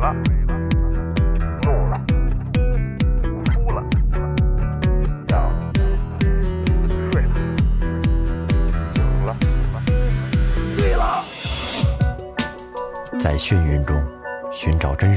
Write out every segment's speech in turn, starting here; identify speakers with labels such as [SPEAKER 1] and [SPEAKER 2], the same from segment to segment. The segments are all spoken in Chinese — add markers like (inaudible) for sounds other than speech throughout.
[SPEAKER 1] 了，怒了，哭了，笑了，睡了，醒了，醉了。
[SPEAKER 2] 在眩晕中寻找真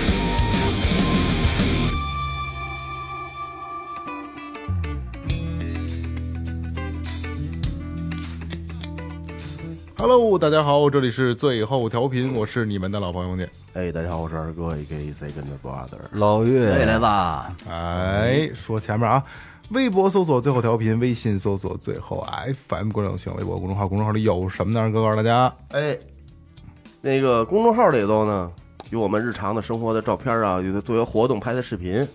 [SPEAKER 3] Hello，大家好，这里是最后调频，我是你们的老朋友们。
[SPEAKER 4] 哎，大家好，我是二哥，A.K.A. Second Brother。
[SPEAKER 5] 老岳，对来吧，
[SPEAKER 3] 哎，说前面啊，微博搜索最后调频，微信搜索最后 FM，关注新浪微博公众号，公众号里有什么呢？二哥告诉大家，
[SPEAKER 4] 哎，那个公众号里头呢，有我们日常的生活的照片啊，有的作为活动拍的视频，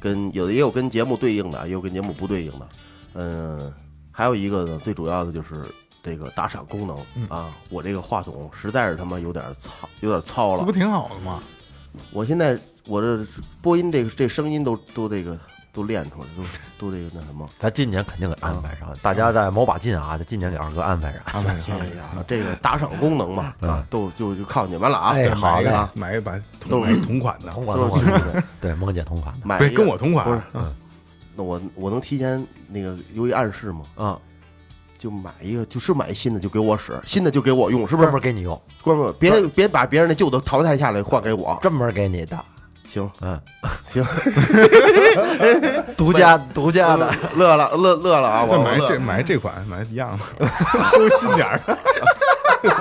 [SPEAKER 4] 跟有的也有跟节目对应的，也有跟节目不对应的。嗯，还有一个呢，最主要的就是这个打赏功能、啊，我这个话筒实在是他妈有点糙，有点糙
[SPEAKER 3] 这
[SPEAKER 4] 了
[SPEAKER 3] 不。挺好的吗？
[SPEAKER 4] 我现在我这播音这个这声音都都这个都练出来，都都这个那什么。
[SPEAKER 5] 咱今年肯定给安排
[SPEAKER 2] 嗯
[SPEAKER 5] 上，大家在卯把劲啊，今年给二哥安排上。
[SPEAKER 2] 啊
[SPEAKER 3] 安排上，
[SPEAKER 4] 哎呀，这个打赏功能嘛，啊，都就就靠你们了啊！
[SPEAKER 5] 哎
[SPEAKER 3] 对
[SPEAKER 5] 好
[SPEAKER 3] 买一个
[SPEAKER 5] 嘞
[SPEAKER 3] 啊买一把
[SPEAKER 4] 都
[SPEAKER 3] 同买同款的，
[SPEAKER 5] 同款
[SPEAKER 4] 都
[SPEAKER 5] 同
[SPEAKER 4] 是去
[SPEAKER 5] 款，
[SPEAKER 4] 的
[SPEAKER 5] 对，梦姐同款的，
[SPEAKER 4] 买
[SPEAKER 3] 不是
[SPEAKER 4] 一个
[SPEAKER 3] 跟我同款
[SPEAKER 4] 不是
[SPEAKER 3] 啊，，
[SPEAKER 4] 那我我能提前那个有一暗示吗？
[SPEAKER 5] 嗯，
[SPEAKER 4] 就买一个，就是买新的就给我使，新的就给我用，是不
[SPEAKER 5] 专
[SPEAKER 4] 是
[SPEAKER 5] 门？给你用，
[SPEAKER 4] 关门别别把别人的旧的淘汰下来换给我，
[SPEAKER 5] 专门给你的，
[SPEAKER 4] 行
[SPEAKER 5] 嗯，
[SPEAKER 4] 行，
[SPEAKER 5] 独家独家的，
[SPEAKER 4] 乐了乐乐了啊！我
[SPEAKER 3] 再
[SPEAKER 4] 我
[SPEAKER 3] 买
[SPEAKER 4] 乐
[SPEAKER 3] 这
[SPEAKER 4] 了， (laughs)
[SPEAKER 3] 买这款，买一样的，收心点儿的。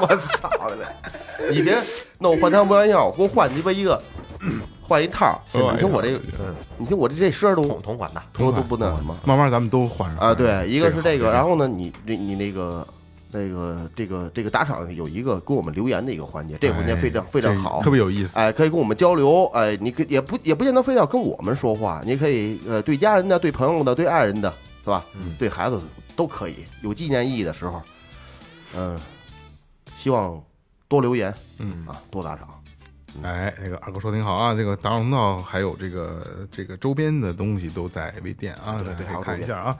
[SPEAKER 4] 我操的！你别弄换汤不换药，给我换鸡巴一个， (clears throat) 换一套。你听我这个，
[SPEAKER 3] 嗯
[SPEAKER 4] 你听我这这
[SPEAKER 2] 嗯
[SPEAKER 4] 声儿都
[SPEAKER 5] 同同款的，
[SPEAKER 4] 都都不那什么。
[SPEAKER 3] 慢慢咱们都换上
[SPEAKER 4] 啊，对，一个是这个，然
[SPEAKER 3] 后
[SPEAKER 4] 后呢，你你你那个那个这个这个打赏有一个给我们留言的一个环节，这个环节非常非常好
[SPEAKER 3] 哎特，别有意思。
[SPEAKER 4] 哎，可以跟我们交流，哎，你可也不也不见得非要跟我们说话，你可以呃对家人的、对朋友的、对爱人的，是吧？对孩子都可以，有纪念意义的时候，嗯，希望多留言，嗯啊，多打赏，
[SPEAKER 3] 哎，这个二哥说挺好啊，这个达龙道还有这个这个周边的东西都在微店啊，大家可以
[SPEAKER 4] 对还有周
[SPEAKER 3] 看一
[SPEAKER 4] 边
[SPEAKER 3] 下啊。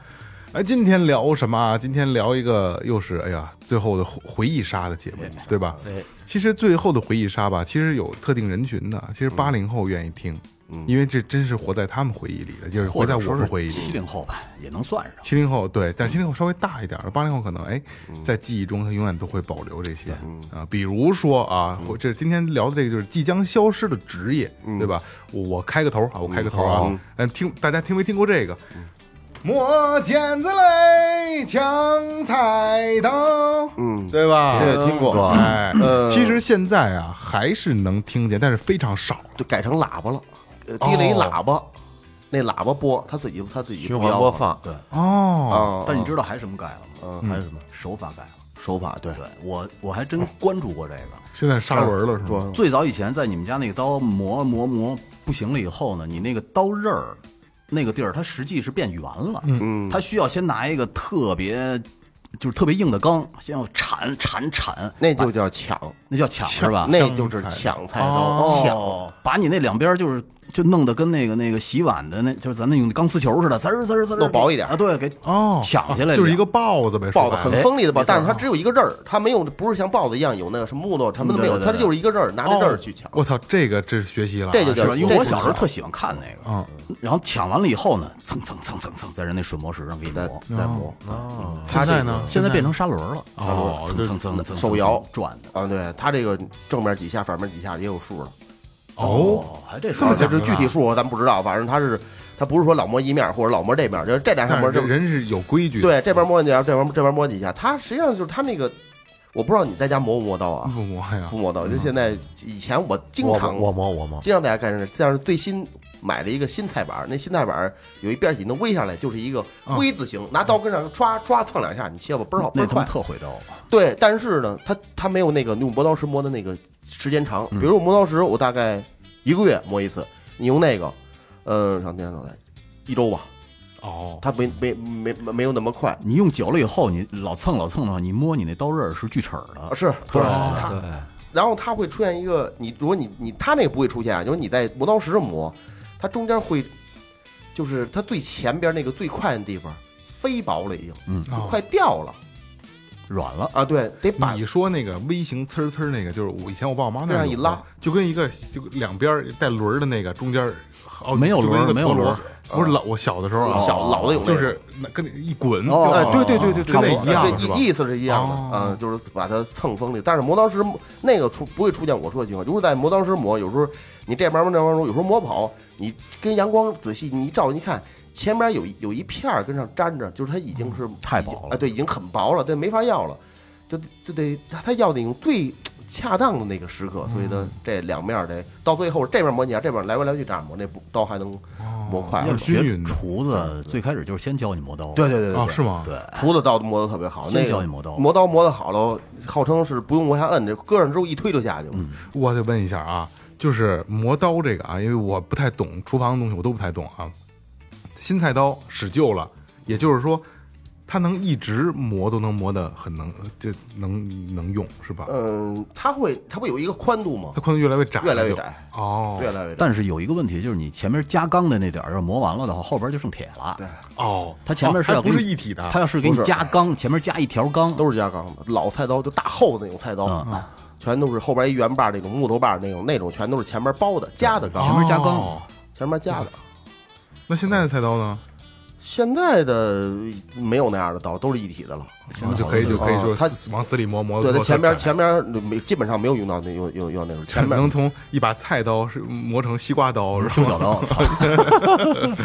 [SPEAKER 3] 哎，今天聊什么啊？今天聊一个又是哎呀，最后的回回忆杀的节目，
[SPEAKER 6] 哎
[SPEAKER 3] 对吧？其实最后的回忆杀吧，其实有特定人群的，其实八零后愿意听，因为这真是活在他们回忆里的，就是活
[SPEAKER 6] 嗯或
[SPEAKER 3] 在
[SPEAKER 6] 者
[SPEAKER 3] 我
[SPEAKER 6] 说
[SPEAKER 3] 们
[SPEAKER 6] 是
[SPEAKER 3] 回忆里。
[SPEAKER 6] 七零后吧，也能算上。
[SPEAKER 3] 七零后对，但是七零后稍微大一点了，八零后可能哎，在记忆中他永远都会保留这些啊，比如说啊，或这今天聊的这个就是即将消失的职业，对吧？我我开个头啊，我开个头啊，嗯，听大家听没听过这个？磨剪子嘞，抢菜刀，
[SPEAKER 4] 嗯
[SPEAKER 3] 对吧？
[SPEAKER 4] 这个听过
[SPEAKER 3] 哎
[SPEAKER 4] 呃，
[SPEAKER 3] 其实现在啊还是能听见，但是非常少了。
[SPEAKER 4] (laughs) 就改成喇叭了，呃，滴了一
[SPEAKER 3] 哦
[SPEAKER 4] 喇叭，那喇叭播，他自己他自己
[SPEAKER 5] 循
[SPEAKER 4] 不
[SPEAKER 5] 环
[SPEAKER 4] 要
[SPEAKER 5] 播
[SPEAKER 4] 了
[SPEAKER 5] 放，
[SPEAKER 6] 对，
[SPEAKER 3] 哦，
[SPEAKER 4] 啊，
[SPEAKER 6] 但你知道还有什么改了吗？
[SPEAKER 4] 嗯，还有什么
[SPEAKER 6] 手法改了。
[SPEAKER 4] 手法？对。
[SPEAKER 6] 对我我还真关注过这个。
[SPEAKER 3] 现在杀轮了是吗？
[SPEAKER 6] 最早以前在你们家那个刀磨磨磨不行了以后呢，你那个刀刃儿那个地儿它实际是变圆了，嗯，它需要先拿一个特别就是特别硬的钢，先要铲铲铲，
[SPEAKER 4] 那就叫抢，
[SPEAKER 6] 那叫啊抢是
[SPEAKER 4] (laughs)
[SPEAKER 6] 吧？
[SPEAKER 4] 那就是抢菜刀，抢。
[SPEAKER 6] 哦，把你那两边就是就弄得跟那个那个洗碗的那，就是咱那用的钢丝球似的，滋儿滋儿滋儿，
[SPEAKER 4] 弄薄一点
[SPEAKER 6] 啊，对，给
[SPEAKER 3] 哦，
[SPEAKER 6] 抢下来、
[SPEAKER 3] 就是一个豹子呗，
[SPEAKER 4] 豹子
[SPEAKER 3] 说白了
[SPEAKER 4] 很锋利的豹，
[SPEAKER 6] 哎
[SPEAKER 4] 但是它只有一个刃儿，它没有不是像豹子一样有那个什么木头什么都没有，
[SPEAKER 6] 嗯对对
[SPEAKER 4] 它
[SPEAKER 6] 对
[SPEAKER 4] 就是一个刃儿，拿着刃儿去抢。
[SPEAKER 3] 我操，这个这是学习了啊，
[SPEAKER 4] 这就叫
[SPEAKER 6] 是吧？因为我小时候
[SPEAKER 4] 这
[SPEAKER 6] 特喜欢看那个，
[SPEAKER 3] 嗯，
[SPEAKER 6] 然后抢完了以后呢，蹭蹭蹭蹭蹭，在人那水磨石上给你
[SPEAKER 4] 在
[SPEAKER 6] 磨。
[SPEAKER 4] 在磨
[SPEAKER 3] 现在呢？
[SPEAKER 6] 现在变成砂轮了，
[SPEAKER 3] 哦
[SPEAKER 6] 蹭
[SPEAKER 3] 这
[SPEAKER 6] 蹭蹭蹭
[SPEAKER 4] 手摇
[SPEAKER 6] 蹭蹭转的。
[SPEAKER 4] 啊，对，它这个正面几下，反面几下也有数了。
[SPEAKER 3] 哦，
[SPEAKER 6] 还这
[SPEAKER 3] 这
[SPEAKER 6] 说
[SPEAKER 3] 么
[SPEAKER 4] 啊，
[SPEAKER 3] 讲
[SPEAKER 4] 这
[SPEAKER 3] 究
[SPEAKER 4] 是具体数咱不知道，反正它是它不是说老磨一面或者老磨这面，就是这两下
[SPEAKER 3] 但
[SPEAKER 4] 磨
[SPEAKER 3] 是
[SPEAKER 4] 这
[SPEAKER 3] 这
[SPEAKER 4] 么
[SPEAKER 3] 人是有规矩的，
[SPEAKER 4] 对这边磨几下，这边这边磨几下。它实际上就是它那个，我不知道你在家磨不磨刀啊？
[SPEAKER 3] 不磨呀
[SPEAKER 4] 不，磨刀，就现在以前我经
[SPEAKER 5] 我
[SPEAKER 4] 常
[SPEAKER 5] 我磨我磨，
[SPEAKER 4] 经常大家看是，但是最新买了一个新菜板儿，那新菜板儿有一边儿你能微上来，就是一个
[SPEAKER 3] 啊
[SPEAKER 4] 微字形，拿刀跟上歘歘蹭两下，你切吧，倍儿好，倍
[SPEAKER 6] 那
[SPEAKER 4] 儿
[SPEAKER 6] 他妈
[SPEAKER 4] 快。
[SPEAKER 6] 特会啊刀，
[SPEAKER 4] 对，但是呢，它它没有那个用磨刀石磨的那个时间长。比如我磨刀石，我大概一个月磨一次，你用那个，呃，上天脑袋一周吧，
[SPEAKER 3] 哦，
[SPEAKER 4] 它没没没没没有那么快。
[SPEAKER 6] 你用久了以后，你老蹭老蹭的话，你摸你那刀刃儿是锯齿儿的
[SPEAKER 4] 啊，，是不是
[SPEAKER 3] 哦
[SPEAKER 4] 它，然后它会出现一个，你如果你你它那个不会出现啊，就是你在磨刀石上磨，它中间会，就是它最前边那个最快的地方飞薄了已经，嗯，
[SPEAKER 3] 哦
[SPEAKER 4] 就快掉了
[SPEAKER 6] 软了。
[SPEAKER 4] 啊，对，得把
[SPEAKER 3] 你说那个微型呲儿呲儿那个，就是我以前我爸我妈那
[SPEAKER 4] 这
[SPEAKER 3] 儿
[SPEAKER 4] 样啊一
[SPEAKER 3] 有
[SPEAKER 4] 拉
[SPEAKER 3] 的，就跟一个就两边儿带轮儿的那个中间儿，哦，
[SPEAKER 6] 没有
[SPEAKER 3] 就跟
[SPEAKER 6] 轮儿
[SPEAKER 3] 一个
[SPEAKER 6] 没有
[SPEAKER 3] 陀螺
[SPEAKER 6] 轮儿
[SPEAKER 3] 不是老我小的时候啊，
[SPEAKER 4] 小老的有那个
[SPEAKER 3] 就是那跟一滚，
[SPEAKER 6] 哦
[SPEAKER 4] 哎，对对对对，
[SPEAKER 3] 跟
[SPEAKER 4] 对差
[SPEAKER 3] 啊那一
[SPEAKER 4] 不多哎
[SPEAKER 3] 样是吧
[SPEAKER 4] 对，？意思是一样的
[SPEAKER 3] 哦
[SPEAKER 4] 啊，就是把它蹭锋利。但是磨刀石那个出不会出现我说的情况，如果在磨刀石磨，有时候你这边磨那边磨，有时候磨跑，你跟阳光仔细你一照，你看前面有一有一片儿跟上粘着，就是它已经
[SPEAKER 3] 嗯
[SPEAKER 4] 是
[SPEAKER 6] 太薄了
[SPEAKER 4] 已经啊，对，已经很薄了，但没法要了，就就得它它要那种最恰当的那个时刻，所以
[SPEAKER 3] 嗯
[SPEAKER 4] 它这两面儿得到最后这边磨你啊，这边来回来去这样磨，那不刀还能
[SPEAKER 3] 哦
[SPEAKER 4] 磨快
[SPEAKER 6] 要
[SPEAKER 4] 了。
[SPEAKER 3] 均
[SPEAKER 6] 学
[SPEAKER 3] 匀的
[SPEAKER 6] 厨子最开始就是先教你磨刀，
[SPEAKER 4] 对对对对
[SPEAKER 3] 啊，
[SPEAKER 4] 对
[SPEAKER 3] 是吗？
[SPEAKER 6] 对，
[SPEAKER 4] 厨子刀都磨得特别好，
[SPEAKER 6] 先
[SPEAKER 4] 那
[SPEAKER 6] 教
[SPEAKER 4] 个
[SPEAKER 6] 你磨刀
[SPEAKER 4] 磨刀磨得好了，号称是不用往下摁，这搁上之后一推就下去了。
[SPEAKER 3] 我得问一下啊，就是磨刀这个啊，因为我不太懂厨房的东西，我都不太懂啊。新菜刀使旧了，也就是说，它能一直磨都能磨得很能，就能能用是吧？
[SPEAKER 4] 嗯，它会它不有一个宽度吗
[SPEAKER 3] 它？宽度越来越窄，
[SPEAKER 4] 越来越
[SPEAKER 3] 就
[SPEAKER 4] 窄
[SPEAKER 3] 哦，
[SPEAKER 4] 越来越窄。
[SPEAKER 6] 但是有一个问题，就是你前面加钢的那点儿要磨完了的话，后边就剩铁了。
[SPEAKER 3] 哦，
[SPEAKER 6] 它前面是
[SPEAKER 3] 哦
[SPEAKER 6] 要
[SPEAKER 3] 它不
[SPEAKER 6] 给
[SPEAKER 3] 是
[SPEAKER 6] 你
[SPEAKER 3] 一体的，
[SPEAKER 6] 它要是给
[SPEAKER 4] 不
[SPEAKER 6] 你
[SPEAKER 4] 是啊
[SPEAKER 6] 加钢，前面加一条钢，
[SPEAKER 4] 都是加钢的，老菜刀就大厚的那种菜刀，全都是后边一圆把那种木头把那种那种，全都是前面包的加的
[SPEAKER 3] 前
[SPEAKER 4] 钢，
[SPEAKER 3] 面加
[SPEAKER 6] 钢
[SPEAKER 4] 前面加的。
[SPEAKER 3] 哦那现在的菜刀呢？
[SPEAKER 4] 现在的没有那样的刀，都是一体的了。
[SPEAKER 3] 然后就可以就可以就
[SPEAKER 4] 哦它
[SPEAKER 3] 是往死里磨磨。
[SPEAKER 4] 对，它
[SPEAKER 3] 磨
[SPEAKER 4] 前
[SPEAKER 3] 特
[SPEAKER 4] 边
[SPEAKER 3] 窄
[SPEAKER 4] 前边没基本上没有用到那用用用那种，前面
[SPEAKER 3] 能从一把菜刀是磨成西瓜刀，
[SPEAKER 6] 修
[SPEAKER 3] 是吧？
[SPEAKER 6] 脚 (laughs) 刀，操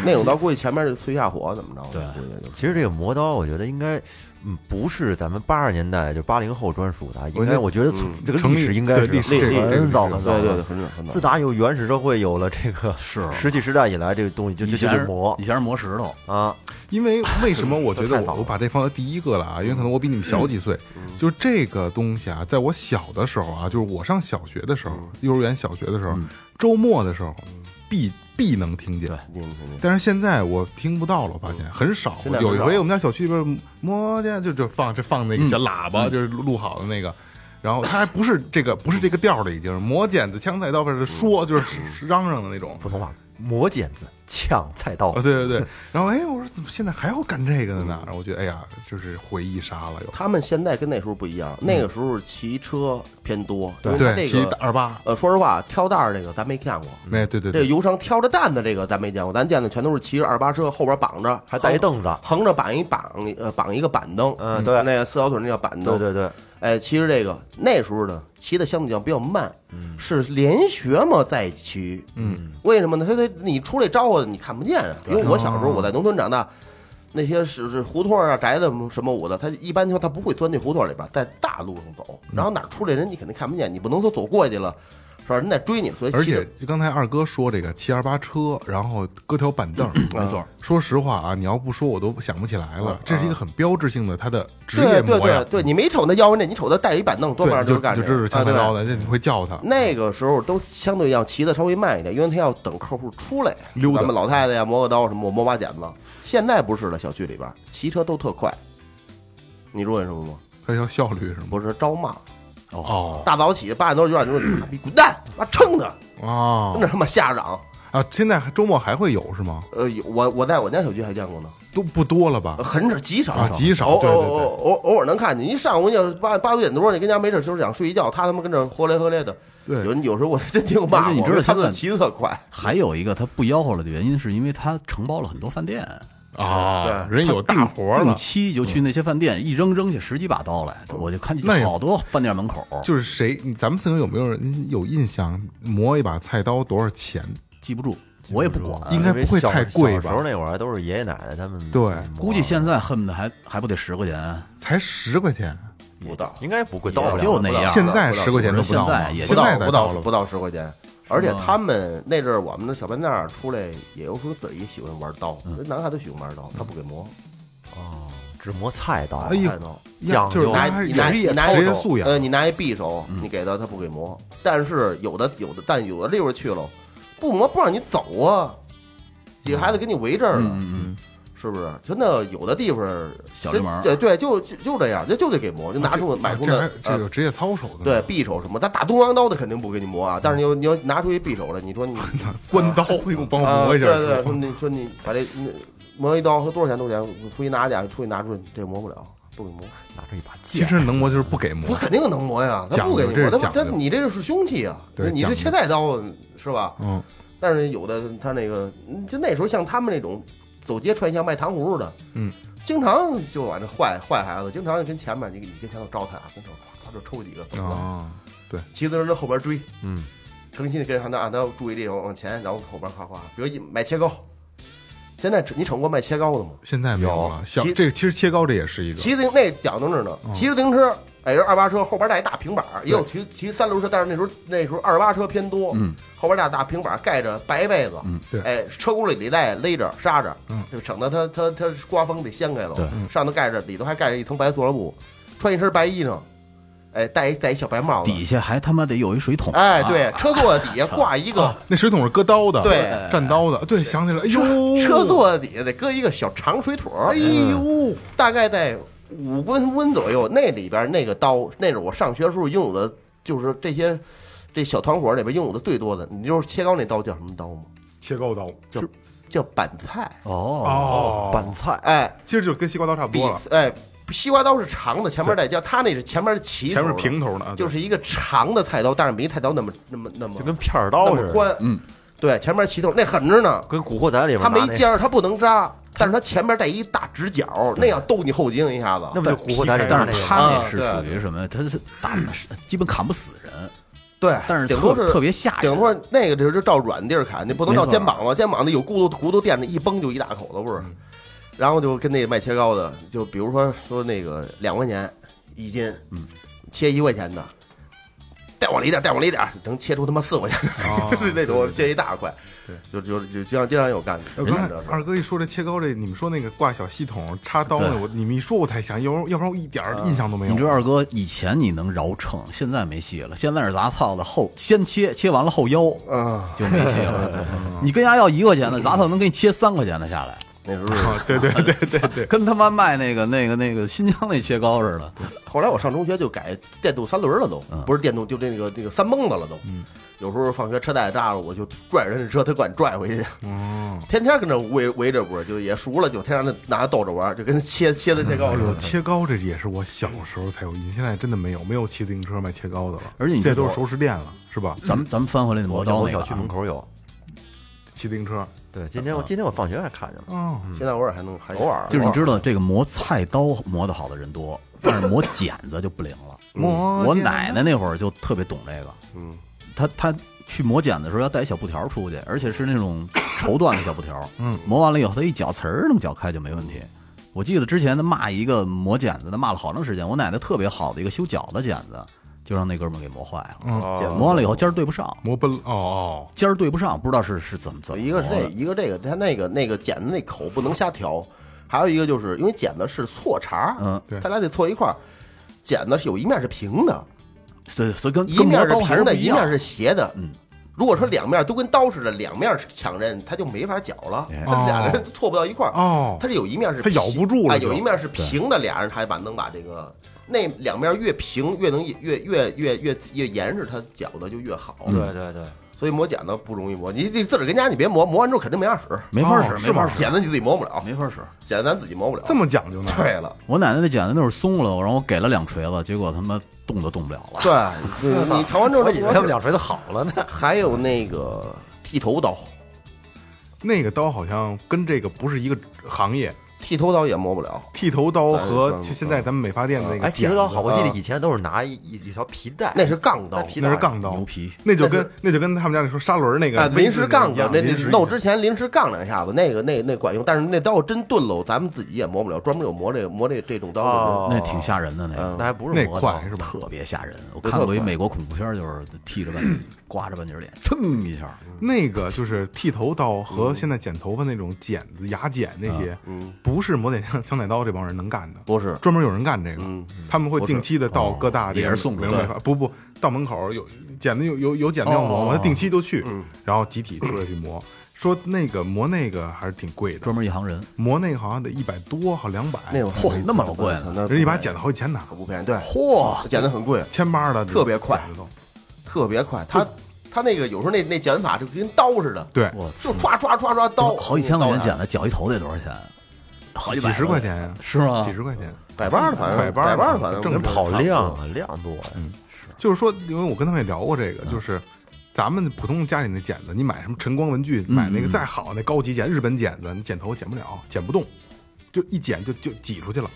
[SPEAKER 4] 那种刀估计前面就催下火怎么着？
[SPEAKER 6] 对
[SPEAKER 4] 估计就是
[SPEAKER 5] 其实这个磨刀，我觉得应该，嗯，不是咱们八十年代就八零后专属的啊，应
[SPEAKER 3] 觉得
[SPEAKER 5] 该我觉得从这个
[SPEAKER 3] 成
[SPEAKER 5] 历史
[SPEAKER 3] 立
[SPEAKER 5] 应该
[SPEAKER 3] 对
[SPEAKER 5] 是
[SPEAKER 3] 历史
[SPEAKER 4] 这个
[SPEAKER 5] 很早
[SPEAKER 3] 历
[SPEAKER 5] 很
[SPEAKER 3] 史
[SPEAKER 5] 早
[SPEAKER 4] 对
[SPEAKER 5] 的
[SPEAKER 4] 对对，很早很早
[SPEAKER 5] 自。打有原始社会，有了这个
[SPEAKER 6] 是
[SPEAKER 5] 石器时代以来，这个东西就
[SPEAKER 6] 以
[SPEAKER 5] 就就
[SPEAKER 6] 前
[SPEAKER 5] 得
[SPEAKER 6] 是
[SPEAKER 5] 磨
[SPEAKER 6] 以前是磨石头，
[SPEAKER 5] 啊，
[SPEAKER 3] 因为为什么我觉
[SPEAKER 5] (laughs)
[SPEAKER 3] 得
[SPEAKER 5] 太早了
[SPEAKER 3] 我
[SPEAKER 5] 嗯
[SPEAKER 3] 我把这放在第一个了啊？因为可能我比你们小几岁，就是这个东西啊，在我小的时候啊，就是我上小学的时候，
[SPEAKER 5] 嗯
[SPEAKER 3] 幼儿园、小学的时候，周末的时候，
[SPEAKER 5] 嗯
[SPEAKER 3] 必必能听见。
[SPEAKER 4] 你们听听
[SPEAKER 3] 但是现在我听不到了，我发
[SPEAKER 5] 嗯
[SPEAKER 3] 现很少。
[SPEAKER 4] 现在很
[SPEAKER 3] 有一
[SPEAKER 4] 少
[SPEAKER 3] 回我们家小区里边摸见就就放就放那个小喇
[SPEAKER 5] 嗯
[SPEAKER 3] 叭，就是录好的那个。然后它还不是这个，不是这个调儿的，已经是磨剪子、枪菜刀，不是说就是嚷嚷的那种。
[SPEAKER 5] 嗯普通话磨剪子、抢菜刀
[SPEAKER 3] 啊，，对对对。然后哎，我说怎么现在还要干这个的呢？然后我觉得哎呀，就是回忆杀了又。
[SPEAKER 4] 他们现在跟那时候不一样，那个时候骑车偏多，因为
[SPEAKER 3] 对，
[SPEAKER 4] 这
[SPEAKER 3] 骑
[SPEAKER 4] 个
[SPEAKER 3] 二八，
[SPEAKER 4] 呃，说实话，挑担儿这个咱没见过，
[SPEAKER 3] 那对对
[SPEAKER 4] 这个
[SPEAKER 3] 对，
[SPEAKER 4] 油商挑着担的这个咱没见过，咱见的全都是骑着二八车，后边绑着，
[SPEAKER 5] 还带一凳子
[SPEAKER 4] 横着绑一绑呃绑一个板凳，
[SPEAKER 5] 嗯对
[SPEAKER 4] 那个四条腿那叫板凳，
[SPEAKER 5] 对对对，
[SPEAKER 4] 哎，骑着这个那时候呢，骑的相对较比较慢，
[SPEAKER 3] 嗯
[SPEAKER 4] 是连学嘛在骑，嗯，为什么呢？他得你出来招呼你看不见啊，因为
[SPEAKER 3] 哦
[SPEAKER 4] 我小时候我在农村长大，那些是是胡同啊、宅子什么我的，他一般情况他不会钻进胡同里边，在大路上走，
[SPEAKER 3] 嗯
[SPEAKER 4] 然后哪儿出来人你肯定看不见，你不能说走过去了，是吧？人得追你，所以
[SPEAKER 3] 而
[SPEAKER 4] 骑着
[SPEAKER 3] 且就刚才二哥说这个骑二八车，然后搁条板凳，
[SPEAKER 4] 嗯
[SPEAKER 3] 没错。说实话啊，你要不说我都想不起来了，这是一个很标志性的他的职业
[SPEAKER 4] 嗯对对
[SPEAKER 3] 模
[SPEAKER 4] 对
[SPEAKER 3] 样。
[SPEAKER 4] 对，你没瞅那腰围那，你瞅他带一板凳，多
[SPEAKER 3] 对，
[SPEAKER 4] 半
[SPEAKER 3] 你就是
[SPEAKER 4] 干
[SPEAKER 3] 就
[SPEAKER 4] 这
[SPEAKER 3] 知
[SPEAKER 4] 个
[SPEAKER 3] 道枪
[SPEAKER 4] 啊，
[SPEAKER 3] 菜
[SPEAKER 4] 对
[SPEAKER 3] 刀
[SPEAKER 4] 吧？
[SPEAKER 3] 的，那你会叫他。
[SPEAKER 4] 那个时候都相对要骑的稍微慢一点，因为他要等客户出来，
[SPEAKER 3] 溜达
[SPEAKER 4] 咱们老太太呀，磨个刀什么，磨把剪子。现在不是了，小区里边骑车都特快。你知道为什么吗？
[SPEAKER 3] 他要效率是吗？
[SPEAKER 4] 不是招骂，
[SPEAKER 3] 哦
[SPEAKER 4] 大早起八点多九点钟，你妈逼滚蛋，妈撑的，跟
[SPEAKER 3] 哦
[SPEAKER 4] 那他妈瞎嚷。
[SPEAKER 3] 啊！现在还周末还会有是吗？
[SPEAKER 4] 呃，有我我在我家小区还见过呢，
[SPEAKER 3] 都不多了吧
[SPEAKER 4] 呃？很少极少
[SPEAKER 3] 啊极少
[SPEAKER 4] 偶
[SPEAKER 3] 对对对
[SPEAKER 4] 偶偶偶尔能看见。一上午你要是八八九点多，你跟家没事就是想睡一觉，他他妈跟这豁来豁来的。
[SPEAKER 3] 对
[SPEAKER 4] 有有时候我真听骂
[SPEAKER 6] 而且你
[SPEAKER 4] 我
[SPEAKER 6] 知道
[SPEAKER 4] 他
[SPEAKER 6] 现在
[SPEAKER 4] 们骑得特快，
[SPEAKER 6] 还有一个它不吆喝了的原因，是因为它承包了很多饭店，
[SPEAKER 3] 啊，
[SPEAKER 4] 对
[SPEAKER 3] 人有大活儿
[SPEAKER 6] 定
[SPEAKER 3] 了，
[SPEAKER 6] 期就去那些饭店一扔扔下十几把刀来，我就看
[SPEAKER 3] 那
[SPEAKER 6] 见
[SPEAKER 3] 也
[SPEAKER 6] 好多饭店门口，
[SPEAKER 3] 就是谁？你咱们四个有没有人有印象？磨一把菜刀多少钱？
[SPEAKER 6] 记不住，我也不管。
[SPEAKER 3] 应该不会太
[SPEAKER 5] 嗯因
[SPEAKER 3] 贵吧
[SPEAKER 5] 为小小时候那会儿还都是爷爷奶奶他们
[SPEAKER 3] 对
[SPEAKER 5] 磨
[SPEAKER 6] 估计现在恨不得还还不得十块钱，
[SPEAKER 3] 才十块钱，
[SPEAKER 4] 不到。
[SPEAKER 5] 应该不贵，刀不
[SPEAKER 6] 也就
[SPEAKER 5] 了
[SPEAKER 6] 那样了。
[SPEAKER 3] 现在十块钱都
[SPEAKER 6] 我说
[SPEAKER 3] 不到
[SPEAKER 6] 现
[SPEAKER 3] 吗
[SPEAKER 6] 在也
[SPEAKER 4] 啊不
[SPEAKER 3] 现
[SPEAKER 4] 到
[SPEAKER 3] 在才
[SPEAKER 4] 不
[SPEAKER 3] 到
[SPEAKER 4] 到
[SPEAKER 3] 了吧嗯
[SPEAKER 4] 不到十块钱。而且他们那阵儿，我们的小半蛋儿出来，也有时候自己喜欢玩刀，
[SPEAKER 3] 嗯
[SPEAKER 4] 男孩子喜欢玩刀，他不给磨，
[SPEAKER 5] 只磨菜刀
[SPEAKER 3] 哎。呦
[SPEAKER 4] 菜刀，
[SPEAKER 5] 讲
[SPEAKER 3] 就是
[SPEAKER 5] 究
[SPEAKER 4] 拿
[SPEAKER 3] 他还是
[SPEAKER 4] 你拿
[SPEAKER 3] 职业
[SPEAKER 4] 你拿
[SPEAKER 3] 职业
[SPEAKER 4] 一
[SPEAKER 3] 素养嗯
[SPEAKER 4] 呃，你拿一匕首，你给他，他不给磨。但是有的有的，但有的地
[SPEAKER 3] 嗯
[SPEAKER 6] 嗯
[SPEAKER 4] 方去了，不磨不让你走啊，几个孩子给你围这儿了，是不是？真的有的地方
[SPEAKER 6] 小流氓
[SPEAKER 4] 对对，就就就这样，那就得给磨，就拿出买出
[SPEAKER 3] 啊
[SPEAKER 4] 呃
[SPEAKER 3] 这
[SPEAKER 4] 那
[SPEAKER 3] 还这有职业操守的，
[SPEAKER 4] 对，匕首什么，他打东阳刀的肯定不给你磨啊，但是你
[SPEAKER 3] 嗯
[SPEAKER 4] 要你要拿出一匕首来，
[SPEAKER 3] (laughs)
[SPEAKER 4] 你说你
[SPEAKER 3] 关刀，你给我帮我磨一下。
[SPEAKER 4] 啊、对对，说你说你把这你磨一刀，说多少钱多少钱，我出去拿去，出去拿出去，这磨不了，不给磨，
[SPEAKER 5] 拿着一把剑，
[SPEAKER 3] 其实能磨就是不给
[SPEAKER 4] 我
[SPEAKER 3] 磨，
[SPEAKER 4] 肯定能磨呀，他
[SPEAKER 3] 讲
[SPEAKER 4] 不
[SPEAKER 3] 究
[SPEAKER 4] 给你
[SPEAKER 3] 这是
[SPEAKER 4] 磨，他不
[SPEAKER 3] 讲
[SPEAKER 4] 他
[SPEAKER 3] 究
[SPEAKER 4] 你这是凶器啊，
[SPEAKER 3] 对
[SPEAKER 4] 你
[SPEAKER 3] 讲
[SPEAKER 4] 是
[SPEAKER 3] 究
[SPEAKER 4] 切菜刀是吧？
[SPEAKER 3] 嗯，
[SPEAKER 4] 但是有的他那个，嗯就那时候像他们那种走街串巷卖糖葫芦的，
[SPEAKER 3] 嗯，
[SPEAKER 4] 经常就往这坏坏孩子，经常就跟前面你你跟前头招他，啊跟前头咵就抽几个，走了
[SPEAKER 3] 啊，
[SPEAKER 4] 骑自行车后边追，
[SPEAKER 5] 嗯，
[SPEAKER 4] 成心地跟上他，啊，他要注意力往往前，然后后边夸夸，比如一买切糕，现在你瞅过卖切糕的吗？
[SPEAKER 3] 现在没有了。小
[SPEAKER 4] 其
[SPEAKER 3] 这个其实切糕这也是一个，
[SPEAKER 4] 骑自行那讲究着呢，骑着自行车，哎，人二八车后边带一大平板儿，也有骑骑三轮车，但是那时候那时候二八车偏多，嗯，后边带大平板儿盖着白被子，嗯，
[SPEAKER 3] 对
[SPEAKER 4] 哎，车轱辘里带勒着刹着，嗯，就省得它它它刮风得掀开了，对，上头盖着，里头还盖着一层白塑料布，穿一身白衣裳，哎，戴一戴一小白帽子，
[SPEAKER 6] 嗯底下还他妈得有一水桶。啊
[SPEAKER 4] 哎，对，车座底下挂一个。
[SPEAKER 3] 那水桶是割刀的，
[SPEAKER 4] 对，
[SPEAKER 3] 蘸刀的，对，想起来，哎呦，
[SPEAKER 4] 车座底下得搁一个小长水腿儿，哎呦，大概在五公分左右。那里边那个刀，那是我上学时候用的，就是这些这小团伙里边用的最多的。你就是切糕那刀叫什么刀吗？
[SPEAKER 3] 切糕刀，
[SPEAKER 4] 叫叫板菜。
[SPEAKER 6] 哦，
[SPEAKER 3] 哦，
[SPEAKER 5] 拌菜，
[SPEAKER 4] 哎，
[SPEAKER 3] 其实就跟西瓜刀差不
[SPEAKER 4] 比
[SPEAKER 3] 多了，
[SPEAKER 4] 哎，西瓜刀是长的，前面带尖，它那是前面齐头
[SPEAKER 3] 前
[SPEAKER 4] 的
[SPEAKER 3] 面是平头的，啊对
[SPEAKER 4] 就是一个长的菜刀，但是没菜刀那么那么那么
[SPEAKER 5] 就跟片儿
[SPEAKER 4] 那
[SPEAKER 5] 刀
[SPEAKER 4] 么
[SPEAKER 5] 似的，
[SPEAKER 4] 宽。嗯，对，前面齐头那狠着呢。
[SPEAKER 5] 跟《古惑仔》里面
[SPEAKER 4] 它没
[SPEAKER 5] 拿那
[SPEAKER 4] 尖儿，它不能扎，但是它前面带一大直角，那样兜你后颈一下子。
[SPEAKER 5] 那不就《古惑仔》里面
[SPEAKER 6] 但
[SPEAKER 5] 那
[SPEAKER 6] 是
[SPEAKER 5] 个
[SPEAKER 6] 他
[SPEAKER 5] 吗？
[SPEAKER 4] 啊
[SPEAKER 6] 那是属于什么？他是打基本砍不死人，
[SPEAKER 4] 对，
[SPEAKER 6] 但是
[SPEAKER 4] 顶
[SPEAKER 6] 特
[SPEAKER 4] 多是
[SPEAKER 6] 特别吓
[SPEAKER 4] 顶
[SPEAKER 6] 人。
[SPEAKER 4] 多那个就是照软地儿砍，你不能
[SPEAKER 6] 没
[SPEAKER 4] 照
[SPEAKER 6] 错
[SPEAKER 4] 肩膀了，肩膀那有骨头骨头垫着，一崩就一大口子味儿。
[SPEAKER 6] 嗯
[SPEAKER 4] 然后就跟那卖切糕的，就比如说说那个两块钱一斤，嗯，切一块钱的，再往里点儿，再往里点儿，能切出他妈四块钱的，
[SPEAKER 6] 哦
[SPEAKER 4] (laughs) 就是那种切一大块，就就就就像经常有干的。
[SPEAKER 3] 我刚才
[SPEAKER 4] 这是
[SPEAKER 3] 二哥一说这切糕这，你们说那个挂小系统插刀那，我你们一说我才想，要不然要不然我一点儿印象都没有。啊
[SPEAKER 6] 你这二哥以前你能饶秤，现在没戏了。现在是砸套子后先切，切完了后腰，
[SPEAKER 4] 啊，
[SPEAKER 6] 就没戏
[SPEAKER 3] (laughs)
[SPEAKER 6] 了。 (laughs) 你跟家要一块钱的砸套，能给你切三块钱的下来，
[SPEAKER 4] 那时
[SPEAKER 6] (laughs)
[SPEAKER 4] 候
[SPEAKER 3] 啊对对 (laughs) 对对对，
[SPEAKER 6] 跟他妈卖那个那个那个新疆那切糕似的。
[SPEAKER 4] 后来我上中学就改电动三轮了都，
[SPEAKER 6] 嗯
[SPEAKER 4] 不是电动，就这那个那个三蹦子了都。有时候放学车带炸了，我就拽人家车，他管拽回去。天天跟着围围着我，就也熟了，就天天拿他逗着玩，就跟切切的切糕似
[SPEAKER 3] 哎呦
[SPEAKER 4] 的。
[SPEAKER 3] 切糕这也是我小时候才有印象，现在真的没有，没有骑自行车卖切糕的了，
[SPEAKER 6] 而且你
[SPEAKER 3] 现在都
[SPEAKER 6] 说
[SPEAKER 3] 是熟食店了，是吧？
[SPEAKER 6] 咱们咱们翻回来那磨
[SPEAKER 5] 我
[SPEAKER 6] 刀
[SPEAKER 5] 我
[SPEAKER 6] 那
[SPEAKER 5] 小
[SPEAKER 6] 个
[SPEAKER 5] 区
[SPEAKER 6] 啊，
[SPEAKER 5] 门口有。
[SPEAKER 3] 骑自行车，
[SPEAKER 5] 对，今天我今天我放学还看见了，
[SPEAKER 3] 哦，
[SPEAKER 4] 现在偶尔还能还偶尔
[SPEAKER 6] 就是你知道这个磨菜刀磨得好的人多，但是磨剪子就不灵了。
[SPEAKER 3] 磨
[SPEAKER 6] 嗯
[SPEAKER 4] 哦
[SPEAKER 6] 我
[SPEAKER 3] 剪
[SPEAKER 4] 啊
[SPEAKER 6] 奶奶那会儿就特别懂这个，嗯，她她去磨剪的时候要带一小布条出去，而且是那
[SPEAKER 4] (coughs)
[SPEAKER 6] 种绸缎的小布条，嗯，磨完了以后她一绞词儿能绞开就没问题。我记得之前她骂一个磨剪子的，骂了好长时间。我奶奶特别好的一个修脚的剪子，就让那哥们儿给磨坏了，
[SPEAKER 5] 啊哦
[SPEAKER 6] 磨完了以后尖儿对不上，
[SPEAKER 3] 磨奔了哦哦，
[SPEAKER 6] 尖儿对不上，不知道是是怎么怎么
[SPEAKER 4] 一个是
[SPEAKER 6] 磨
[SPEAKER 4] 这，
[SPEAKER 6] 的
[SPEAKER 4] 一个这个，他那个那个剪子那口不能瞎调，还有一个就是因为剪子是错茬，
[SPEAKER 6] 嗯
[SPEAKER 3] 对
[SPEAKER 4] 他俩得错一块儿。剪子是有一面是平的，
[SPEAKER 6] 所以所以跟
[SPEAKER 4] 一
[SPEAKER 6] 跟
[SPEAKER 4] 面
[SPEAKER 6] 磨
[SPEAKER 4] 是
[SPEAKER 6] 刀还是
[SPEAKER 4] 平
[SPEAKER 6] 不
[SPEAKER 4] 的，
[SPEAKER 6] 一
[SPEAKER 4] 一
[SPEAKER 6] 样
[SPEAKER 4] 面。是斜的。嗯，如果说两面都跟刀似的，两面抢刃，它就没法绞了，它俩人错不到一块儿。 (laughs)
[SPEAKER 3] 哦
[SPEAKER 4] 它是有一面是
[SPEAKER 3] 它
[SPEAKER 4] 平
[SPEAKER 3] 咬不住了
[SPEAKER 4] 哎，
[SPEAKER 3] 就
[SPEAKER 4] 有一面是平的，俩人才把能把这个那两面越平越能越越越越越严实，它绞的就越好。
[SPEAKER 5] 对对对，
[SPEAKER 4] 所以磨剪子不容易磨，你你自个儿跟家你别磨，磨完之后肯定没法使，
[SPEAKER 6] 没法
[SPEAKER 3] 哦
[SPEAKER 6] 使，
[SPEAKER 3] 是
[SPEAKER 6] 没法
[SPEAKER 3] 吗
[SPEAKER 6] 使，
[SPEAKER 4] 剪子你自己磨不了，
[SPEAKER 6] 没法使。
[SPEAKER 4] 剪子咱自己磨不了。
[SPEAKER 3] 这么讲究呢？
[SPEAKER 4] 对了。
[SPEAKER 6] 我奶奶那剪子那会儿松了，然后我给了两锤子，结果他妈动都动不了了。
[SPEAKER 4] (laughs) 对，你你调完之后，
[SPEAKER 5] 我以为他们两锤子好了呢。
[SPEAKER 4] 还有那个剃头刀，
[SPEAKER 3] 那个刀好像跟这个不是一个行业，
[SPEAKER 4] 剃头刀也磨不了。
[SPEAKER 3] 剃头刀和
[SPEAKER 4] 哎
[SPEAKER 3] 就现在咱们美发店的那个
[SPEAKER 5] 哎，剃头
[SPEAKER 3] 剪
[SPEAKER 5] 刀
[SPEAKER 3] 子
[SPEAKER 5] 好，我记得以前都是拿一一一条皮带，
[SPEAKER 4] 那是杠刀
[SPEAKER 5] 哎那，皮带
[SPEAKER 3] 那是杠刀，
[SPEAKER 6] 牛皮
[SPEAKER 3] 那就跟那就跟他们家里说砂轮儿那个
[SPEAKER 4] 啊，临时杠
[SPEAKER 3] 的
[SPEAKER 4] 的，那
[SPEAKER 3] 临
[SPEAKER 4] 那
[SPEAKER 3] 时
[SPEAKER 4] 弄之前临时杠两下子，那个那那管用，但是那刀真钝喽，咱们自己也磨不了，专门有磨这个磨这这种刀的。
[SPEAKER 5] 哦
[SPEAKER 6] 那挺吓人的，那个
[SPEAKER 5] 嗯那还不是
[SPEAKER 3] 那
[SPEAKER 5] 磨
[SPEAKER 3] 快
[SPEAKER 5] 刀，
[SPEAKER 3] 是吧？
[SPEAKER 6] 特别吓人。我看过一美国恐怖片，就是剃着半截，刮着半截脸，蹭一下，
[SPEAKER 3] 那个就是剃头刀和现在剪头发那种剪子、牙剪那些，不是磨剪枪、枪菜刀这帮人能干的，
[SPEAKER 4] 不是
[SPEAKER 3] 专门有人干这个，
[SPEAKER 4] 嗯
[SPEAKER 3] 他们会定期的到各大这
[SPEAKER 6] 哦也
[SPEAKER 3] 个
[SPEAKER 6] 是送
[SPEAKER 3] 美
[SPEAKER 6] 的
[SPEAKER 3] 容美发，不不，到门口有剪子有有有剪子要磨，他定期就去，然后集体出来去磨。说那个磨那个还是挺贵的
[SPEAKER 6] 专，门一行人，
[SPEAKER 3] 磨那个好像得一百多，好两百，
[SPEAKER 4] 那会儿啊
[SPEAKER 6] 嚯那么老贵呢
[SPEAKER 4] 那
[SPEAKER 3] 人一把剪了好几千呢，
[SPEAKER 4] 可不便宜，对，
[SPEAKER 6] 嚯，
[SPEAKER 4] 剪的很贵，
[SPEAKER 3] 千八的，
[SPEAKER 4] 特别快
[SPEAKER 3] 剪的都
[SPEAKER 4] 特别快。他他那个有时候那那剪法就跟刀似的，
[SPEAKER 3] 对，
[SPEAKER 6] 我
[SPEAKER 4] 就唰唰唰唰刀，
[SPEAKER 6] 好几千块钱
[SPEAKER 4] 刀呀啊
[SPEAKER 6] 剪，的，绞一头得多少钱？好几百啊
[SPEAKER 3] 几十块钱呀，
[SPEAKER 6] 是吗？
[SPEAKER 3] 几十块钱。
[SPEAKER 4] 百八的反正
[SPEAKER 3] 百八的
[SPEAKER 4] 八的反正
[SPEAKER 3] 正
[SPEAKER 5] 跑
[SPEAKER 4] 差不多
[SPEAKER 5] 量啊，量多呀。
[SPEAKER 3] 就是说，因为我跟他们也聊过这个，
[SPEAKER 6] 嗯
[SPEAKER 3] 就是咱们普通家里那剪子，你买什么晨光文具，
[SPEAKER 6] 嗯
[SPEAKER 3] 买那个再好那高级剪日本剪子，你剪头剪不了，剪不动，就一剪就就挤出去了，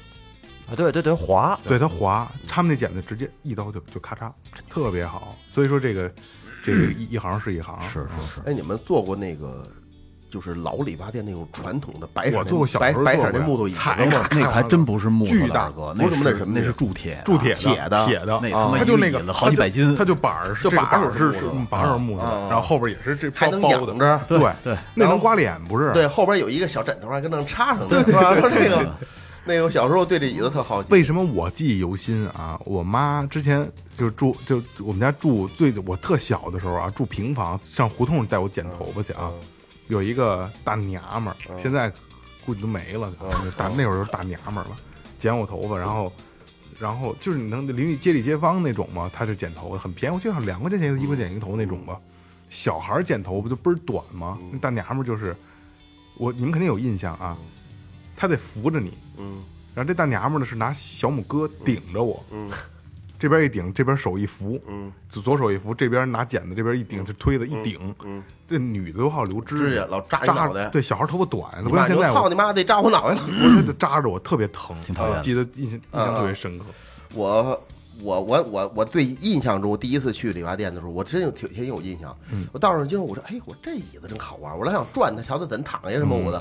[SPEAKER 5] 啊，对对对，滑，
[SPEAKER 3] 对它滑。他们那剪子直接一刀就就咔嚓，特别好。所以说这个这
[SPEAKER 6] (clears throat)
[SPEAKER 3] 个一一行是一行，
[SPEAKER 6] 是是是，
[SPEAKER 4] 哎，你们做过那个就是老理发店那种传统的白色那？
[SPEAKER 3] 我做过小
[SPEAKER 4] 白
[SPEAKER 3] 时候
[SPEAKER 4] 白
[SPEAKER 3] 做
[SPEAKER 4] 色那
[SPEAKER 3] 过
[SPEAKER 4] 木头椅子
[SPEAKER 3] 踩
[SPEAKER 4] 吗
[SPEAKER 3] 着
[SPEAKER 6] 那
[SPEAKER 4] (laughs)
[SPEAKER 6] 个还真不是木头的，
[SPEAKER 3] 巨大
[SPEAKER 6] 二哥，
[SPEAKER 4] 不是什么
[SPEAKER 6] 那
[SPEAKER 4] 那什么
[SPEAKER 6] 那是
[SPEAKER 4] 的
[SPEAKER 6] 铸铁的，
[SPEAKER 3] 铸铁
[SPEAKER 4] 铁的
[SPEAKER 3] 的铁的，
[SPEAKER 6] 那他妈
[SPEAKER 3] 它就
[SPEAKER 6] 一
[SPEAKER 3] 那
[SPEAKER 6] 米
[SPEAKER 3] 个
[SPEAKER 6] 了好几
[SPEAKER 3] 它就
[SPEAKER 6] 百斤
[SPEAKER 3] 它就板
[SPEAKER 6] (laughs)
[SPEAKER 3] 儿是
[SPEAKER 4] 就
[SPEAKER 3] 这个
[SPEAKER 4] 板儿
[SPEAKER 3] 儿
[SPEAKER 4] 是
[SPEAKER 3] 是
[SPEAKER 4] 木头的
[SPEAKER 3] 嗯板
[SPEAKER 6] 啊
[SPEAKER 3] 儿是木头的，然后后边也是这包
[SPEAKER 4] 还能
[SPEAKER 3] 包
[SPEAKER 4] 仰
[SPEAKER 3] 的，
[SPEAKER 4] 着
[SPEAKER 3] 对
[SPEAKER 6] 对，
[SPEAKER 3] 那能刮脸不是？
[SPEAKER 4] 对，后边有一个小枕头，还跟那儿插上呢。是吧？ (laughs) 那个，那个，我小时候对这椅子特好奇。
[SPEAKER 3] 为什么我记忆犹新啊？我妈之前就是住，就我们家住最我特小的时候啊，住平房，上胡同带我剪头发去啊。有一个大娘们儿，现在估计都没了， (laughs) 大那会儿就是大娘们儿了，剪我头发，然后然后就是你能邻里街里街坊那种嘛，她就剪头发，很便宜，我记得好像两块钱钱一块剪一个头那种吧。小孩儿剪头不就倍儿短吗？
[SPEAKER 4] 嗯
[SPEAKER 3] 那大娘们儿就是我，你们肯定有印象啊，她得扶着你，
[SPEAKER 4] 嗯
[SPEAKER 3] 然后这大娘们儿呢是拿小拇哥顶着我，
[SPEAKER 4] 嗯
[SPEAKER 3] 这边一顶，这边手一扶，
[SPEAKER 4] 嗯，
[SPEAKER 3] 左左手一扶，这边拿剪子，这边一顶，就推子一顶。
[SPEAKER 4] 嗯，
[SPEAKER 3] 这女的都好留指
[SPEAKER 4] 指甲
[SPEAKER 3] 甲，
[SPEAKER 4] 老扎你
[SPEAKER 3] 扎
[SPEAKER 4] 脑袋
[SPEAKER 3] 对，小孩头发短，
[SPEAKER 4] 你
[SPEAKER 3] 不像
[SPEAKER 4] 妈
[SPEAKER 3] 现
[SPEAKER 4] 说
[SPEAKER 3] 在
[SPEAKER 4] 操
[SPEAKER 3] 我，
[SPEAKER 4] 你妈得扎我脑袋了。
[SPEAKER 3] 我就扎着我特别疼，啊
[SPEAKER 6] 挺讨厌的
[SPEAKER 3] 记得印象印象特别深刻。
[SPEAKER 4] 嗯我我我我我对印象中，我第一次去理发店的时候，我真有挺挺有印象。
[SPEAKER 3] 嗯
[SPEAKER 4] 我到那儿就是我说，哎，我这椅子真好玩，我老想转它，瞧它怎躺下什么
[SPEAKER 3] 嗯
[SPEAKER 4] 我的。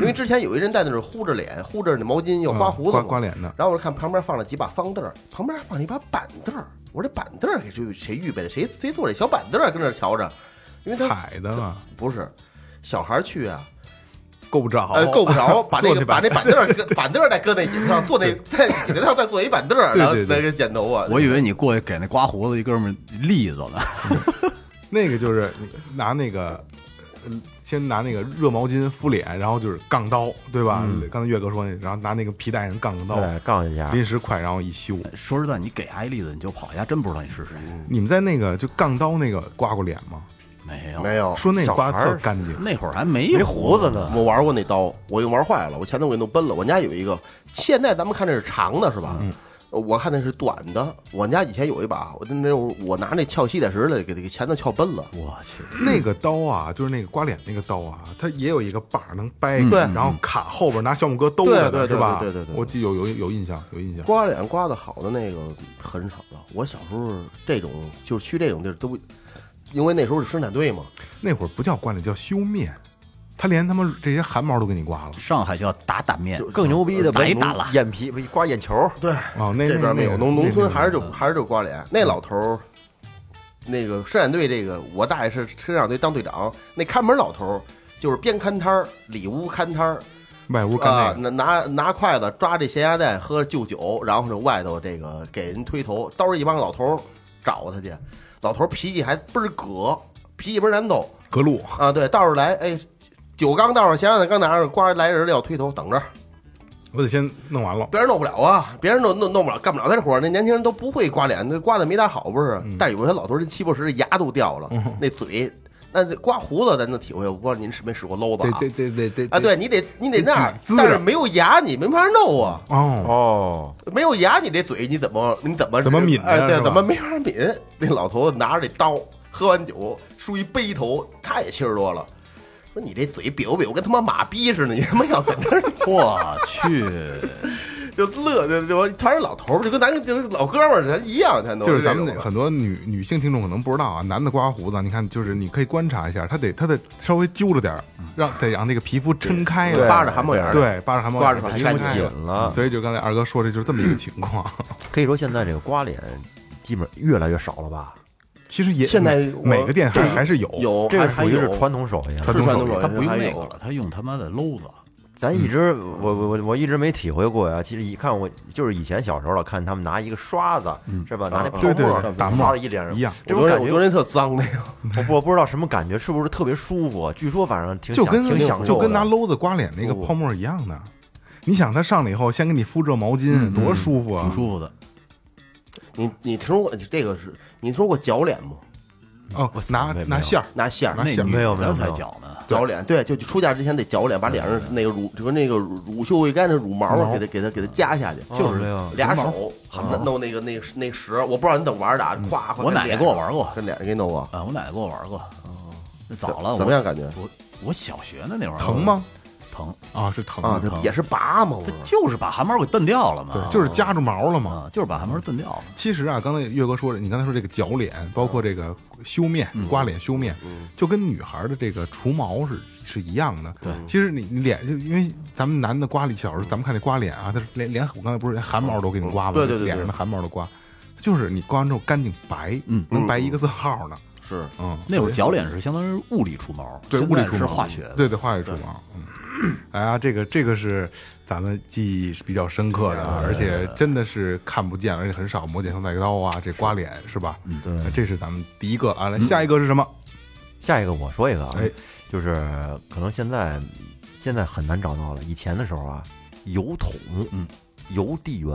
[SPEAKER 4] 因为之前有一人在那儿糊着脸，糊着那毛巾要刮胡子嘛、
[SPEAKER 3] 嗯刮刮脸的
[SPEAKER 4] 然后我就看旁边放了几把方凳儿，旁边还放了一把板凳儿。我说这板凳儿给谁谁预备的？谁谁坐这小板凳儿跟那儿瞧着？因为他
[SPEAKER 3] 踩的嘛，
[SPEAKER 4] 不是小孩儿去啊，
[SPEAKER 3] 够不着，
[SPEAKER 4] 呃，够不
[SPEAKER 3] (laughs)
[SPEAKER 4] 着，把那
[SPEAKER 3] 哦坐
[SPEAKER 4] 个
[SPEAKER 3] 那
[SPEAKER 4] 把
[SPEAKER 3] 板
[SPEAKER 4] 那板凳儿搁板凳儿再搁那椅子上，坐那在椅子上再坐一板凳儿，
[SPEAKER 3] 对
[SPEAKER 4] 然后
[SPEAKER 3] 对对
[SPEAKER 4] 再给剪头啊。
[SPEAKER 6] 我以为你过去给那刮胡子一哥们儿栗子呢，
[SPEAKER 3] 那个就是你拿那个。呃先拿那个热毛巾敷脸，然后就是杠刀，对吧？
[SPEAKER 4] 嗯
[SPEAKER 3] 刚才岳哥说那，然后拿那个皮带上杠个刀，
[SPEAKER 5] 对，杠一下，
[SPEAKER 3] 临时快，然后一修。
[SPEAKER 6] 说实在，你给挨栗子你就跑，丫真不知道你是谁，
[SPEAKER 3] 你们在那个就杠刀那个刮过脸吗？
[SPEAKER 6] 没有，
[SPEAKER 4] 没有，
[SPEAKER 3] 说那
[SPEAKER 5] 小
[SPEAKER 3] 刮
[SPEAKER 5] 孩儿
[SPEAKER 3] 特干净，
[SPEAKER 6] 那会儿还没
[SPEAKER 5] 没胡子呢，
[SPEAKER 4] 我玩过那刀，我已经玩坏了，我前头我给弄崩了。我家有一个，现在咱们看这是长的，是吧？呃我看那是短的。我们家以前有一把，我那那会儿我拿那撬吸铁石来给给前头撬崩了。
[SPEAKER 6] 我去，
[SPEAKER 3] 那个刀啊，就是那个刮脸那个刀啊，它也有一个把儿能掰，
[SPEAKER 4] 对
[SPEAKER 3] 然后卡后边拿小拇哥兜着
[SPEAKER 4] 嗯对对
[SPEAKER 3] 的，
[SPEAKER 4] 对
[SPEAKER 3] 是吧？
[SPEAKER 4] 对对对对
[SPEAKER 3] 我记有有有印象，有印象。
[SPEAKER 4] 刮脸刮的好的那个很少了。我小时候这种就是去这种地儿都，因为那时候是生产队嘛，
[SPEAKER 3] 那会儿不叫刮脸，叫修面，他连他妈这些汗毛都给你刮了
[SPEAKER 6] 上海叫打打面，
[SPEAKER 5] 更牛逼的
[SPEAKER 6] 白
[SPEAKER 5] 纹
[SPEAKER 6] 打了
[SPEAKER 5] 眼皮不刮眼球，
[SPEAKER 4] 对，
[SPEAKER 3] 啊！那
[SPEAKER 4] 这
[SPEAKER 3] 那
[SPEAKER 4] 边没有，
[SPEAKER 3] 那
[SPEAKER 4] 农
[SPEAKER 3] 那
[SPEAKER 4] 农村
[SPEAKER 3] 那
[SPEAKER 4] 还是就还是就刮脸。那老头儿，那个生产队这个，我大爷是生产队当队长，那看门老头儿就是边看摊儿，里屋看摊儿
[SPEAKER 3] 外屋干
[SPEAKER 4] 啊
[SPEAKER 3] 那，个，
[SPEAKER 4] 拿拿拿筷子抓这咸鸭蛋喝旧酒，然后呢外头这个给人推头，都是一帮老头儿找他去，老头儿脾气还倍儿葛，脾气倍儿难斗
[SPEAKER 3] 隔路
[SPEAKER 4] 啊。对，道上来，哎，酒刚倒上，咸鸭蛋刚拿上，刮来人了要推头，等着。
[SPEAKER 3] 我得先弄完了。
[SPEAKER 4] 别人弄不了啊，别人弄弄弄不了，干不了他这活儿。那年轻人都不会刮脸，那刮的没他好，不
[SPEAKER 3] 嗯
[SPEAKER 4] 是？但是有些老头儿这七八十牙都掉了，那嘴，那那刮胡子咱能体会。我不知道您是没使过篓子
[SPEAKER 3] 对
[SPEAKER 4] 啊？
[SPEAKER 3] 对对对对
[SPEAKER 4] 啊，对你得你得那样
[SPEAKER 3] 得滋，
[SPEAKER 4] 但是
[SPEAKER 3] 着
[SPEAKER 4] 没有牙你没法弄啊，
[SPEAKER 3] 哦，
[SPEAKER 5] 哦，
[SPEAKER 4] 没有牙你这嘴你怎么你怎么
[SPEAKER 3] 怎么抿呢
[SPEAKER 4] 哎，
[SPEAKER 3] 是
[SPEAKER 4] 对，
[SPEAKER 3] 吧
[SPEAKER 4] 怎么没法抿？那老头子拿着这刀，喝完酒梳一背头，他也七十多了，说你这嘴瘪不瘪？我跟他妈马逼似的，你他妈要在那儿
[SPEAKER 6] 我去，
[SPEAKER 4] 就乐，就就全是老头儿，就跟咱就是老哥们儿咱一样，全都
[SPEAKER 3] 就是咱们
[SPEAKER 4] 这
[SPEAKER 3] 那
[SPEAKER 4] 种
[SPEAKER 3] 很多女女性听众可能不知道啊，男的刮胡子，你看就是你可以观察一下，他得他得稍微揪着点儿，让得让那个皮肤撑开了，
[SPEAKER 4] 扒着汗毛眼儿，
[SPEAKER 3] 对，扒着汗毛眼儿
[SPEAKER 4] 刮着把
[SPEAKER 3] 皮
[SPEAKER 4] 汗
[SPEAKER 3] 肤
[SPEAKER 4] 毛
[SPEAKER 3] 开
[SPEAKER 4] 紧
[SPEAKER 5] 了
[SPEAKER 3] 所以就刚才二哥说的就是这么一个情况。
[SPEAKER 5] 可以说现在这个刮脸基本越来越少了吧？
[SPEAKER 3] 其实也
[SPEAKER 4] 现在
[SPEAKER 3] 每
[SPEAKER 4] 我
[SPEAKER 3] 每个店还
[SPEAKER 4] 这
[SPEAKER 3] 还是有
[SPEAKER 4] 有
[SPEAKER 5] 这
[SPEAKER 4] 还
[SPEAKER 5] 个
[SPEAKER 4] 还
[SPEAKER 5] 属于
[SPEAKER 4] 有
[SPEAKER 5] 是传统手艺了
[SPEAKER 4] 是传
[SPEAKER 3] 传统
[SPEAKER 4] 统手艺，
[SPEAKER 6] 他不用
[SPEAKER 4] 还
[SPEAKER 6] 那
[SPEAKER 4] 有
[SPEAKER 6] 个了，他用他妈的篓子，
[SPEAKER 5] 咱
[SPEAKER 3] 嗯
[SPEAKER 5] 一直，我我我我一直没体会过呀。其实一看我就是以前小时候老看他们拿一个刷子，是吧？拿那泡
[SPEAKER 3] 嗯啊对对
[SPEAKER 5] 沫
[SPEAKER 3] 对
[SPEAKER 5] 儿
[SPEAKER 3] 打沫
[SPEAKER 5] 刷
[SPEAKER 3] 儿
[SPEAKER 5] 了一脸上，
[SPEAKER 3] 一样
[SPEAKER 5] 这
[SPEAKER 4] 我
[SPEAKER 5] 种
[SPEAKER 4] 昨天
[SPEAKER 5] 感
[SPEAKER 4] 我
[SPEAKER 5] 觉
[SPEAKER 4] 昨天特脏那个，
[SPEAKER 5] 我不我不知道什么感觉，是不是特别舒服？啊据说反正挺
[SPEAKER 3] 就
[SPEAKER 5] 享
[SPEAKER 3] 跟
[SPEAKER 5] 挺享
[SPEAKER 3] 就
[SPEAKER 5] 受的，
[SPEAKER 3] 跟拿篓子刮脸那个泡沫一样的。你想，它上来以后，先给你敷热毛巾，多舒服啊！
[SPEAKER 6] 挺舒服的。
[SPEAKER 4] 你你听说过这个是？你听说过脚脸吗？
[SPEAKER 3] 哦，拿
[SPEAKER 5] 没有
[SPEAKER 3] 拿馅儿，
[SPEAKER 4] 拿线儿
[SPEAKER 3] 拿
[SPEAKER 6] 那
[SPEAKER 3] 馅儿
[SPEAKER 6] 女
[SPEAKER 5] 没有没有
[SPEAKER 6] 的才
[SPEAKER 5] 没有
[SPEAKER 6] 脚呢，
[SPEAKER 4] 脚脸，对，就出嫁之前得脚脸，把脸上那个乳就跟那个乳臭未干的乳毛啊，给它给它给它夹下去，
[SPEAKER 6] 就是
[SPEAKER 5] 这样
[SPEAKER 4] 俩手弄弄那个那个那石，我不知道你怎么玩的啊，咵，
[SPEAKER 6] 我奶奶给我玩过，
[SPEAKER 4] 跟脸给弄过，
[SPEAKER 6] 啊，我奶奶给我玩过，嗯那早了，
[SPEAKER 4] 怎么样感觉
[SPEAKER 6] 我？我我小学的那会儿
[SPEAKER 3] 疼吗？
[SPEAKER 6] 疼，
[SPEAKER 3] 啊，是疼
[SPEAKER 4] 啊？
[SPEAKER 5] 嗯
[SPEAKER 3] 的，
[SPEAKER 4] 这也是拔嘛，我
[SPEAKER 6] 这就是把汗毛给蹬掉了嘛，
[SPEAKER 3] 对，就是夹住毛了嘛。
[SPEAKER 6] 啊，就是把汗毛蹬掉了。
[SPEAKER 3] 其实啊，刚才岳哥说，你刚才说这个铰脸，包括这个修面、刮脸、修面，就跟女孩的这个除毛是是一样的。对，其实你你脸，就因为咱们男的刮脸，小时候咱们看那刮脸啊，他是连连我刚才不是连汗毛都给你刮吗？
[SPEAKER 4] 对对对对
[SPEAKER 3] 脸上的汗毛都刮，就是你刮完之后干净白，
[SPEAKER 6] 嗯
[SPEAKER 3] 能白一个字号呢。
[SPEAKER 4] 是
[SPEAKER 3] 嗯，
[SPEAKER 6] 那会儿脚脸是相当于物理除毛，
[SPEAKER 3] 对
[SPEAKER 6] 现
[SPEAKER 3] 物理
[SPEAKER 6] 在
[SPEAKER 3] 除
[SPEAKER 6] 是
[SPEAKER 3] 毛
[SPEAKER 6] 化学的。
[SPEAKER 3] 对对化学除毛。嗯，哎呀，这个这个是咱们记忆是比较深刻的，而且真的是看不见，而且很少磨剪双带刀啊，这刮脸是吧？嗯，对，这是咱们第一个啊。来，下一个是什么？
[SPEAKER 5] 下一个我说一个啊
[SPEAKER 3] 哎，
[SPEAKER 5] 就是可能现在现在很难找到了，以前的时候啊，油桶，
[SPEAKER 6] 嗯，
[SPEAKER 5] 邮递员，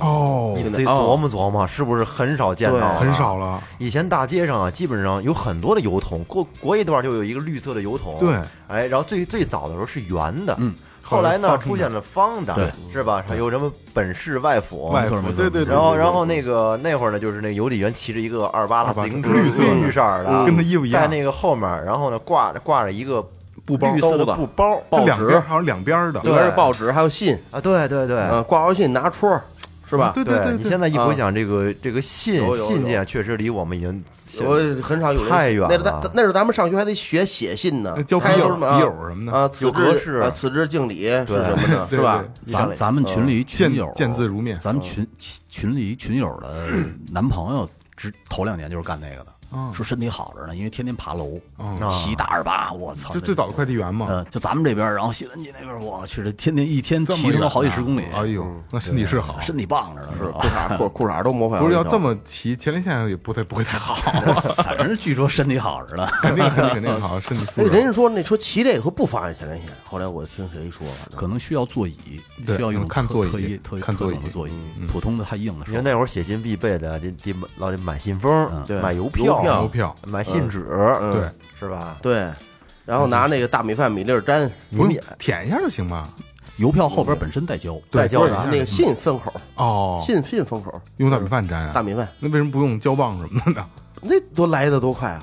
[SPEAKER 3] 哦
[SPEAKER 5] 你
[SPEAKER 4] 现在
[SPEAKER 5] 得
[SPEAKER 4] 哦
[SPEAKER 5] 琢磨琢磨，是不是很少见到了？
[SPEAKER 3] 哦很少了。
[SPEAKER 5] 以前大街上啊，基本上有很多的油桶，过过一段就有一个绿色的油桶。
[SPEAKER 3] 对，
[SPEAKER 5] 哎，然后最最早的时候是圆的，
[SPEAKER 6] 嗯，
[SPEAKER 5] 后来
[SPEAKER 3] 后
[SPEAKER 5] 呢
[SPEAKER 3] 来
[SPEAKER 5] 出现了方的，
[SPEAKER 6] 对，
[SPEAKER 5] 是吧？还有什么本市外府，
[SPEAKER 3] 外
[SPEAKER 6] 错
[SPEAKER 3] 服
[SPEAKER 6] 没错
[SPEAKER 3] 对对对
[SPEAKER 5] 然，后然后那个那会儿呢，就是那邮递员骑着一个二八的
[SPEAKER 3] 28
[SPEAKER 5] 自行车，
[SPEAKER 3] 绿色的嗯
[SPEAKER 5] 绿色儿的，
[SPEAKER 3] 跟他衣服一样
[SPEAKER 5] 在那个后面，然后呢挂着挂着一个
[SPEAKER 4] 布包
[SPEAKER 5] 绿色的
[SPEAKER 4] 兜子
[SPEAKER 5] 布包
[SPEAKER 3] 它
[SPEAKER 5] 报
[SPEAKER 3] 两
[SPEAKER 5] 纸
[SPEAKER 3] 边好像两边的，
[SPEAKER 4] 里边是报纸，还有信，
[SPEAKER 5] 啊，对对对。
[SPEAKER 4] 嗯，挂号信拿戳，是吧？
[SPEAKER 3] 对对对嗯
[SPEAKER 5] 你
[SPEAKER 3] 对
[SPEAKER 5] 现在一回想，这个这个信
[SPEAKER 4] 有有有
[SPEAKER 5] 信件确实离我们已经
[SPEAKER 4] 我很少有人
[SPEAKER 5] 太远了
[SPEAKER 4] 那时候咱那时候咱们上学还得学写信呢，
[SPEAKER 3] 交笔
[SPEAKER 4] 开
[SPEAKER 3] 友
[SPEAKER 4] 头
[SPEAKER 3] 笔友什么的
[SPEAKER 4] 啊，此
[SPEAKER 5] 有格
[SPEAKER 4] 致
[SPEAKER 5] 式
[SPEAKER 4] 啊，此致敬礼是
[SPEAKER 5] 对
[SPEAKER 4] 什么
[SPEAKER 3] (laughs)
[SPEAKER 4] 的，
[SPEAKER 3] 对
[SPEAKER 4] 是吧
[SPEAKER 3] 对？
[SPEAKER 6] 咱咱们群里
[SPEAKER 3] 见
[SPEAKER 6] 群友
[SPEAKER 3] 见字如面
[SPEAKER 6] 咱们群群群里群友的男朋友，之头两年就是干那个的，
[SPEAKER 3] 嗯
[SPEAKER 6] 说身体好着呢，因为天天爬楼，骑大二八，我操！
[SPEAKER 3] 就
[SPEAKER 6] 这
[SPEAKER 3] 最早的快递员嘛，
[SPEAKER 6] 呃，就咱们这边，然后西三旗那边，我去，这天天一天
[SPEAKER 3] 这么
[SPEAKER 6] 骑他
[SPEAKER 3] 远
[SPEAKER 6] 妈好几
[SPEAKER 3] 啊
[SPEAKER 6] 十公里，
[SPEAKER 3] 哎呦，那身体是好，
[SPEAKER 6] 身体棒着呢，是吧
[SPEAKER 4] 裤？衩裤裤衩都磨坏了，
[SPEAKER 3] 不是要这么骑前列腺也不太不会太好，
[SPEAKER 6] 反正据说身体好着呢。
[SPEAKER 3] 肯定肯定肯定好，身体素
[SPEAKER 4] (laughs) 哎，
[SPEAKER 3] 质。
[SPEAKER 4] 人家说那说骑这个说不妨碍前列腺，后来我听谁说的？
[SPEAKER 6] 可能需要座椅，
[SPEAKER 3] 对
[SPEAKER 6] 需要用
[SPEAKER 3] 看
[SPEAKER 6] 特
[SPEAKER 3] 座椅
[SPEAKER 6] 特意特
[SPEAKER 3] 看座
[SPEAKER 6] 特
[SPEAKER 3] 椅嗯
[SPEAKER 6] 种的座椅，普通的太硬了。
[SPEAKER 5] 你
[SPEAKER 6] 受
[SPEAKER 5] 看
[SPEAKER 6] 不了
[SPEAKER 5] 那会儿写信必备的，得得买老得买信封
[SPEAKER 6] 嗯
[SPEAKER 4] 对，
[SPEAKER 5] 买邮
[SPEAKER 4] 邮票
[SPEAKER 3] 邮票
[SPEAKER 5] 买信纸，
[SPEAKER 3] 对，
[SPEAKER 5] 是吧？
[SPEAKER 4] 对，然后拿那个大米饭米粒儿粘，
[SPEAKER 3] 不用舔一下就行吧？
[SPEAKER 6] 邮票后边本身带胶，
[SPEAKER 5] 带胶
[SPEAKER 4] 不是
[SPEAKER 5] 的啊，
[SPEAKER 4] 那个信封口，
[SPEAKER 3] 哦，
[SPEAKER 4] 信信封口，
[SPEAKER 3] 用大米饭粘
[SPEAKER 4] 大
[SPEAKER 3] 啊？
[SPEAKER 4] 米饭
[SPEAKER 3] 那为什么不用胶棒什么的呢？
[SPEAKER 4] 那多来的多快
[SPEAKER 6] (laughs)
[SPEAKER 4] 啊！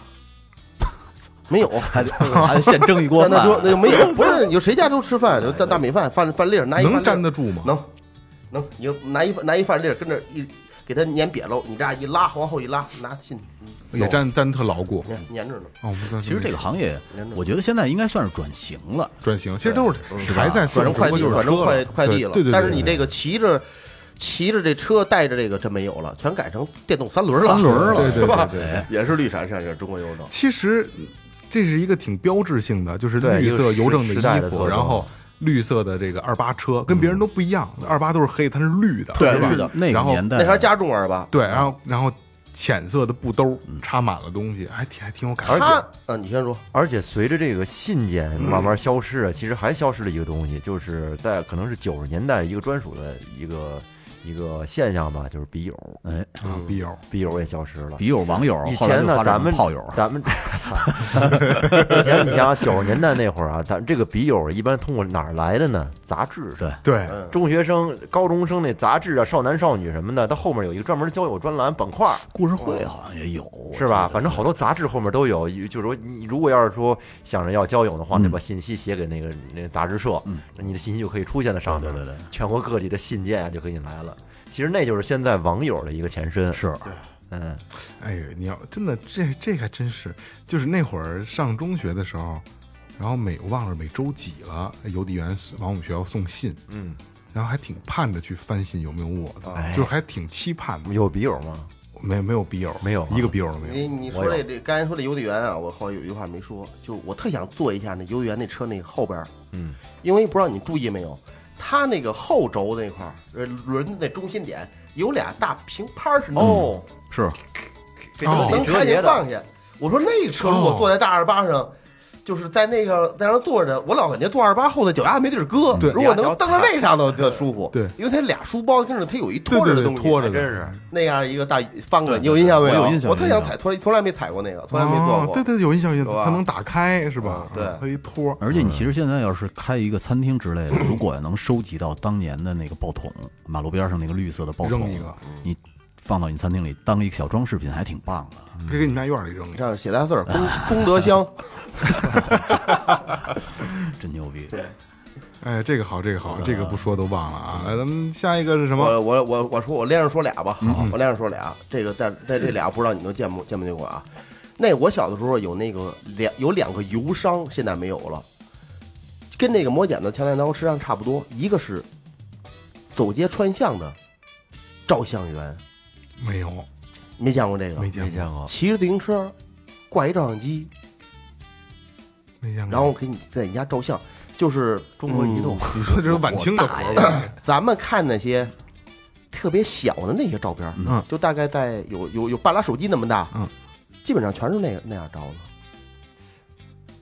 [SPEAKER 4] 没有，
[SPEAKER 6] 还得还得现蒸一锅
[SPEAKER 4] 那
[SPEAKER 6] 饭
[SPEAKER 4] 那
[SPEAKER 6] 啊
[SPEAKER 4] 就那就没
[SPEAKER 6] (laughs)
[SPEAKER 4] 有，不是有谁家都吃饭，就大大米饭饭饭粒儿拿一
[SPEAKER 3] 能
[SPEAKER 4] 饭粒儿
[SPEAKER 3] 粘得住吗？
[SPEAKER 4] 哎能能，你就拿一拿一饭粒儿跟这儿一给它粘瘪喽，你这样一拉往后一拉，拿信
[SPEAKER 3] 也粘粘特牢固。
[SPEAKER 4] 粘粘着呢。
[SPEAKER 3] 哦，不
[SPEAKER 6] 其实这个行业
[SPEAKER 4] 连着，
[SPEAKER 6] 我觉得现在应该算是转型了。
[SPEAKER 3] 转型其实都是还在
[SPEAKER 4] 转
[SPEAKER 3] 算
[SPEAKER 4] 成快递，
[SPEAKER 3] 就是
[SPEAKER 4] 转成
[SPEAKER 3] 车
[SPEAKER 4] 快
[SPEAKER 3] 了
[SPEAKER 4] 快递了。
[SPEAKER 3] 对对对对对。
[SPEAKER 4] 但是你这个骑着骑着这车带着这个真没有了，全改成电动三轮了，
[SPEAKER 6] 三轮了
[SPEAKER 3] 对对
[SPEAKER 4] 是吧
[SPEAKER 3] 对对？
[SPEAKER 4] 也是绿闪闪，也是中国邮政。
[SPEAKER 3] 其实这是一个挺标志性的，就是
[SPEAKER 5] 对
[SPEAKER 3] 绿色
[SPEAKER 5] 一个
[SPEAKER 3] 邮政
[SPEAKER 5] 时代
[SPEAKER 3] 衣
[SPEAKER 5] 的特
[SPEAKER 3] 服，
[SPEAKER 5] 征
[SPEAKER 3] 然后绿色的这个二八车，跟别人都不一样。二八都是黑，它是绿的，
[SPEAKER 4] 对
[SPEAKER 3] 是吧
[SPEAKER 4] 绿的
[SPEAKER 6] 那个
[SPEAKER 3] 然后
[SPEAKER 6] 年代，
[SPEAKER 4] 那还加重二吧？
[SPEAKER 3] 对，然后然后浅色的布兜插满了东西，还挺还挺有感觉。
[SPEAKER 4] 他啊，你先说，
[SPEAKER 5] 而且随着这个信件慢慢消失啊，其实还消失了一个东西，就是在可能是九十年代一个专属的一个一个现象吧，就是笔友，
[SPEAKER 6] 哎，
[SPEAKER 3] 啊，笔友
[SPEAKER 5] 笔友也消失了
[SPEAKER 6] 笔。友、网友，
[SPEAKER 5] 以
[SPEAKER 6] 后来
[SPEAKER 5] 前
[SPEAKER 6] 就
[SPEAKER 5] 呢，
[SPEAKER 6] 发
[SPEAKER 5] 咱
[SPEAKER 6] 展
[SPEAKER 5] 们
[SPEAKER 6] 成炮友，
[SPEAKER 5] 咱们 (laughs) 以前你想九十年代那会儿啊，咱们这个笔友一般通过哪儿来的呢？杂志上
[SPEAKER 6] 对
[SPEAKER 3] 对，
[SPEAKER 5] 中学生、高中生那杂志啊，少男少女什么的，它后面有一个专门交友专栏板块儿，
[SPEAKER 6] 故事会好像也有，我
[SPEAKER 5] 是吧？
[SPEAKER 6] 记得
[SPEAKER 5] 反正好多杂志后面都有，就是说你如果要是说想着要交友的话，你把信息写给那个那个杂志社，那你的信息就可以出现在上面。
[SPEAKER 6] 对对对，
[SPEAKER 5] 全国各地的信件啊就可以来了。其实那就是现在网友的一个前身，
[SPEAKER 6] 是
[SPEAKER 5] 嗯，
[SPEAKER 3] 哎呦，你要真的这这还真是，就是那会儿上中学的时候，然后每我忘了每周几了，邮递员往我们学校送信，
[SPEAKER 4] 哎
[SPEAKER 3] 嗯，然后还挺盼着去翻信有没有我的，就是还挺期盼的。
[SPEAKER 5] 有笔友吗？
[SPEAKER 3] 没有没有笔友，
[SPEAKER 5] 没有啊
[SPEAKER 3] 一个笔友都没
[SPEAKER 4] 你
[SPEAKER 3] 有。
[SPEAKER 4] 哎你说这这刚才说这邮递员啊，我后来有一句话没说，就是我特想坐一下那邮递员那车那后边，嗯，因为不知道你注意没有，他那个后轴那块儿，呃，轮子那中心点有俩大平拍儿是能
[SPEAKER 5] 哦，
[SPEAKER 6] 是
[SPEAKER 5] 被车
[SPEAKER 4] 哦能
[SPEAKER 5] 里折
[SPEAKER 4] 看见
[SPEAKER 5] 叠的，
[SPEAKER 4] 放下。我说那车如
[SPEAKER 3] 哦
[SPEAKER 4] 果坐在大二八上，就是在那个在那儿坐着，我老感觉坐二八后的脚丫没地儿搁。
[SPEAKER 3] 对
[SPEAKER 4] 如果能蹬到那上头就舒服。
[SPEAKER 3] 对
[SPEAKER 4] 因为它俩书包跟着它有一
[SPEAKER 3] 对
[SPEAKER 4] 拖着
[SPEAKER 3] 对
[SPEAKER 4] 的
[SPEAKER 3] 对
[SPEAKER 4] 东，西，
[SPEAKER 3] 拖着
[SPEAKER 5] 真
[SPEAKER 3] 的，
[SPEAKER 5] 是
[SPEAKER 4] 那样一个大方格，你有印象没
[SPEAKER 6] 我有印象
[SPEAKER 4] 我特想
[SPEAKER 6] 有印象
[SPEAKER 4] 踩，从来从来没踩过那个，从来没坐
[SPEAKER 3] 哦，
[SPEAKER 4] 过。
[SPEAKER 3] 对对，有印象，有印
[SPEAKER 4] 对吧啊
[SPEAKER 3] 象它能打开是吧？啊
[SPEAKER 4] 对
[SPEAKER 3] 它一拖，
[SPEAKER 6] 而且你其实现在要是开一个餐厅之类的，如果能收集到当年的那个报桶，马路边上那个绿色的报
[SPEAKER 3] 扔
[SPEAKER 6] 桶
[SPEAKER 3] 一个，
[SPEAKER 6] 你放到你餐厅里当一个小装饰品，还挺棒的。
[SPEAKER 4] 嗯
[SPEAKER 3] 可以给你们家院里扔
[SPEAKER 4] 你
[SPEAKER 3] 去。
[SPEAKER 4] 看写大字
[SPEAKER 6] (laughs)
[SPEAKER 4] 儿，功功德箱，
[SPEAKER 6] 真牛逼！
[SPEAKER 3] 哎，这个好，这个好，这个不说都忘了啊。来，咱们下一个是什么？
[SPEAKER 4] 我我我我说我连着说俩
[SPEAKER 6] 嗯
[SPEAKER 4] 吧，啊我连着说俩，这个但但这俩不知道你们见没见没见过啊？那我小的时候有那个两有两个油商，现在没有了，跟那个磨剪子、强剪刀、吃上差不多，一个是走街串巷的照相员，
[SPEAKER 3] 没有，
[SPEAKER 4] 没见过这个
[SPEAKER 3] 没，见
[SPEAKER 5] 没
[SPEAKER 3] 过，
[SPEAKER 5] 见过，
[SPEAKER 4] 骑着自行车，挂一照相机，
[SPEAKER 3] 没见过。
[SPEAKER 4] 然后给你在你家照相，就是嗯
[SPEAKER 5] 中国移动，
[SPEAKER 3] 你说这是晚清的活儿吧？
[SPEAKER 4] 咱们看那些特别小的那些照片，
[SPEAKER 3] 嗯，
[SPEAKER 4] 就大概在有有有半拉手机那么大，
[SPEAKER 3] 嗯，
[SPEAKER 4] 基本上全是那那样照的。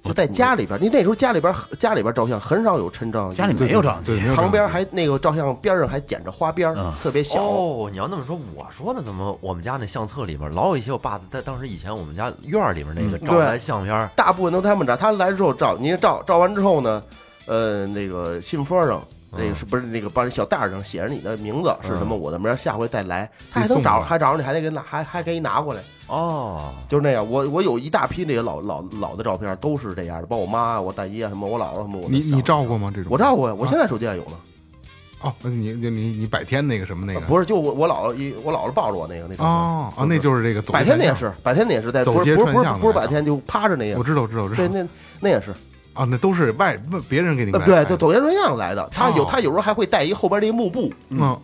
[SPEAKER 4] 就在家里边，因为那时候家里边家里边照相很少有趁照相机，
[SPEAKER 6] 家里没有照相
[SPEAKER 3] 对，
[SPEAKER 6] 机
[SPEAKER 3] 啊没，有
[SPEAKER 4] 旁边还那个照相边上还捡着花边儿，
[SPEAKER 6] 嗯
[SPEAKER 4] 特别小。
[SPEAKER 5] 哦，你要那么说，我说的怎么我们家那相册里边老有一些我爸在当时以前我们家院儿里边那个照
[SPEAKER 4] 对
[SPEAKER 5] 的来相片儿，
[SPEAKER 4] 大部分都他们照，他来之后照，你照照完之后呢，呃，那个信封上。那个是不是那个把小袋儿上写着你的名字是什么？我的名儿，下回再来，他还能
[SPEAKER 3] 送过
[SPEAKER 4] 找，
[SPEAKER 3] 来
[SPEAKER 4] 还找着你，还得给拿，还还给你拿过来。
[SPEAKER 5] 哦，
[SPEAKER 4] 就是那样，我我有一大批那个老老老的照片，都是这样的，包括我妈啊、我大姨啊什么，我姥姥什么，我
[SPEAKER 3] 你
[SPEAKER 4] 都
[SPEAKER 3] 你
[SPEAKER 4] 想
[SPEAKER 3] 照过吗？这种
[SPEAKER 4] 我照过呀，我
[SPEAKER 3] 啊
[SPEAKER 4] 现在手机上有呢。
[SPEAKER 3] 哦，你你你你百天那个什么那个
[SPEAKER 4] 啊不是，就我我姥姥一我姥姥抱着我那个那张。
[SPEAKER 3] 哦哦，
[SPEAKER 4] 不
[SPEAKER 3] 那
[SPEAKER 4] 是
[SPEAKER 3] 就是这个走
[SPEAKER 4] 白天那也
[SPEAKER 3] 街
[SPEAKER 4] 是，白天那也是在
[SPEAKER 3] 走
[SPEAKER 4] 不是
[SPEAKER 3] 街
[SPEAKER 4] 不是不
[SPEAKER 3] 串
[SPEAKER 4] 是
[SPEAKER 3] 巷
[SPEAKER 4] 不是
[SPEAKER 3] 的
[SPEAKER 4] 白天就趴着那也
[SPEAKER 3] 上，我，知道知道知
[SPEAKER 4] 对
[SPEAKER 3] 道
[SPEAKER 4] 那那也是，
[SPEAKER 3] 啊，那都是外外别人给你
[SPEAKER 4] 那
[SPEAKER 3] 买
[SPEAKER 4] 呃对
[SPEAKER 3] 的
[SPEAKER 6] 嗯
[SPEAKER 4] 对走街串巷来的。他有
[SPEAKER 3] 哦
[SPEAKER 4] 他有时候还会带一后边那幕布，
[SPEAKER 3] 嗯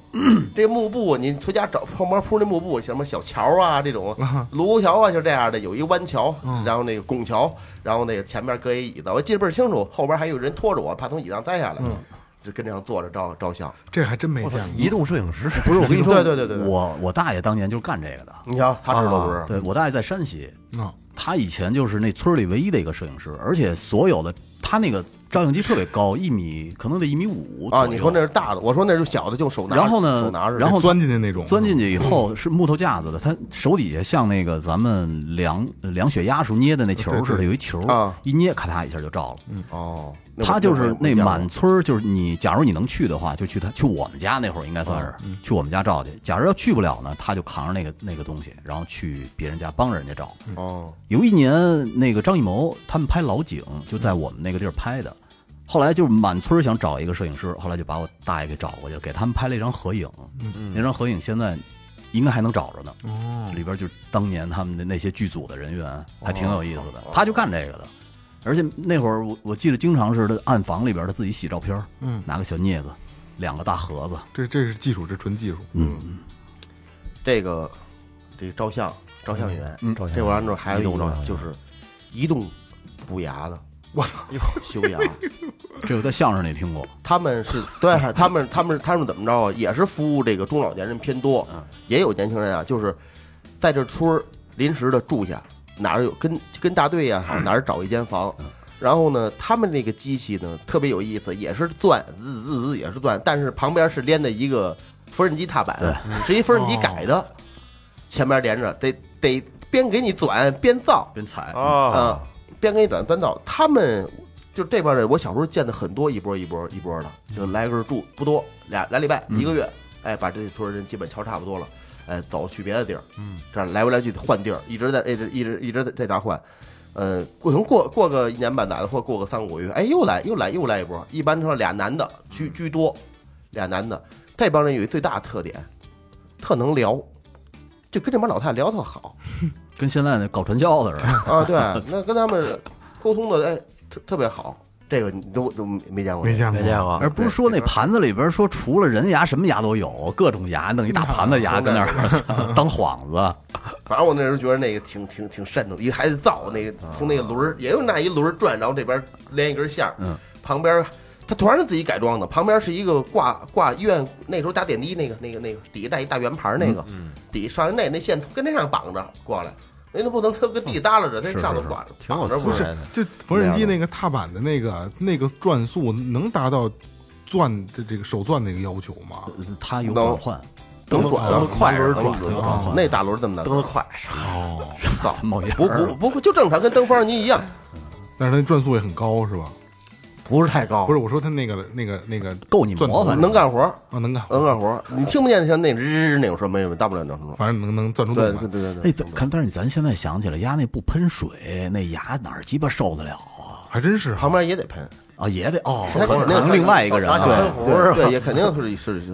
[SPEAKER 4] 这个幕布你回家找后边铺那幕布，什么小桥啊这种
[SPEAKER 3] 啊
[SPEAKER 4] 卢沟桥啊，就这样的，有一弯桥
[SPEAKER 3] 嗯，
[SPEAKER 4] 然后那个拱桥，然后那个前面搁一椅子，我记得倍儿清楚，后边还有人拖着我，怕从椅子上栽下来，
[SPEAKER 6] 嗯
[SPEAKER 4] 就跟这样坐着照照相。
[SPEAKER 3] 这还真没见过。
[SPEAKER 5] 移动摄影师，
[SPEAKER 6] 不是我跟你 (laughs) 说，
[SPEAKER 4] 对对对对对
[SPEAKER 6] 我我大爷当年就是干这个的，
[SPEAKER 4] 你瞧，他知道不
[SPEAKER 6] 啊
[SPEAKER 4] 是？
[SPEAKER 6] 对我大爷在山西，
[SPEAKER 3] 嗯
[SPEAKER 6] 他以前就是那村里唯一的一个摄影师，而且所有的他那个照相机特别高，一米可能得一米五
[SPEAKER 4] 啊，
[SPEAKER 6] 左右
[SPEAKER 4] 你说那是大的，我说那是小的，就手拿，
[SPEAKER 6] 然
[SPEAKER 4] 手
[SPEAKER 6] 后呢
[SPEAKER 4] 拿着，，
[SPEAKER 6] 然后
[SPEAKER 3] 钻进去那种
[SPEAKER 6] 钻进去以后是木头架子的，他手底下像那个咱们量量血压时候捏的那球
[SPEAKER 3] 对
[SPEAKER 6] 似的，
[SPEAKER 3] 对
[SPEAKER 6] 有一球
[SPEAKER 4] 啊，
[SPEAKER 6] 一捏咔嗒一下就照了。
[SPEAKER 4] 哦，
[SPEAKER 6] 他就是那满
[SPEAKER 4] 满
[SPEAKER 6] 村儿，就是你，假如你能去的话，就去他去我们家那会儿应该算是去我们家照去。假如要去不了呢，他就扛着那个那个东西，然后去别人家帮人家照。
[SPEAKER 4] 哦，
[SPEAKER 6] 有一年，那个张艺谋他们拍老井，就在我们那个地儿拍的。后来就是满村儿想找一个摄影师，后来就把我大爷给找过去了，给他们拍了一张合影。那张合影现在应该还能找着呢。里边就是当年他们的那些剧组的人员，还挺有意思的。他就干这个的，而且那会儿我我记得经常是他暗房里边他自己洗照片，嗯，拿个小镊子，两个大盒子，
[SPEAKER 3] 这这是技术，这纯技术。
[SPEAKER 6] 嗯，
[SPEAKER 4] 这个这个照相照相员，
[SPEAKER 5] 嗯照相
[SPEAKER 4] 这完之后还有一
[SPEAKER 5] 移动照相
[SPEAKER 4] 个
[SPEAKER 5] 员
[SPEAKER 4] 就是移动补牙的，
[SPEAKER 3] 我
[SPEAKER 4] (laughs) 操，修牙。
[SPEAKER 6] 这个在相声里听过，
[SPEAKER 4] 他们是对，他们他们他们怎么着啊？也是服务这个中老年人偏多，也有年轻人啊，就是在这村儿临时的住下，哪儿有跟跟大队呀、哪儿找一间房。然后呢，他们那个机器呢特别有意思，也是钻，滋滋滋也是钻，但是旁边是连的一个缝纫机踏板，是一缝纫机改的，前面连着，得得边给你钻边造，
[SPEAKER 6] 边踩
[SPEAKER 4] 啊
[SPEAKER 5] 啊，，
[SPEAKER 4] 边给你短短道，他们就这帮人，我小时候见的很多，一波一波一波的，就来个住不多，俩俩礼拜一个月，哎，把这村人基本瞧差不多了，哎，走去别的地儿，嗯，这样来回来去换地儿，一直在一直一直一直在在这儿换，呃，过可能过过个一年半载的，或过个三五个月，哎，又来又来又来一波，一般说俩男的居居多，俩男的，这帮人有一最大的特点，特能聊，就跟这帮老太太聊特好。
[SPEAKER 6] 跟现在那搞传销的似的，
[SPEAKER 4] 啊，对，那跟他们沟通的哎特特别好，这个你都都没见过，
[SPEAKER 3] 没见
[SPEAKER 5] 嗯
[SPEAKER 3] 过，
[SPEAKER 5] 没见过
[SPEAKER 6] 而不是说那盘子里边说除了人牙什么牙都有，各种牙弄一大盘子牙跟那儿当幌子。
[SPEAKER 4] 反正我那时候觉得那个挺挺挺瘆得慌，一孩子造那个从那个轮儿，也就那一轮儿转，然后这边连一根线儿，旁边儿他突然是自己改装的，旁边是一个挂挂医院那时候打点滴那个那个那个底下带一大圆盘儿那个，底下上那那线跟那上绑着过来，人家不能他搁地耷拉着，那上头绑
[SPEAKER 5] 挺有
[SPEAKER 4] 绑
[SPEAKER 5] 思
[SPEAKER 4] 着不
[SPEAKER 5] 维
[SPEAKER 4] 是
[SPEAKER 5] 的，
[SPEAKER 3] 就缝纫机那个踏板的那个那个转速能达到钻这这个手钻那个要求吗？
[SPEAKER 6] 它有转换，
[SPEAKER 4] 蹬得转，蹬得快，蹬得
[SPEAKER 6] 能
[SPEAKER 4] 转
[SPEAKER 6] 转
[SPEAKER 4] 那大轮儿这么难
[SPEAKER 5] 蹬得快，
[SPEAKER 3] 哦，
[SPEAKER 4] 造
[SPEAKER 6] 咱冒烟
[SPEAKER 4] 不
[SPEAKER 6] 儿
[SPEAKER 4] 不不会就正常，跟蹬缝纫机一样，
[SPEAKER 3] 但是它转速也很高是吧？
[SPEAKER 4] 不是太高
[SPEAKER 3] 不，是，我说它那个那个那个
[SPEAKER 6] 够你磨
[SPEAKER 3] 钻
[SPEAKER 6] 反
[SPEAKER 3] 头
[SPEAKER 6] 正
[SPEAKER 4] 能干活儿，
[SPEAKER 3] 啊，能干，
[SPEAKER 4] 能干活儿，你听不见像那吱吱吱那种声，没有，大不了能说。
[SPEAKER 3] 反正能能钻出
[SPEAKER 4] 对
[SPEAKER 3] 洞
[SPEAKER 4] 对
[SPEAKER 3] 来。
[SPEAKER 4] 对对
[SPEAKER 6] 哎，
[SPEAKER 4] 对
[SPEAKER 6] 但，看，但是咱现在想起来，牙那不喷水，那牙哪儿鸡巴受得了啊？
[SPEAKER 3] 还真是哈
[SPEAKER 4] 旁。边也得喷，
[SPEAKER 6] 啊，也得哦，
[SPEAKER 4] 那肯
[SPEAKER 6] 可
[SPEAKER 4] 定
[SPEAKER 6] 能另外一个人
[SPEAKER 4] 啊
[SPEAKER 6] 啊，
[SPEAKER 4] 对对对，也肯定是是是，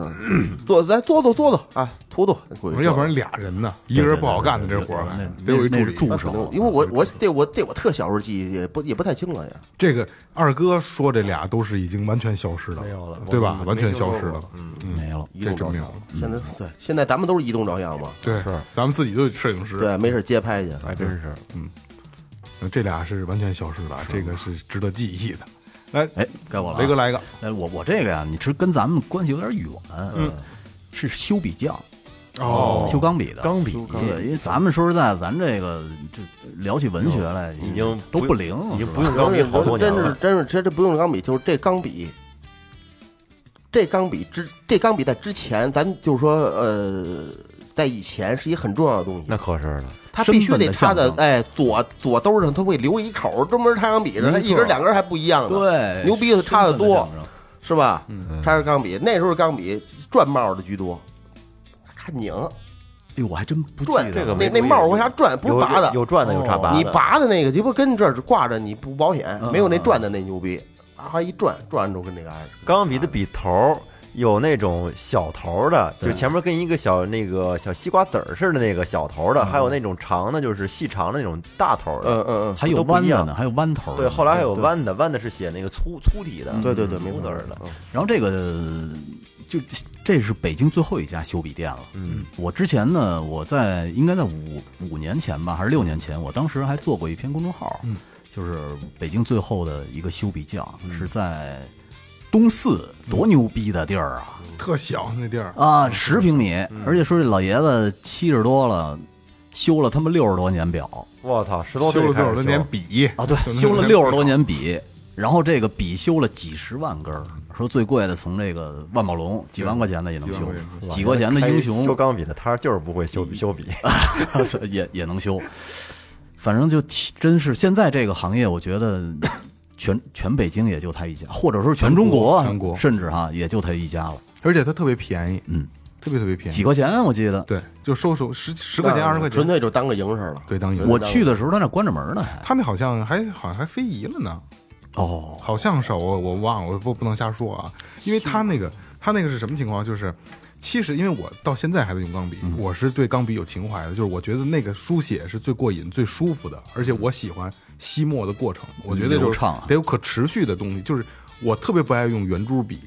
[SPEAKER 4] 做咱做做做做啊，吐吐，
[SPEAKER 3] 我
[SPEAKER 4] 回
[SPEAKER 3] 说
[SPEAKER 4] 去
[SPEAKER 3] 要不然俩人呢，一个人不好干的这活儿
[SPEAKER 6] 那
[SPEAKER 3] 还，得有一
[SPEAKER 6] 那
[SPEAKER 3] 助
[SPEAKER 6] 是
[SPEAKER 3] 理。
[SPEAKER 6] 助
[SPEAKER 4] 可能
[SPEAKER 6] 手，
[SPEAKER 4] 因为我我对我对我特小时候记忆也不也不太清了也，
[SPEAKER 3] 这个二哥说这俩都是已经完全消失了，
[SPEAKER 5] 没有了
[SPEAKER 3] 对
[SPEAKER 5] 我
[SPEAKER 3] 吧？
[SPEAKER 5] 没
[SPEAKER 3] 完全
[SPEAKER 5] 听说
[SPEAKER 3] 消失
[SPEAKER 5] 过
[SPEAKER 3] 了。嗯
[SPEAKER 6] 没了。
[SPEAKER 4] 移
[SPEAKER 3] 这
[SPEAKER 4] 动
[SPEAKER 3] 真
[SPEAKER 4] 照
[SPEAKER 3] 没
[SPEAKER 4] 相
[SPEAKER 3] 有了，
[SPEAKER 4] 现在对现在咱们都是移动照相嘛，
[SPEAKER 3] 对，咱们自己就摄影师。
[SPEAKER 4] 对，没事街拍去，
[SPEAKER 5] 还真是。
[SPEAKER 3] 嗯，这俩是完全消失了，这个是值得记忆的。来，
[SPEAKER 6] 哎，该我了啊。
[SPEAKER 3] 雷哥来一个，
[SPEAKER 6] 哎，我我这个呀，你其实跟咱们关系有点远，嗯，是修笔匠，
[SPEAKER 3] 哦
[SPEAKER 6] 修钢笔的。
[SPEAKER 5] 钢笔
[SPEAKER 6] 对，因为咱们说实在，咱这个这聊起文学来，
[SPEAKER 5] 嗯已经
[SPEAKER 6] 都
[SPEAKER 5] 不
[SPEAKER 6] 不灵，
[SPEAKER 5] 已经
[SPEAKER 6] 是吧
[SPEAKER 5] 不用钢笔嗯好多年
[SPEAKER 4] 嗯真是
[SPEAKER 5] 了，
[SPEAKER 4] 真是这这不用钢笔，就是这钢笔，这钢笔之这钢笔在之前，咱就是说呃，在以前是一很重要的东西，
[SPEAKER 5] 那可是了。
[SPEAKER 4] 他必须
[SPEAKER 6] 身份
[SPEAKER 4] 得
[SPEAKER 6] 的
[SPEAKER 4] 插
[SPEAKER 6] 象
[SPEAKER 4] 的
[SPEAKER 6] 征，
[SPEAKER 4] 哎，左左兜上他会留一口，专门插钢笔的，他
[SPEAKER 6] 没
[SPEAKER 4] 一
[SPEAKER 6] 错
[SPEAKER 4] 根两根还不一样呢，
[SPEAKER 6] 对，
[SPEAKER 4] 牛逼的插的多
[SPEAKER 6] 身份象征嗯
[SPEAKER 4] 是吧？插着钢笔，那时候钢笔转帽的居多，看拧
[SPEAKER 6] 哎呦，我还真不记
[SPEAKER 4] 转
[SPEAKER 5] 这
[SPEAKER 6] 得
[SPEAKER 5] 个
[SPEAKER 6] 了。
[SPEAKER 5] 没
[SPEAKER 4] 那
[SPEAKER 5] 注
[SPEAKER 4] 那
[SPEAKER 5] 意
[SPEAKER 4] 帽往下转，不
[SPEAKER 5] 有
[SPEAKER 4] 是拔的，
[SPEAKER 5] 有转的，有插拔的。
[SPEAKER 4] 你拔的那个鸡巴跟这儿挂着，你不保险，
[SPEAKER 6] 嗯
[SPEAKER 4] 没有那转的那牛逼。啊！一转转着跟这个挨着，
[SPEAKER 5] 钢笔的笔头儿有那种小头儿的，就前面跟一个小那个小西瓜籽儿似的那个小头儿的，还有那种长的，就是细长的那种大头儿的。
[SPEAKER 4] 嗯嗯
[SPEAKER 6] 还有
[SPEAKER 5] 都不
[SPEAKER 6] 弯
[SPEAKER 5] 一
[SPEAKER 6] 的
[SPEAKER 5] 样
[SPEAKER 6] 呢，还有弯头儿呢。
[SPEAKER 5] 对，后来还有
[SPEAKER 6] 对
[SPEAKER 5] 弯的，弯的是写那个粗粗体的，
[SPEAKER 4] 嗯，对对对，没
[SPEAKER 5] 粗
[SPEAKER 4] 错嗯
[SPEAKER 5] 字儿的。
[SPEAKER 6] 然后这个就这是北京最后一家修笔店了。嗯，我之前呢，我在应该在五五年前吧，还是六年前，我当时还做过一篇公众号，嗯，就是北京最后的一个修笔匠、
[SPEAKER 5] 嗯
[SPEAKER 6] 是在东四，多牛逼的地儿啊！
[SPEAKER 3] 特小那地儿，
[SPEAKER 6] 啊，十平米，而且说这老爷子七十多了，修了他妈六十多年表
[SPEAKER 5] 我操，十多
[SPEAKER 3] 修
[SPEAKER 5] 岁
[SPEAKER 3] 了
[SPEAKER 5] 开
[SPEAKER 3] 多少
[SPEAKER 5] 始
[SPEAKER 3] 多
[SPEAKER 5] 修
[SPEAKER 3] 年笔
[SPEAKER 6] 啊，对，修了六十多年笔，然后这个笔修了几十万根儿，说最贵的从这个万宝龙几万块钱的也能
[SPEAKER 3] 几
[SPEAKER 6] 修
[SPEAKER 3] 万块钱，
[SPEAKER 6] 几块钱的
[SPEAKER 5] 开
[SPEAKER 6] 英雄
[SPEAKER 5] 修钢笔的，他就是不会修
[SPEAKER 3] 嗯
[SPEAKER 5] 笔修笔。
[SPEAKER 6] (laughs) 也也能修，反正就挺真是现在这个行业，我觉得全全北京也就他一家，或者说全中国，啊
[SPEAKER 3] 全国
[SPEAKER 6] 甚至哈也就他一家了，
[SPEAKER 3] 而且它特别便宜，
[SPEAKER 6] 嗯，
[SPEAKER 3] 特别特别便
[SPEAKER 6] 几
[SPEAKER 3] 宜，
[SPEAKER 6] 块钱啊我记得，
[SPEAKER 3] 对，就收手十十块钱二十块
[SPEAKER 4] 纯
[SPEAKER 3] 钱，
[SPEAKER 4] 粹就当个营生了。
[SPEAKER 3] 对，当一个
[SPEAKER 6] 我去的时候他那关着门呢还
[SPEAKER 3] 他那好像还好像还非遗了呢，
[SPEAKER 6] 哦。
[SPEAKER 3] 好像是我我忘了，我不不能瞎说啊，因为他那个他那个是什么情况？就是其实因为我到现在还在用钢笔，我是对钢笔有情怀的，就是我觉得那个书写是最过瘾、最舒服的，而且我喜欢吸墨的过程，我觉得
[SPEAKER 6] 流
[SPEAKER 3] 就是
[SPEAKER 6] 畅啊
[SPEAKER 3] 得有可持续的东西，就是我特别不爱用圆珠笔。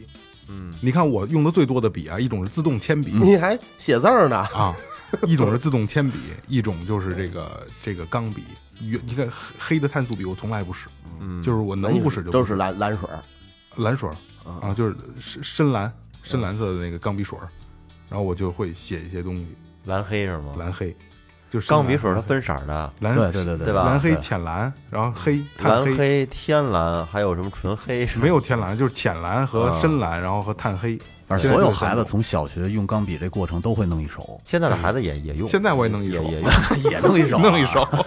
[SPEAKER 3] 嗯，你看我用的最多的笔啊，一种是自动铅笔，
[SPEAKER 4] 你还写字儿呢？
[SPEAKER 3] 啊，一种是自动铅笔， (laughs) 一种就是这个这个钢笔。圆你看黑黑的碳素笔我从来不使，嗯，就是我能不使就不
[SPEAKER 4] 都
[SPEAKER 3] 使
[SPEAKER 4] 是蓝蓝水儿，
[SPEAKER 3] 蓝水儿啊，就是深深蓝深蓝色的那个钢笔水儿，然后我就会写一些东西，
[SPEAKER 5] 蓝黑是吗？
[SPEAKER 3] 蓝黑，就是深
[SPEAKER 5] 钢
[SPEAKER 3] 蓝
[SPEAKER 5] 笔水它分色儿的，
[SPEAKER 3] 蓝
[SPEAKER 6] 对对对对
[SPEAKER 5] 对吧
[SPEAKER 3] 蓝黑
[SPEAKER 5] 对
[SPEAKER 3] 浅蓝，然后黑
[SPEAKER 5] 蓝
[SPEAKER 3] 炭黑，
[SPEAKER 5] 黑、天蓝，还有什么纯黑是吧？
[SPEAKER 3] 没有天蓝，就是浅蓝
[SPEAKER 5] 啊，
[SPEAKER 3] 和深蓝，然后和炭黑。
[SPEAKER 6] 反正
[SPEAKER 3] 现在
[SPEAKER 6] 所有
[SPEAKER 3] 就是三
[SPEAKER 6] 孩子
[SPEAKER 3] 种
[SPEAKER 6] 从小学用钢笔这过程都会弄一手
[SPEAKER 5] 现在的孩子也也用，
[SPEAKER 3] 现在 (laughs) 我也弄一
[SPEAKER 5] 也
[SPEAKER 3] 手 (laughs)
[SPEAKER 5] 也用。
[SPEAKER 6] 也 (laughs) 弄一手、
[SPEAKER 3] 弄一
[SPEAKER 5] 啊 (laughs)
[SPEAKER 3] 手。啊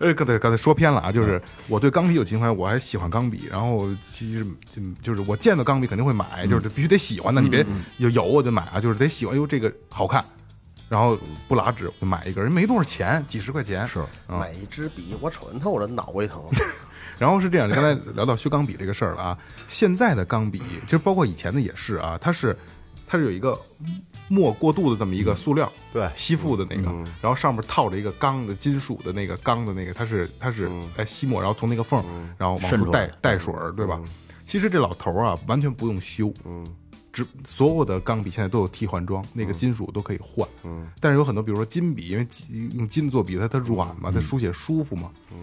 [SPEAKER 3] 呃，刚才刚才说偏了啊，
[SPEAKER 5] 嗯
[SPEAKER 3] 就是我对钢笔有情怀，我还喜欢钢笔。然后其实就就是我见到钢笔肯定会买，就是
[SPEAKER 5] 嗯
[SPEAKER 3] 必须得喜欢的，你别有有我就买啊，就是得喜欢。哎呦，这个好看，然后不拉纸我就买一根，人没多少钱，几十块钱 (laughs) 是。嗯
[SPEAKER 4] 买一支笔，我瞅见透了，脑瓜
[SPEAKER 3] (laughs)
[SPEAKER 4] 一疼。
[SPEAKER 3] 然后是这样，刚才聊到修钢笔这个事儿了啊，现在的钢笔其实包括以前的也是啊，它是它是有一个墨过渡的这么一个塑料，
[SPEAKER 7] 对
[SPEAKER 3] 吸附的那个，
[SPEAKER 6] 嗯
[SPEAKER 3] 然后上面套着一个钢的金属的那个钢的那个，它是它是哎吸墨，然后从那个缝儿，然后往
[SPEAKER 6] 嗯渗
[SPEAKER 3] 出
[SPEAKER 6] 出
[SPEAKER 3] 带
[SPEAKER 6] 来嗯
[SPEAKER 3] 带水儿，对吧？其实这老头儿啊，完全不用修，嗯，只所有的钢笔现在都有替换装，那个金属都可以换，嗯，但是有很多，比如说金笔，因为金用金做笔，它它软嘛，
[SPEAKER 6] 嗯
[SPEAKER 3] 它书写舒服嘛，嗯。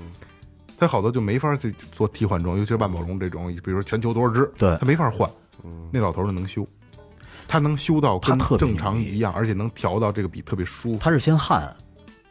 [SPEAKER 3] 它好多就没法去做替换装，尤其是万宝龙这种，比如说全球多少只，
[SPEAKER 6] 对嗯
[SPEAKER 3] 它没法换。那老头儿就能修，他能修到
[SPEAKER 6] 他
[SPEAKER 3] 跟
[SPEAKER 6] 特别
[SPEAKER 3] 正常
[SPEAKER 6] 牛逼
[SPEAKER 3] 一样，而且能调到这个笔特别舒服。
[SPEAKER 6] 他是先焊，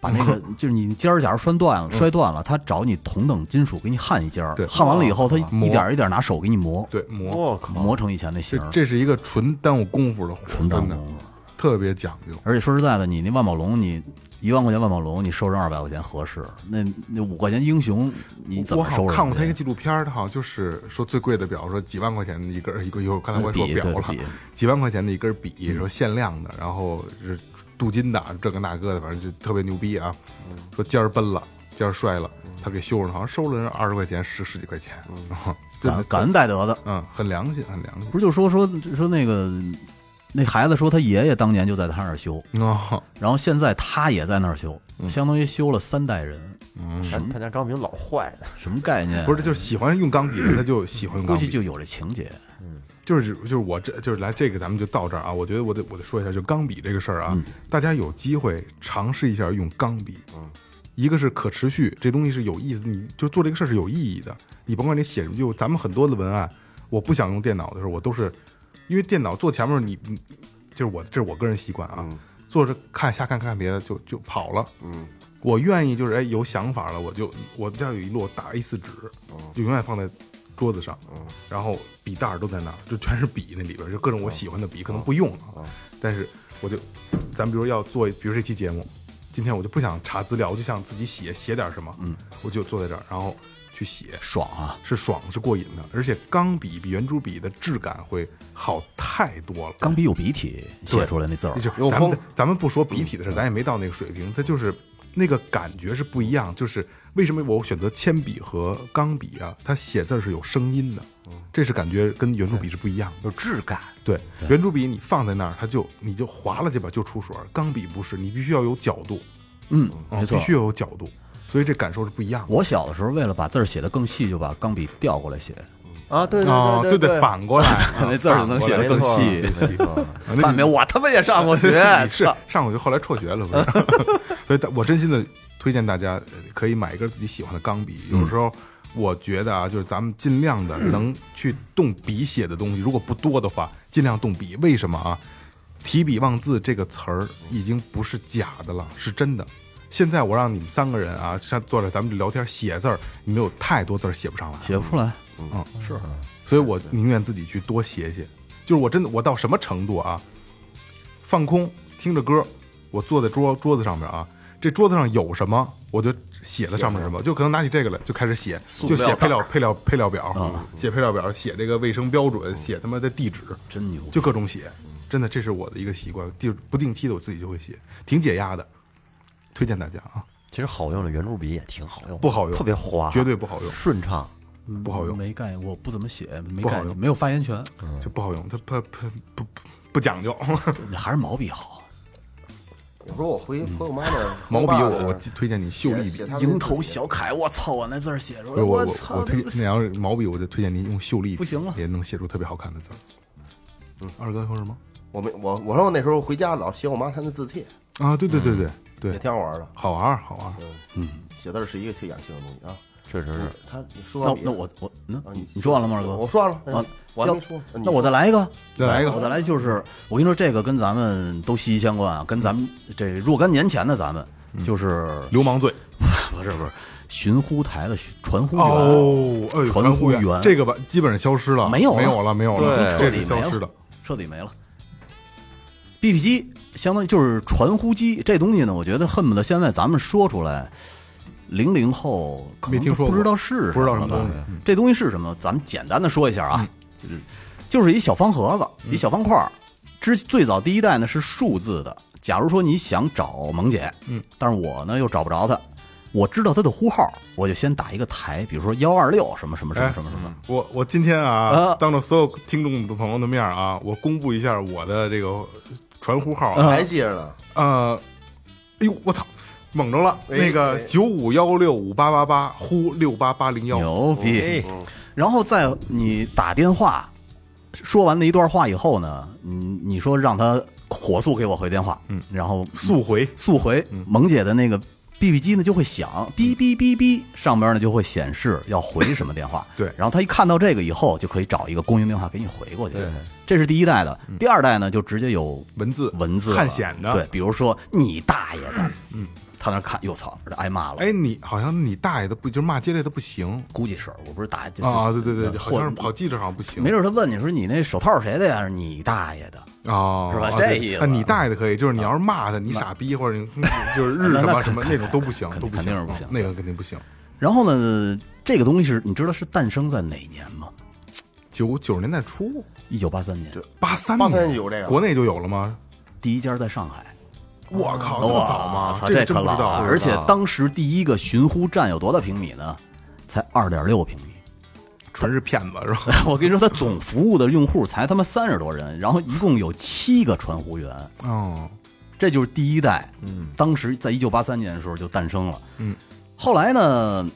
[SPEAKER 6] 把
[SPEAKER 3] (laughs)
[SPEAKER 6] 那个就是你尖儿，假如摔断了，摔断了，他找你同等金属给你焊一尖儿
[SPEAKER 3] 嗯对，啊
[SPEAKER 6] 焊完了以后，他
[SPEAKER 3] 磨
[SPEAKER 6] 一点儿一点儿拿手给你磨，
[SPEAKER 3] 对，磨
[SPEAKER 7] 我靠，
[SPEAKER 6] 磨成以前那形
[SPEAKER 3] 这
[SPEAKER 6] 儿，
[SPEAKER 3] 这是一个纯耽误功夫的活，
[SPEAKER 6] 纯当
[SPEAKER 3] 真的
[SPEAKER 6] 工。
[SPEAKER 3] 特别讲究。
[SPEAKER 6] 而且说实在的，你那万宝龙，你一万块钱万宝龙，你收人二百块钱合适？那那五块钱英雄，你怎
[SPEAKER 3] 我
[SPEAKER 6] 么
[SPEAKER 3] 好
[SPEAKER 6] 收
[SPEAKER 3] 像
[SPEAKER 6] 人家？
[SPEAKER 3] 看过他一个纪录片儿，他好像就是说最贵的表，说几万块钱的一根儿一个，有刚才我也说
[SPEAKER 6] 笔
[SPEAKER 3] 表
[SPEAKER 6] 对
[SPEAKER 3] 了
[SPEAKER 6] 笔，
[SPEAKER 3] 几万块钱的一根笔，说限量的，然后是镀金的，这个那个的，反正就特别牛逼啊。说尖儿崩了，尖儿摔了，他给修上了，好像收了人二十块钱，十十几块钱，然后 (laughs) 真
[SPEAKER 6] 感
[SPEAKER 3] 的
[SPEAKER 6] 感恩戴德的，
[SPEAKER 3] 嗯，很良心，很良心。
[SPEAKER 6] 不是就说说说那个那孩子说他爷爷当年就在他那儿修，
[SPEAKER 3] 哦，
[SPEAKER 6] 然后现在他也在那儿修，
[SPEAKER 3] 嗯
[SPEAKER 6] 相当于修了三代人，
[SPEAKER 5] 他他家张明老坏了，
[SPEAKER 6] 什么概念？
[SPEAKER 3] 不是，就是喜欢用钢笔的，他就喜欢用
[SPEAKER 6] 估
[SPEAKER 3] 钢
[SPEAKER 6] 计
[SPEAKER 3] 笔。
[SPEAKER 6] 就有这情节。
[SPEAKER 3] 就是就是我这就是来这个，咱们就到这儿啊。我觉得我得我得说一下，就钢笔这个事儿啊，大家有机会尝试一下用钢笔。嗯，一个是可持续，这东西是有意思，你就做这个事儿是有意义的。你甭管你写什么，就咱们很多的文案，我不想用电脑的时候，我都是因为电脑坐前面你，你就是我这是我个人习惯啊，坐着看瞎看看别的就就跑了。嗯。我愿意就是哎有想法了，我就我这儿有一摞大 A 四纸，就永远放在桌子上，然后笔袋儿都在那儿，就全是笔那里边儿，就各种我喜欢的笔，可能不用啊，但是我就，咱们比如要做，比如这期节目，今天我就不想查资料，我就想自己写写点什么，嗯，我就坐在这儿，然后去写，
[SPEAKER 6] 爽啊！
[SPEAKER 3] 是爽是过瘾的，而且钢笔比圆珠笔的质感会好太多了。
[SPEAKER 6] 钢笔有笔体
[SPEAKER 3] 对
[SPEAKER 6] 写出来那字儿，
[SPEAKER 3] 就
[SPEAKER 4] 有
[SPEAKER 3] 咱们
[SPEAKER 4] 风
[SPEAKER 3] 咱们不说笔体的事儿，咱也没到那个水平，它就是那个感觉是不一样。就是为什么我选择铅笔和钢笔啊？它写字儿是有声音的，这是感觉跟圆珠笔是不一样的。
[SPEAKER 5] 有质感。
[SPEAKER 3] 对，圆珠笔你放在那儿，它就你就划了去吧，就出水儿。钢笔不是，你必须要有角度，
[SPEAKER 6] 嗯，
[SPEAKER 3] 啊
[SPEAKER 6] 没错
[SPEAKER 3] 必。须要有角度，所以这感受是不一样的。
[SPEAKER 6] 我小的时候为了把字儿写得更细，就把钢笔调过来写，
[SPEAKER 5] 啊，对
[SPEAKER 3] 啊，
[SPEAKER 5] 对
[SPEAKER 3] 对，反过来，
[SPEAKER 6] (laughs) 那字儿就能写得更细。
[SPEAKER 3] 啊那，
[SPEAKER 6] 看没有，我他妈也上过学 (laughs) 啊
[SPEAKER 3] 是上过就后来辍学了，不是？ (laughs) 所以大，我真心的推荐大家呃可以买一根自己喜欢的钢笔。有时候我觉得啊，就是咱们尽量的能去动笔写的东西，如果不多的话，尽量动笔。为什么啊？提笔忘字这个词儿已经不是假的了，是真的。现在我让你们三个人啊，上坐着咱们聊天写字儿，你们有太多字儿写不上来了。
[SPEAKER 6] 写不出来。
[SPEAKER 3] 所以我宁愿自己去多写写。就是我真的，我到什么程度啊？放空，听着歌，我坐在桌桌子上面啊，这桌子上有什么，我就写在上面什么，就可能拿起这个来就开始写，就
[SPEAKER 6] 料
[SPEAKER 3] 写配料配料配料表，啊写配料表，写这个卫生标准，写他妈的地址，
[SPEAKER 6] 真牛
[SPEAKER 3] 就各种写。真的，这是我的一个习惯，就不定期的我自己就会写，挺解压的，推荐大家啊，
[SPEAKER 5] 其实好用的圆珠笔也挺好用，
[SPEAKER 3] 不好用
[SPEAKER 5] 特别滑，
[SPEAKER 3] 绝对不好用
[SPEAKER 5] 顺畅。
[SPEAKER 3] 不好用
[SPEAKER 6] 没概念，我不怎么写，没
[SPEAKER 3] 不好
[SPEAKER 6] 概念，
[SPEAKER 3] 用
[SPEAKER 6] 没有发言权，
[SPEAKER 3] 就不好用，它它它不不不讲究，
[SPEAKER 6] 还是毛笔好。
[SPEAKER 4] 有时候我回回我妈那儿，
[SPEAKER 3] (laughs) 毛笔
[SPEAKER 4] 回
[SPEAKER 3] 我我
[SPEAKER 4] 爸
[SPEAKER 3] 推荐你秀
[SPEAKER 4] 那儿
[SPEAKER 3] 丽笔
[SPEAKER 4] 写，他
[SPEAKER 6] 蝇头小楷，我操！哎我那字儿写出来，
[SPEAKER 3] 我我
[SPEAKER 6] 操！
[SPEAKER 3] 我推那要是毛笔，我就推荐您用秀丽笔，
[SPEAKER 6] 不行了
[SPEAKER 3] 也能写出特别好看的字儿。嗯，二哥说什么？
[SPEAKER 4] 我没我我说我那时候回家老写我妈她那字帖，
[SPEAKER 3] 啊，对对对对
[SPEAKER 4] 也
[SPEAKER 3] 对，
[SPEAKER 4] 挺好玩的。
[SPEAKER 3] 好玩儿好玩儿。
[SPEAKER 4] 写字儿是一个挺养性的东西啊。
[SPEAKER 5] 确实是，
[SPEAKER 4] 他你说
[SPEAKER 6] 那
[SPEAKER 4] 完笔
[SPEAKER 6] 那我嗯我那
[SPEAKER 4] 啊
[SPEAKER 6] 你你说完了吗，二哥？
[SPEAKER 4] 我说完了
[SPEAKER 6] 啊
[SPEAKER 4] 嗯，我还
[SPEAKER 6] 要
[SPEAKER 4] 没说。你
[SPEAKER 6] 那我再来一个，
[SPEAKER 3] 再来一个
[SPEAKER 6] 我再来就是，我跟你说，这个跟咱们都息息相关啊，跟咱们这若干年前的咱们，
[SPEAKER 3] 嗯
[SPEAKER 6] 就是
[SPEAKER 3] 流氓罪
[SPEAKER 6] 不是不是寻呼台的寻传呼员，
[SPEAKER 3] 哦，哎呦，
[SPEAKER 6] 嗯传
[SPEAKER 3] 呼
[SPEAKER 6] 呼员
[SPEAKER 3] 这个吧，基本上消失了，
[SPEAKER 6] 没有了
[SPEAKER 3] 没有了，没有了，
[SPEAKER 6] 对
[SPEAKER 3] 这是消失的。
[SPEAKER 6] 彻底没了。BP 机相当于就是传呼机这东西呢，我觉得恨不得现在咱们说出来，零零后可能
[SPEAKER 3] 没听说过
[SPEAKER 6] 都不知道是
[SPEAKER 3] 不知道
[SPEAKER 6] 什
[SPEAKER 3] 什么
[SPEAKER 6] 了
[SPEAKER 3] 东西嗯
[SPEAKER 6] 吧这东西是什么？咱们简单的说一下啊，就是就是一小方盒子，一小方块儿。之最早第一代呢是数字的。假如说你想找萌姐，嗯，但是我呢又找不着她，我知道她的呼号，我就先打一个台，比如说幺二六什么什么什
[SPEAKER 3] 哎
[SPEAKER 6] 么什么什么，
[SPEAKER 3] 我我今天啊
[SPEAKER 6] 啊，
[SPEAKER 3] 当着所有听众的朋友的面儿啊，我公布一下我的这个传呼号啊，
[SPEAKER 4] 还接着呢，
[SPEAKER 3] 呃，哎呦，我操，猛着了！
[SPEAKER 4] 哎
[SPEAKER 3] 那个
[SPEAKER 4] 哎
[SPEAKER 3] 九五幺六五八八八呼六八八零幺，
[SPEAKER 6] 牛
[SPEAKER 5] 哎
[SPEAKER 6] 逼。
[SPEAKER 3] 嗯
[SPEAKER 6] 然后在你打电话说完那一段话以后呢，你你说让他火速给我回电话，嗯，然后
[SPEAKER 3] 速回
[SPEAKER 6] 速回，萌姐的那
[SPEAKER 3] 嗯
[SPEAKER 6] 个 BB 机呢就会响，哔哔哔哔，上边呢就会显示要回什么电话。
[SPEAKER 3] (laughs) 对
[SPEAKER 6] 然后他一看到这个以后，就可以找一个公用电话给你回过去。这是第一代的，第二代呢就直接有
[SPEAKER 3] 文字
[SPEAKER 6] 文字了
[SPEAKER 3] 看显的。
[SPEAKER 6] 对，，比如说你大爷的，嗯，他那看，哟操，这挨骂了。
[SPEAKER 3] 哎，你好像你大爷的不就是骂街类的不行
[SPEAKER 6] 估计是我不是打就
[SPEAKER 3] 啊？对对对，好
[SPEAKER 6] 或
[SPEAKER 3] 像是跑记者好像不行，
[SPEAKER 6] 没准他问你说你那手套谁的呀？你大爷的，
[SPEAKER 3] 哦，
[SPEAKER 6] 是吧
[SPEAKER 3] 啊
[SPEAKER 6] 这
[SPEAKER 3] 对
[SPEAKER 6] 意思
[SPEAKER 3] 啊你大爷的可以，就是你要是骂他，你傻逼或者你 (laughs) 就是日
[SPEAKER 6] 那
[SPEAKER 3] 什
[SPEAKER 6] 那
[SPEAKER 3] 么
[SPEAKER 6] 肯
[SPEAKER 3] 什么
[SPEAKER 6] 肯
[SPEAKER 3] 那种都不行，
[SPEAKER 6] 肯
[SPEAKER 3] 都不行，
[SPEAKER 6] 肯定是不行
[SPEAKER 3] 啊那个肯定不行。
[SPEAKER 6] 然后呢，这个东西是你知道是诞生在哪年吗？
[SPEAKER 3] 九九十年代初，
[SPEAKER 6] 一九八三年，
[SPEAKER 3] 八三
[SPEAKER 4] 83
[SPEAKER 3] 年
[SPEAKER 4] 就有这个
[SPEAKER 3] 国内就有了吗？
[SPEAKER 6] 第一家在上海。
[SPEAKER 3] 我靠，哦这么早
[SPEAKER 6] 哇
[SPEAKER 3] 吗？
[SPEAKER 6] 操，
[SPEAKER 3] 这个
[SPEAKER 6] 可
[SPEAKER 3] 真不
[SPEAKER 6] 老
[SPEAKER 3] 知道
[SPEAKER 6] 了！，而且当时第一个寻呼站有多大平米呢？才二点六平米。 (laughs)
[SPEAKER 3] 纯是骗子是吧？
[SPEAKER 6] 我跟你说，他总服务的用户才他妈三十多人，然后一共有七个传呼员，
[SPEAKER 3] 哦，
[SPEAKER 6] 这就是第一代。嗯，当时在一九八三年的时候就诞生了。嗯，后来呢，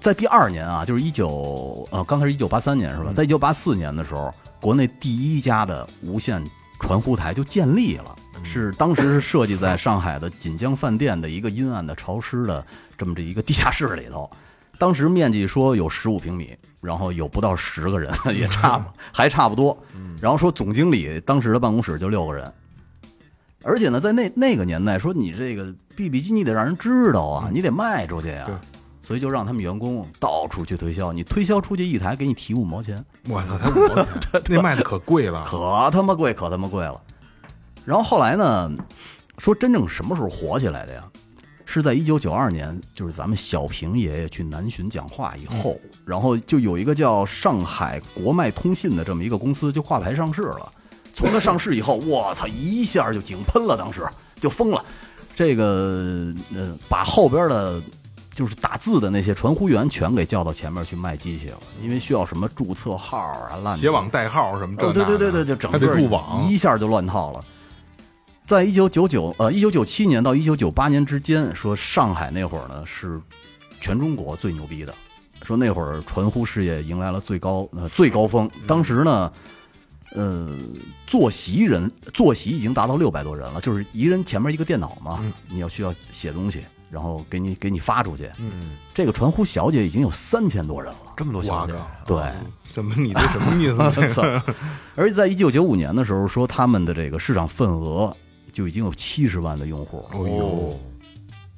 [SPEAKER 6] 在第二年啊，就是一九呃，刚开始一九八三年是吧？在一九八四年的时候，国内第一家的无线传呼台就建立了，是当时是设计在上海的锦江饭店的一个阴暗的潮湿的这么这一个地下室里头。 (laughs) 当时面积说有十五平米，然后有不到十个人， (laughs) 也差不还差不多。然后说总经理当时的办公室就六个人，而且呢，在那那个年代，说你这个 BB 机你得让人知道啊，你得卖出去呀、所以就让他们员工到处去推销，你推销出去一台，给你提五毛钱，
[SPEAKER 3] 我操，才五毛
[SPEAKER 6] (laughs)
[SPEAKER 3] 钱，那卖的可贵了。
[SPEAKER 6] 可他妈贵，可他妈贵了。然后后来呢，说真正什么时候火起来的呀？是在一九九二年，就是咱们小平爷爷去南巡讲话以后，
[SPEAKER 3] 嗯
[SPEAKER 6] 然后就有一个叫上海国脉通信的这么一个公司就挂牌上市了。从它上市以后，我操，一下就井喷了，当时就疯了。这个呃，把后边的就是打字的那些传呼员全给叫到前面去卖机器了，因为需要什么注册号啊、烂
[SPEAKER 3] 写网代号什么这
[SPEAKER 6] 哦，
[SPEAKER 3] 那的，
[SPEAKER 6] 对对对对，就整
[SPEAKER 3] 还
[SPEAKER 6] 个
[SPEAKER 3] 得入网
[SPEAKER 6] 一下就乱套了。在一九九九呃一九九七年到一九九八年之间，说上海那会儿呢是全中国最牛逼的，说那会儿传呼事业迎来了最高呃最高峰。
[SPEAKER 3] 嗯
[SPEAKER 6] 当时呢，呃，坐席人坐席已经达到六百多人了，就是一人前面一个电脑
[SPEAKER 3] 嗯
[SPEAKER 6] 嘛，你要需要写东西，然后给你给你发出去。嗯，这个传呼小姐已经有三千多人了。
[SPEAKER 5] 这么多小姐
[SPEAKER 3] 哇
[SPEAKER 6] 对，
[SPEAKER 3] 怎么你这什么
[SPEAKER 6] (laughs)
[SPEAKER 3] 意思？哎
[SPEAKER 6] 操！而且在一九九五年的时候，说他们的这个市场份额就已经有七十万的用户，
[SPEAKER 3] 哦呦，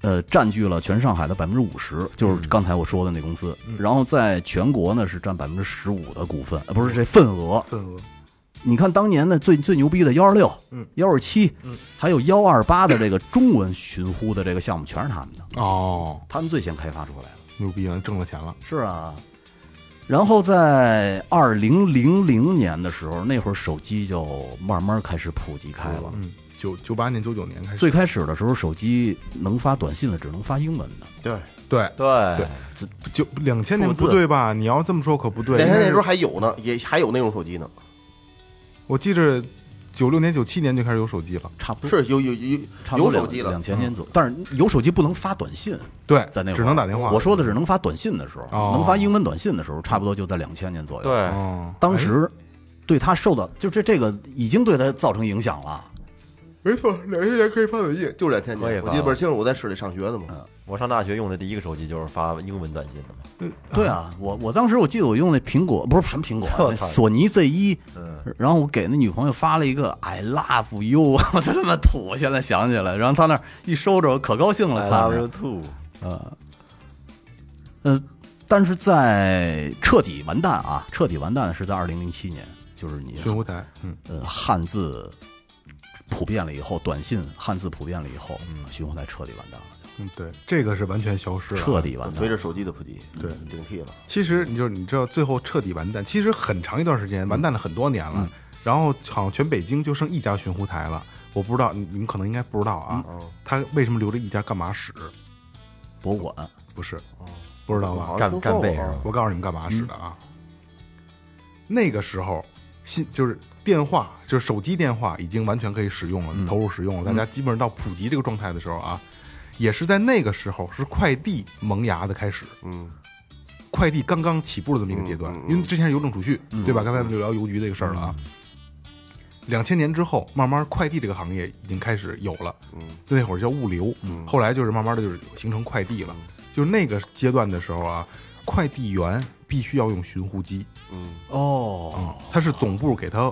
[SPEAKER 6] 呃，占据了全上海的百分之五十，就是刚才我说的那公司。然后在全国呢是占百分之十五的股份，呃，不是这份额。
[SPEAKER 3] 份额
[SPEAKER 6] 你看当年的最最牛逼的幺二六、幺二七，还有幺二八的这个中文寻呼的这个项目，全是他们的，
[SPEAKER 3] 哦，
[SPEAKER 6] 他们最先开发出来的。
[SPEAKER 3] 牛逼了，挣了钱了。
[SPEAKER 6] 是啊，然后在二零零零年的时候，那会儿手机就慢慢开始普及开了。
[SPEAKER 3] 嗯，九九八年、九九年开始，
[SPEAKER 6] 最开始的时候，手机能发短信的只能发英文的，
[SPEAKER 4] 对，
[SPEAKER 3] 对，
[SPEAKER 5] 对，
[SPEAKER 3] 九两千年
[SPEAKER 6] 数字
[SPEAKER 3] 不对吧？你要这么说可不对。嗯
[SPEAKER 4] 那
[SPEAKER 3] 应该
[SPEAKER 4] 那
[SPEAKER 3] 是
[SPEAKER 4] 时候还有呢，也还有那种手机呢，
[SPEAKER 3] 我记着九六年、九七年就开始有手机了。
[SPEAKER 6] 差不多
[SPEAKER 4] 是有有有
[SPEAKER 6] 差不
[SPEAKER 4] 有
[SPEAKER 6] 多
[SPEAKER 4] 手机了
[SPEAKER 6] 两，千年左右。但是有手机不能发短信，
[SPEAKER 3] 对，
[SPEAKER 6] 在那会儿
[SPEAKER 3] 只能打电话。
[SPEAKER 6] 我说的是能发短信的时候，
[SPEAKER 3] 哦
[SPEAKER 6] 能发英文短信的时候，差不多就在两千年左右。，
[SPEAKER 5] 对，
[SPEAKER 3] 哦，
[SPEAKER 6] 当时对他受到就这这个已经对他造成影响了。
[SPEAKER 4] 没错，两千年可以发短信，就两千
[SPEAKER 5] 可以
[SPEAKER 4] 年，我
[SPEAKER 5] 发
[SPEAKER 4] 记得倍儿清楚，我在市里上学的
[SPEAKER 3] 嗯
[SPEAKER 4] 嘛，
[SPEAKER 5] 我上大学用的第一个手机就是发英文短信的嘛，
[SPEAKER 6] 对啊，我我当时我记得我用那苹果不是什么苹果啊，
[SPEAKER 5] 我
[SPEAKER 6] 那
[SPEAKER 5] 操
[SPEAKER 6] 索尼 Z 一
[SPEAKER 5] 嗯，
[SPEAKER 6] 然后我给那女朋友发了一个 I love you，我 (laughs) 就这么土，现在想起来，然后她那儿一收着，我可高兴了，看
[SPEAKER 5] love
[SPEAKER 6] 着
[SPEAKER 5] you，too。
[SPEAKER 6] 呃，但是在彻底完蛋啊，彻底完蛋是在二零零七年，就是你
[SPEAKER 3] 寻呼台，嗯，
[SPEAKER 6] 呃汉字普遍了以后，短信汉字普遍了以后，寻呼台彻底完蛋了，
[SPEAKER 3] 嗯，对，这个是啊完全消失了，
[SPEAKER 6] 彻底完蛋
[SPEAKER 4] 随
[SPEAKER 6] 了。
[SPEAKER 4] 着手机的普及，对，顶替了。
[SPEAKER 3] 其实你就是你知道，最后彻底完蛋，其实很长一段时
[SPEAKER 6] 嗯
[SPEAKER 3] 间完蛋了很多年了，然后好像全北京就剩一家寻呼台了。我不知道，你你们可能应该不知道啊，
[SPEAKER 6] 嗯
[SPEAKER 3] 他为什么留着一家干嘛使？
[SPEAKER 6] 博物馆
[SPEAKER 3] 不是，
[SPEAKER 6] 哦
[SPEAKER 3] 不知道吧？
[SPEAKER 4] 好像
[SPEAKER 5] 干
[SPEAKER 4] 听
[SPEAKER 5] 干
[SPEAKER 4] 说
[SPEAKER 5] 背
[SPEAKER 4] 过
[SPEAKER 5] 上
[SPEAKER 4] 啊
[SPEAKER 3] 我告诉你们干嘛使的啊。那个时候，信就是电话，就是手机电话已经完全可以使用了，投入使用了，大家基本上到普及这个状态的时候啊，也是在那个时候是快递萌芽的开始，
[SPEAKER 4] 嗯，
[SPEAKER 3] 快递刚刚起步的这么一个阶段，因为之前是邮政储蓄，对吧？刚才我们就聊邮局这个事儿了啊。两千年之后，慢慢快递这个行业已经开始有了，嗯，那会儿叫物流，嗯，后来就是慢慢的就是形成快递了，就是那个阶段的时候啊，快递员必须要用寻呼机，
[SPEAKER 6] 哦，
[SPEAKER 3] 他是总部给他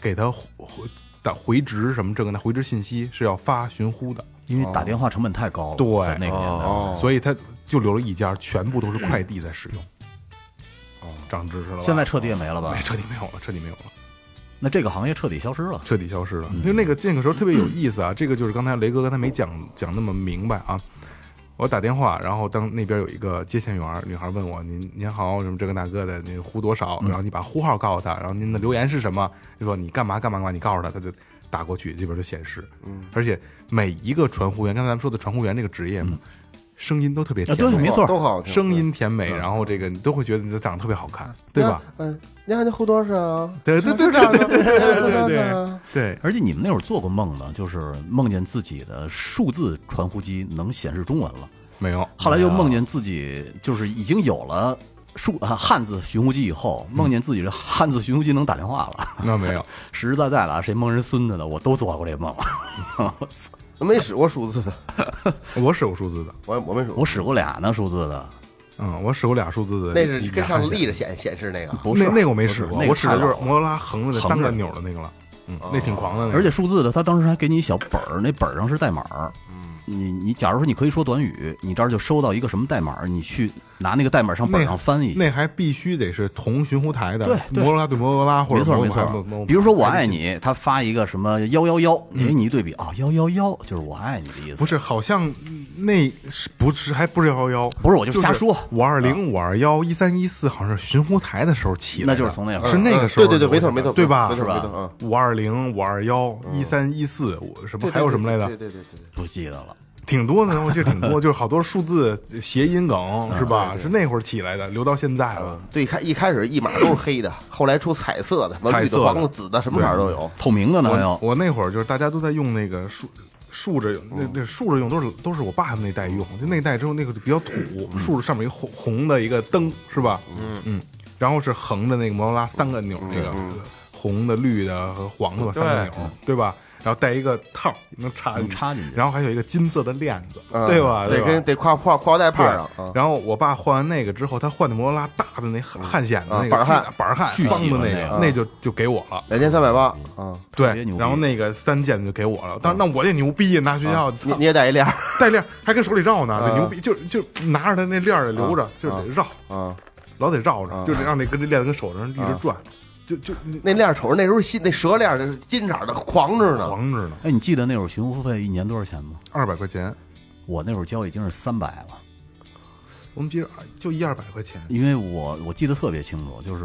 [SPEAKER 3] 给他回回打回执什么这个那回执信息是要发寻呼的，
[SPEAKER 6] 因为打电话成本太高了，
[SPEAKER 3] 哦对哦
[SPEAKER 6] 在那个年代，
[SPEAKER 3] 所以他就留了一家，全部都是快递在使用。哦，长知识了吧。
[SPEAKER 6] 现在彻底也没了吧
[SPEAKER 3] 没？彻底没有了，彻底没有了，
[SPEAKER 6] 那这个行业彻底消失了。
[SPEAKER 3] 彻底消失了。因为那个那个时候特别有意思啊， (clears throat) 这个就是刚才雷哥刚才没讲讲那么明白啊。我打电话，然后当那边有一个接线员，女孩问我：“您您好，什么这个那个的，您呼多少？”然后你把呼号告诉她，然后您的留言是什么？就说你干嘛干嘛干嘛，你告诉她，她就打过去，这边就显示。嗯，而且每一个传呼员，刚才咱们说的传呼员这个职业嘛，声音都特别
[SPEAKER 6] 啊，
[SPEAKER 3] 甜
[SPEAKER 6] 对，
[SPEAKER 3] 美
[SPEAKER 6] 没错儿，
[SPEAKER 4] 都好听，
[SPEAKER 3] 声音甜美，然后这个你都会觉得你的长得特别好看，对吧？
[SPEAKER 4] 嗯？嗯，你看这后多少？
[SPEAKER 3] 对对对对
[SPEAKER 4] 啊
[SPEAKER 3] 对对对对对，
[SPEAKER 6] 而且你们那会儿做过梦呢，就是梦见自己的数字传呼机能显示中文
[SPEAKER 3] 哎
[SPEAKER 6] 了，
[SPEAKER 3] 没有，
[SPEAKER 6] 后来又梦见自己就是已经有了数啊汉字寻呼机以
[SPEAKER 3] 嗯
[SPEAKER 6] 后，梦见自己的汉字寻呼机能打电话了， (laughs)
[SPEAKER 3] 那没有，
[SPEAKER 6] 实实在在的啊，谁蒙人孙子的，我都做
[SPEAKER 3] (laughs)
[SPEAKER 6] 过这梦。
[SPEAKER 4] 没使过数字的，
[SPEAKER 3] 我是有数字的，
[SPEAKER 4] 我我没使过，
[SPEAKER 6] 我使过俩呢数字的，
[SPEAKER 3] 嗯，我使过俩数字的，
[SPEAKER 4] 那是跟上
[SPEAKER 3] 次
[SPEAKER 4] 头立着显显示那个，
[SPEAKER 6] 不是
[SPEAKER 3] 那那个我没使
[SPEAKER 6] 不
[SPEAKER 3] 过，
[SPEAKER 6] 是那个
[SPEAKER 3] 我使的就是
[SPEAKER 6] 太老了
[SPEAKER 3] 摩托罗拉横着的
[SPEAKER 6] 横着
[SPEAKER 3] 三个钮的那个了，嗯，那挺狂的那个，
[SPEAKER 6] 而且数字的，他当时还给你一小本儿，那本儿上是代码儿。
[SPEAKER 3] 嗯
[SPEAKER 6] 你你假如说你可以说短语，你这儿就收到一个什么代码儿，你去拿那个代码上本儿上翻译。
[SPEAKER 3] 那还必须得是同寻呼台的，
[SPEAKER 6] 对
[SPEAKER 3] 摩
[SPEAKER 6] 对
[SPEAKER 3] 托罗拉对摩托罗拉，或
[SPEAKER 6] 没
[SPEAKER 3] 者
[SPEAKER 6] 错
[SPEAKER 3] 摩
[SPEAKER 6] 没
[SPEAKER 3] 托罗拉
[SPEAKER 6] 错
[SPEAKER 3] 对，
[SPEAKER 6] 比如说我爱，你，他发一个什么幺幺幺，哎，你一对比啊，幺幺幺就是我爱你的意
[SPEAKER 3] 嗯
[SPEAKER 6] 思。
[SPEAKER 3] 不是，好像那是不是还不是幺幺幺，
[SPEAKER 6] 不是我就瞎说
[SPEAKER 3] 五二零、五二幺、一三一四，好像是寻呼台的时候起来的，
[SPEAKER 6] 那就是从那会儿
[SPEAKER 3] 是那个时
[SPEAKER 4] 嗯对
[SPEAKER 3] 候，
[SPEAKER 4] 对对，没错没错，
[SPEAKER 3] 对吧？
[SPEAKER 4] 没错没
[SPEAKER 6] 是
[SPEAKER 4] 错，
[SPEAKER 6] 吧
[SPEAKER 4] 嗯，
[SPEAKER 3] 五二零、五二幺、一三一四，我什么
[SPEAKER 4] 对
[SPEAKER 3] (laughs) 还有什么来
[SPEAKER 4] 对
[SPEAKER 3] 着？
[SPEAKER 4] 对对对对，
[SPEAKER 6] 不记得了，
[SPEAKER 3] 挺多的，我记得挺多，就是好多数字谐音 (laughs) 梗是吧？是那会儿起来的，留到现在了。
[SPEAKER 4] 对，一开一开始一码都是黑的，后来出彩色的，完
[SPEAKER 3] 彩
[SPEAKER 4] 绿
[SPEAKER 3] 色
[SPEAKER 4] 的、
[SPEAKER 3] 的
[SPEAKER 4] 黄的、紫的，什么码都有。
[SPEAKER 6] 透明的呢还
[SPEAKER 3] 我
[SPEAKER 6] 有。
[SPEAKER 3] 我那会儿就是大家都在用那个竖竖着用，那那竖着用都是都是我爸他们那代用，就那代之后那个就比较土，竖着上面一个红红的一个灯是吧？嗯嗯，然后是横着那个摩托罗拉三个钮，那个红的、绿的和黄的吧三个钮，对吧？然后带一个套儿能插进去
[SPEAKER 6] 能插进去
[SPEAKER 3] 然后还有一个金色的链子，
[SPEAKER 4] 嗯
[SPEAKER 3] 对吧？对
[SPEAKER 4] 得
[SPEAKER 3] 吧
[SPEAKER 4] 跟得挂挂挂腰带
[SPEAKER 3] 对
[SPEAKER 4] 帕上啊，
[SPEAKER 3] 然后我爸换完那个之后，他换的摩托罗拉大的那汗汗显的那个
[SPEAKER 4] 啊板儿
[SPEAKER 3] 巨
[SPEAKER 4] 汗
[SPEAKER 3] 大板儿汗
[SPEAKER 6] 巨
[SPEAKER 3] 方
[SPEAKER 6] 喜
[SPEAKER 3] 的
[SPEAKER 6] 欢
[SPEAKER 3] 那
[SPEAKER 6] 那
[SPEAKER 3] 个
[SPEAKER 6] 个，
[SPEAKER 3] 那就就给我了。
[SPEAKER 4] 两千三百八啊，
[SPEAKER 3] 对
[SPEAKER 6] 特别牛，逼
[SPEAKER 3] 然后那个三件就给我了，但是那我也牛逼呀，拿学校
[SPEAKER 4] 你
[SPEAKER 3] 操
[SPEAKER 4] 你也带一链儿 (laughs)
[SPEAKER 3] 带链儿还跟手里绕呢，这牛逼，就就拿着他那链儿留着，就是得绕，
[SPEAKER 4] 啊，
[SPEAKER 3] 老得绕着，就是让那跟这链子跟手上一直转，就就那
[SPEAKER 4] 那链儿瞅着那时候新那蛇链儿那是金色儿的，狂着呢。
[SPEAKER 3] 黄着呢，
[SPEAKER 6] 哎，你记得那会儿寻呼费一年多少钱吗？
[SPEAKER 3] 二百块钱，
[SPEAKER 6] 我那会儿交已经是三百了。
[SPEAKER 3] 我们记着哎就一二百块钱，
[SPEAKER 6] 因为我我记得特别清楚，就是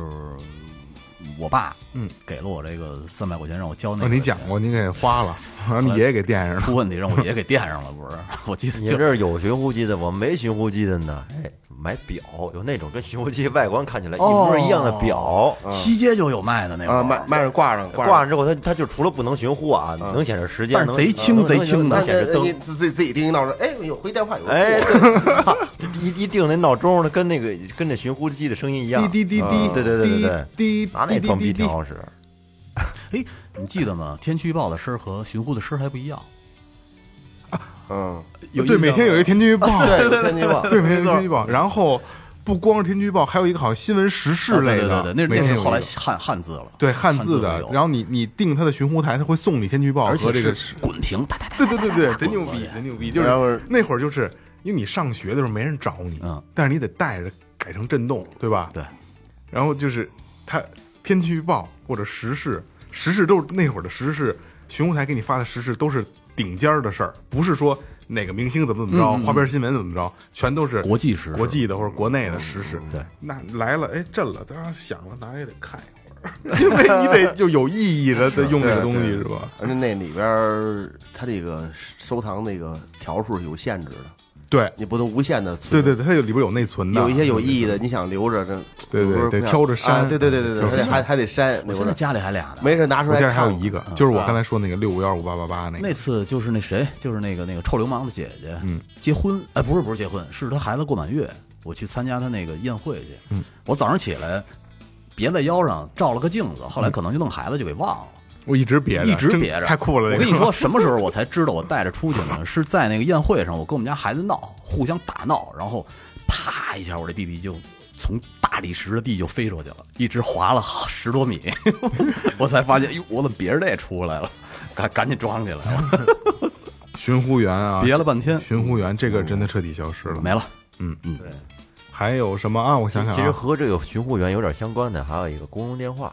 [SPEAKER 6] 我爸
[SPEAKER 3] 嗯
[SPEAKER 6] 给了我这个三百块钱让我交那
[SPEAKER 3] 哦，
[SPEAKER 6] 个，
[SPEAKER 3] 你讲过，你给花了，让你爷爷给垫上了，
[SPEAKER 6] 出问题让我爷给垫上了，不是？ (laughs) 我记得
[SPEAKER 5] 你
[SPEAKER 6] 就
[SPEAKER 5] 这儿有寻呼机的，我没寻呼机的呢。哎，买表有那种跟寻呼机外观看起来一模一样的表，
[SPEAKER 3] 啊
[SPEAKER 6] 西街就有卖的那会
[SPEAKER 4] 啊，
[SPEAKER 6] 儿，
[SPEAKER 4] 卖卖上挂上
[SPEAKER 5] 挂
[SPEAKER 4] 上
[SPEAKER 5] 上之后它它就除了不能寻呼啊，能显示时间，
[SPEAKER 6] 但是
[SPEAKER 5] 能
[SPEAKER 6] 贼轻
[SPEAKER 5] 能
[SPEAKER 6] 贼
[SPEAKER 5] 能
[SPEAKER 6] 轻
[SPEAKER 4] 那
[SPEAKER 6] 的
[SPEAKER 5] 能显示
[SPEAKER 4] 嗯那你
[SPEAKER 5] 灯。
[SPEAKER 4] 自自自己叮叮闹着，哎，有回电话有个 (laughs)
[SPEAKER 5] 哎，
[SPEAKER 4] 货
[SPEAKER 5] 对操一一定那闹钟，跟那个跟那寻呼机的声音一样。啊
[SPEAKER 3] 滴滴滴滴
[SPEAKER 5] 嗯对对对对对，
[SPEAKER 3] 滴滴
[SPEAKER 5] 拿那装逼
[SPEAKER 3] 滴滴
[SPEAKER 5] 挺
[SPEAKER 3] 滴，
[SPEAKER 5] 好使。
[SPEAKER 6] 哎，你记得吗？天气预报的声儿和寻呼的声儿还不一样。
[SPEAKER 4] 嗯，
[SPEAKER 6] 有
[SPEAKER 3] 对，
[SPEAKER 6] 印象
[SPEAKER 3] 每天有一个天气预报，
[SPEAKER 6] (laughs)
[SPEAKER 4] 对，有天气预报，
[SPEAKER 3] (laughs) 对，每天有一个天气预报，然后。不光是天气预报，还有一个好像新闻时事类的，
[SPEAKER 6] 啊对对对，
[SPEAKER 3] 每
[SPEAKER 6] 那那
[SPEAKER 3] 天
[SPEAKER 6] 是
[SPEAKER 3] 有
[SPEAKER 6] 后
[SPEAKER 3] 一
[SPEAKER 6] 来
[SPEAKER 3] 个
[SPEAKER 6] 汉汉字了，
[SPEAKER 3] 对汉字
[SPEAKER 6] 汉
[SPEAKER 3] 的
[SPEAKER 6] 有，
[SPEAKER 3] 然后你你定它的寻呼台，它会送你天气预报
[SPEAKER 6] 而且
[SPEAKER 3] 和这个
[SPEAKER 6] 是滚屏，哒哒哒，
[SPEAKER 3] 对对对
[SPEAKER 6] (laughs)
[SPEAKER 3] 对，贼牛逼，贼牛逼！就
[SPEAKER 4] 然后
[SPEAKER 3] 是那会儿就是因为你上学的时候没人找你，
[SPEAKER 6] 嗯
[SPEAKER 3] 但是你得带着改成震动，对吧？
[SPEAKER 6] 对。
[SPEAKER 3] 然后就是它天气预报或者时事，时事都是那会儿的时事，寻呼台给你发的时事都是顶尖儿的事儿，不是说哪个明星怎么怎么着，花边新闻怎么着，全都是
[SPEAKER 6] 嗯国际时事嗯
[SPEAKER 3] 国际的或者国内的时事。
[SPEAKER 6] 对，
[SPEAKER 3] 那来了，哎，震了，当然响了，咱也得看一会儿， (laughs) 因为你得就有意义的在用这个东西是吧？
[SPEAKER 4] 而且那里边儿它这个收藏那个条数是有限制的，
[SPEAKER 3] 对
[SPEAKER 4] 你不能无限的存。
[SPEAKER 3] 对对对，它有里边有内存的，嗯
[SPEAKER 4] 有一些有意义的，你想留着这，
[SPEAKER 3] 对对
[SPEAKER 4] 有时候
[SPEAKER 3] 得
[SPEAKER 4] 不想
[SPEAKER 3] 挑着删
[SPEAKER 4] 啊对对对对对，
[SPEAKER 3] 挑
[SPEAKER 4] 而
[SPEAKER 3] 着删
[SPEAKER 4] 且还还得删，
[SPEAKER 6] 我
[SPEAKER 4] 留
[SPEAKER 6] 现在
[SPEAKER 4] 着
[SPEAKER 6] 家里还俩呢。
[SPEAKER 4] 没事拿出
[SPEAKER 3] 我
[SPEAKER 4] 来
[SPEAKER 3] 现在
[SPEAKER 4] 看。
[SPEAKER 3] 还有一个，就是我刚才说那个六五幺五八八八那个
[SPEAKER 6] 那，次就是那谁，就是那个那个臭流氓的姐姐，嗯，结婚，哎，不是不是结婚，是她孩子过满月，我去参加她那个宴会去，嗯，我早上起来别在腰上照了个镜子，
[SPEAKER 3] 嗯
[SPEAKER 6] 后来可能就弄孩子就给忘了。
[SPEAKER 3] 我一直别着，
[SPEAKER 6] 一直
[SPEAKER 3] 真
[SPEAKER 6] 别着，
[SPEAKER 3] 太酷了。那
[SPEAKER 6] 我
[SPEAKER 3] 个
[SPEAKER 6] 跟你
[SPEAKER 3] (laughs)
[SPEAKER 6] 说，，什么时候我才知道我带着出去呢？是在那个宴会上，我跟我们家孩子闹，互相打闹，然后啪一下，我这 BB 就从大理石的地就飞出去了，一直滑了十多米， (laughs) 我才发现，哟，我怎么别人这出来了？赶赶紧装起来了，
[SPEAKER 3] 寻呼员啊，
[SPEAKER 6] 别了半天
[SPEAKER 3] 寻呼员这个真的彻底消失了。
[SPEAKER 6] 没了。
[SPEAKER 3] 还有什么啊？我想想啊，
[SPEAKER 5] 其实和这个巡护员有点相关的，还有一个公用电话，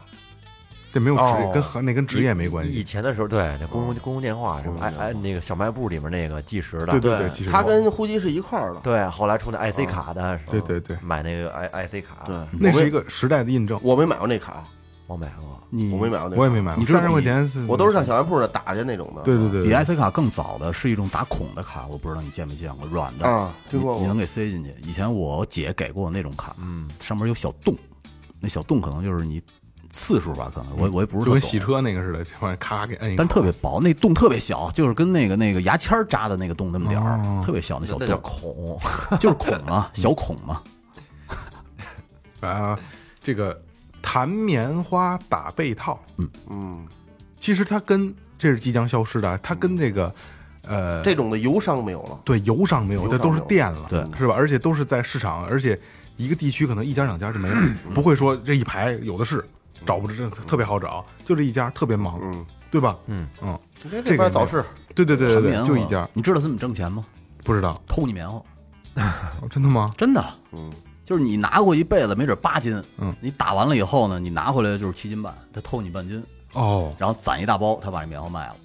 [SPEAKER 3] 这没有
[SPEAKER 4] 哦
[SPEAKER 3] 职，跟和那跟职业没关
[SPEAKER 5] 以
[SPEAKER 3] 系。嗯
[SPEAKER 5] 前的时候，对那公用公用电话，什么哎哎那个小卖部里面那个计时的，
[SPEAKER 3] 对
[SPEAKER 4] 对
[SPEAKER 3] 对其实
[SPEAKER 4] 它
[SPEAKER 3] 我
[SPEAKER 4] 跟呼机是一块儿的。
[SPEAKER 5] 对，后来出那 IC 卡的，是吧
[SPEAKER 3] 嗯对对对
[SPEAKER 5] 买那个 I IC 卡，
[SPEAKER 4] 对，，
[SPEAKER 3] 那
[SPEAKER 4] 我
[SPEAKER 3] 是
[SPEAKER 4] 没
[SPEAKER 3] 一个时代的印证，
[SPEAKER 4] 我没买过那卡，
[SPEAKER 5] 我买过，
[SPEAKER 6] 你
[SPEAKER 4] 我没买过那卡，
[SPEAKER 3] 我也没买过，
[SPEAKER 6] 你知道
[SPEAKER 3] 三十块钱是，
[SPEAKER 4] 我都是上小卖部那打去那种的。
[SPEAKER 3] 嗯对对对
[SPEAKER 6] 比
[SPEAKER 3] 对，
[SPEAKER 6] IC 卡更早的是一种打孔的卡，我不知道你见没见过，软的
[SPEAKER 4] 啊听说过
[SPEAKER 6] 你你能给塞进去。以前我姐给过我那种卡，嗯，上面有小洞，那小洞可能就是你次数吧，可能我我也不是
[SPEAKER 3] 嗯就
[SPEAKER 6] 特
[SPEAKER 3] 跟
[SPEAKER 6] 懂
[SPEAKER 3] 洗车那个似的，就往咔给摁一口，
[SPEAKER 6] 但特别薄，那洞特别小，就是跟那个那个牙签儿扎的那个洞那么点儿，
[SPEAKER 3] 哦
[SPEAKER 6] 特别小那小
[SPEAKER 5] 那叫
[SPEAKER 6] 洞，
[SPEAKER 5] 孔，
[SPEAKER 6] (laughs) 就是孔嘛，小孔啊嘛。
[SPEAKER 3] 啊，这个弹棉花打被套，嗯
[SPEAKER 4] 嗯，
[SPEAKER 3] 其实它跟这是即将消失的啊，它跟这个呃，
[SPEAKER 4] 这种的邮商没有了。
[SPEAKER 3] 对油上没有，
[SPEAKER 4] 油
[SPEAKER 3] 它
[SPEAKER 4] 上
[SPEAKER 3] 都是
[SPEAKER 4] 没有
[SPEAKER 3] 电了，
[SPEAKER 6] 对
[SPEAKER 3] 是吧？而且都是在市场，而且一个地区可能一家两家就没
[SPEAKER 6] (clears throat)
[SPEAKER 3] 了，不会说这一排有的是，找不着，这特别好找，就这一家特别忙，
[SPEAKER 4] 嗯，
[SPEAKER 3] 对吧？嗯嗯，
[SPEAKER 4] 这
[SPEAKER 3] 这
[SPEAKER 4] 这
[SPEAKER 3] 个
[SPEAKER 4] 边早市，
[SPEAKER 3] 对对对对
[SPEAKER 6] 弹
[SPEAKER 3] 对，
[SPEAKER 6] 棉花
[SPEAKER 3] 就一家，
[SPEAKER 6] 你知道他怎么挣钱吗？
[SPEAKER 3] 不知道，
[SPEAKER 6] 偷你棉花，
[SPEAKER 3] 哦真的吗？
[SPEAKER 6] 真的。嗯，就是你拿过一被子，没准八斤，
[SPEAKER 3] 嗯，
[SPEAKER 6] 你打完了以后呢，你拿回来就是七斤半，他偷你半斤，
[SPEAKER 3] 哦，
[SPEAKER 6] 然后攒一大包，他把这棉花卖了。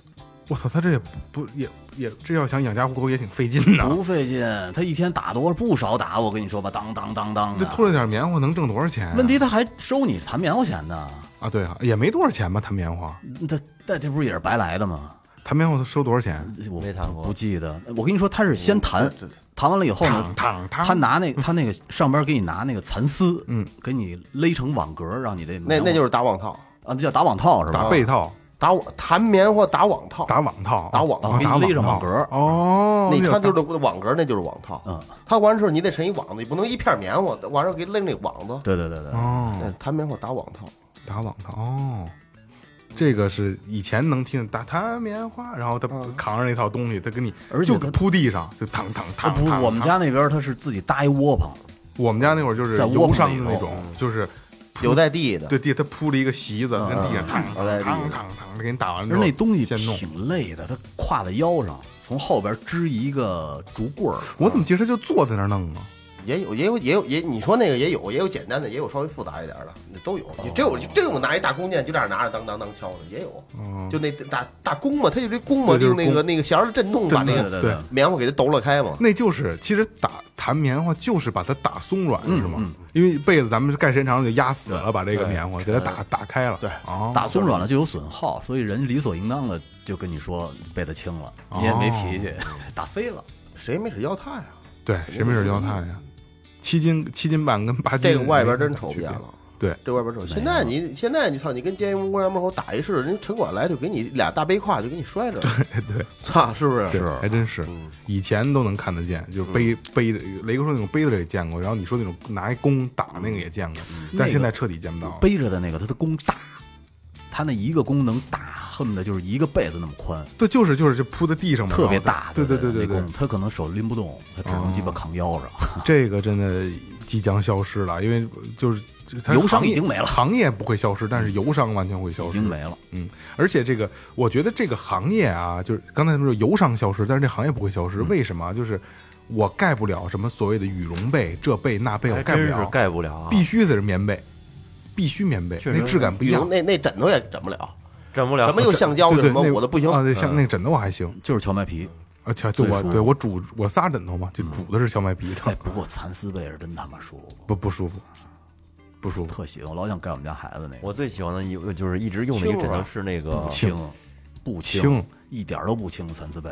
[SPEAKER 3] 我操，他这也不也也这要想养家糊口也挺费劲的，
[SPEAKER 6] 不费劲，他一天打多少不少打，我跟你说吧，当当当当
[SPEAKER 3] 这
[SPEAKER 6] 的。
[SPEAKER 3] 偷了点棉花能挣多少钱啊？
[SPEAKER 6] 问题他还收你弹棉花钱呢，
[SPEAKER 3] 啊，对啊，也没多少钱吧？弹棉花，
[SPEAKER 6] 他那这不是也是白来的吗？
[SPEAKER 3] 弹棉花收多少钱？
[SPEAKER 6] 我
[SPEAKER 5] 没弹过
[SPEAKER 6] 不记得。我跟你说，他是先弹，弹完了以后呢，
[SPEAKER 3] 烫烫烫
[SPEAKER 6] 他拿那他那个上边给你拿那个蚕丝，嗯，给你勒成网格，让你这
[SPEAKER 4] 那那就是是打网套，
[SPEAKER 6] 啊，那叫打网套是吧？
[SPEAKER 3] 打被套，
[SPEAKER 4] 打网弹棉花打网套，
[SPEAKER 3] 打网套，
[SPEAKER 4] 打网套
[SPEAKER 3] 啊
[SPEAKER 6] 给你
[SPEAKER 3] 打
[SPEAKER 6] 勒上
[SPEAKER 3] 套
[SPEAKER 6] 网格儿
[SPEAKER 3] 哦，
[SPEAKER 4] 你
[SPEAKER 3] 那
[SPEAKER 4] 穿
[SPEAKER 3] 个
[SPEAKER 4] 就是网格，那就是网套。
[SPEAKER 6] 嗯，
[SPEAKER 4] 它完之后你得成一网子，你不能一片棉花，完了给扔那网子。
[SPEAKER 6] 对对对对，
[SPEAKER 3] 哦，
[SPEAKER 4] 那弹棉花打网套，
[SPEAKER 3] 打网套哦，这个是以前能听打弹棉花，然后他扛着那套东西，他给你
[SPEAKER 6] 嗯而且
[SPEAKER 3] 就
[SPEAKER 6] 他
[SPEAKER 3] 铺地上就躺躺
[SPEAKER 6] 啊
[SPEAKER 3] 躺。
[SPEAKER 6] 不，
[SPEAKER 3] 躺
[SPEAKER 6] 我们
[SPEAKER 3] 躺
[SPEAKER 6] 家那边他是自己搭一窝棚，
[SPEAKER 3] 我们家那会儿就是
[SPEAKER 6] 在窝
[SPEAKER 3] 油
[SPEAKER 6] 棚
[SPEAKER 3] 商
[SPEAKER 6] 里
[SPEAKER 3] 的那
[SPEAKER 6] 头
[SPEAKER 3] 种，就是
[SPEAKER 4] 有带地的。
[SPEAKER 3] 对地他铺了一个席
[SPEAKER 6] 嗯
[SPEAKER 3] 子，跟地上躺
[SPEAKER 4] 有
[SPEAKER 3] 躺
[SPEAKER 4] 带地
[SPEAKER 3] 躺
[SPEAKER 4] 的
[SPEAKER 3] 躺躺，给你打完之
[SPEAKER 6] 而
[SPEAKER 3] 后
[SPEAKER 6] 那东西
[SPEAKER 3] 嗯先弄。
[SPEAKER 6] 挺累的，他挎在腰上，从后边支一个竹棍儿，
[SPEAKER 3] 我怎么记得他就坐在那儿弄啊？
[SPEAKER 4] 也有，也有，也有，也你说那个也有，也有简单的，也有稍微复杂一点的，那都有。你
[SPEAKER 3] 哦
[SPEAKER 4] 真有真有拿一大弓箭就这样拿着当当当敲的，也有。
[SPEAKER 6] 嗯
[SPEAKER 4] 就那大大弓嘛，它就这弓嘛，
[SPEAKER 3] 嗯对就是
[SPEAKER 4] 用那个
[SPEAKER 3] 弓
[SPEAKER 4] 那个弦儿的震动把那
[SPEAKER 6] 对
[SPEAKER 4] 个
[SPEAKER 6] 对
[SPEAKER 3] 对
[SPEAKER 6] 对，
[SPEAKER 4] 棉花给它抖了开嘛。
[SPEAKER 3] 那就是，其实打弹棉花就是把它打松软，
[SPEAKER 6] 嗯
[SPEAKER 3] 是吗？因为被子咱们盖时间长了就压死了，把这个棉花给它打打开了。对，哦，
[SPEAKER 6] 打松软了就有损耗，所以人理所应当的就跟你说被他轻了，
[SPEAKER 3] 哦
[SPEAKER 6] 你也没脾气，
[SPEAKER 3] 嗯
[SPEAKER 6] (laughs) 打飞了。
[SPEAKER 4] 谁没使腰踏呀？
[SPEAKER 3] 对，谁没事腰炭呀？七斤七斤半跟八
[SPEAKER 5] 嗯
[SPEAKER 3] 斤，
[SPEAKER 4] 这个外边真瞅不见了。
[SPEAKER 3] 对，
[SPEAKER 4] 这外边瞅，现在你现在你操，你跟监狱公园门口打一试，人城管来就给你俩大背胯就给你摔着，
[SPEAKER 3] 哎对，
[SPEAKER 4] 操，是不是？
[SPEAKER 3] 对，还真是，
[SPEAKER 4] 嗯
[SPEAKER 3] 以前都能看得见，就是背背着雷哥说那种背着也见过，然后你说那种拿一弓打那
[SPEAKER 4] 嗯
[SPEAKER 3] 个也见过，但是现在彻底见不到了。
[SPEAKER 6] 背着的那个，它的弓大，它那一个弓能大，恨不得就是一个被子那么宽，
[SPEAKER 3] 对，就是就是就铺在地上嘛，
[SPEAKER 6] 特别
[SPEAKER 3] 嗯然后
[SPEAKER 6] 大的
[SPEAKER 3] 对对对对
[SPEAKER 6] 那
[SPEAKER 3] 对哦
[SPEAKER 6] 弓，，它可能手拎不动，它只能鸡巴扛腰上。
[SPEAKER 3] 这个真的即将消失了，因为就是它
[SPEAKER 6] 油商
[SPEAKER 3] 行业
[SPEAKER 6] 已经没了
[SPEAKER 3] 行业不会消失，但是油商完全会消
[SPEAKER 6] 已
[SPEAKER 3] 失
[SPEAKER 6] 经。没
[SPEAKER 3] (laughs)
[SPEAKER 6] 了，
[SPEAKER 3] 嗯，而且这个，我觉得这个行业啊，就是刚才咱们说油商消失，但是这行业不会消
[SPEAKER 5] 嗯
[SPEAKER 3] 失，为什么啊？就是我盖不了什么所谓的羽绒被，这被那被我
[SPEAKER 5] 还
[SPEAKER 3] 嗯盖
[SPEAKER 5] 哎
[SPEAKER 3] 不
[SPEAKER 5] 真是
[SPEAKER 3] 了，
[SPEAKER 5] 盖不了啊，
[SPEAKER 3] 必须得是棉被，必须棉被，那质感不一
[SPEAKER 4] 比如
[SPEAKER 3] 样。
[SPEAKER 4] 那那枕头也枕不了，
[SPEAKER 5] 整不了
[SPEAKER 4] 什么又橡胶
[SPEAKER 3] 对
[SPEAKER 4] 又
[SPEAKER 3] 对，
[SPEAKER 4] 什么
[SPEAKER 3] 那，
[SPEAKER 4] 我都不行。嗯
[SPEAKER 3] 啊，对，
[SPEAKER 5] 嗯
[SPEAKER 3] 像那个枕头我还行，
[SPEAKER 6] 就是荞麦皮。
[SPEAKER 3] 而且对我
[SPEAKER 6] 最舒服
[SPEAKER 3] 对我煮我仨枕头嘛，
[SPEAKER 5] 嗯
[SPEAKER 3] 就煮的是荞麦皮
[SPEAKER 6] 哎
[SPEAKER 3] 的，，
[SPEAKER 6] 不过蚕丝被是真他妈舒服，
[SPEAKER 3] (laughs) 不不舒服，不舒服。
[SPEAKER 6] 特喜欢，我老想盖我们家孩子那个。
[SPEAKER 5] 我最喜欢的一就是一直用的一个枕头是那个
[SPEAKER 6] 啊不轻，呃不
[SPEAKER 3] 轻
[SPEAKER 6] 轻，一点儿都不轻。蚕丝被，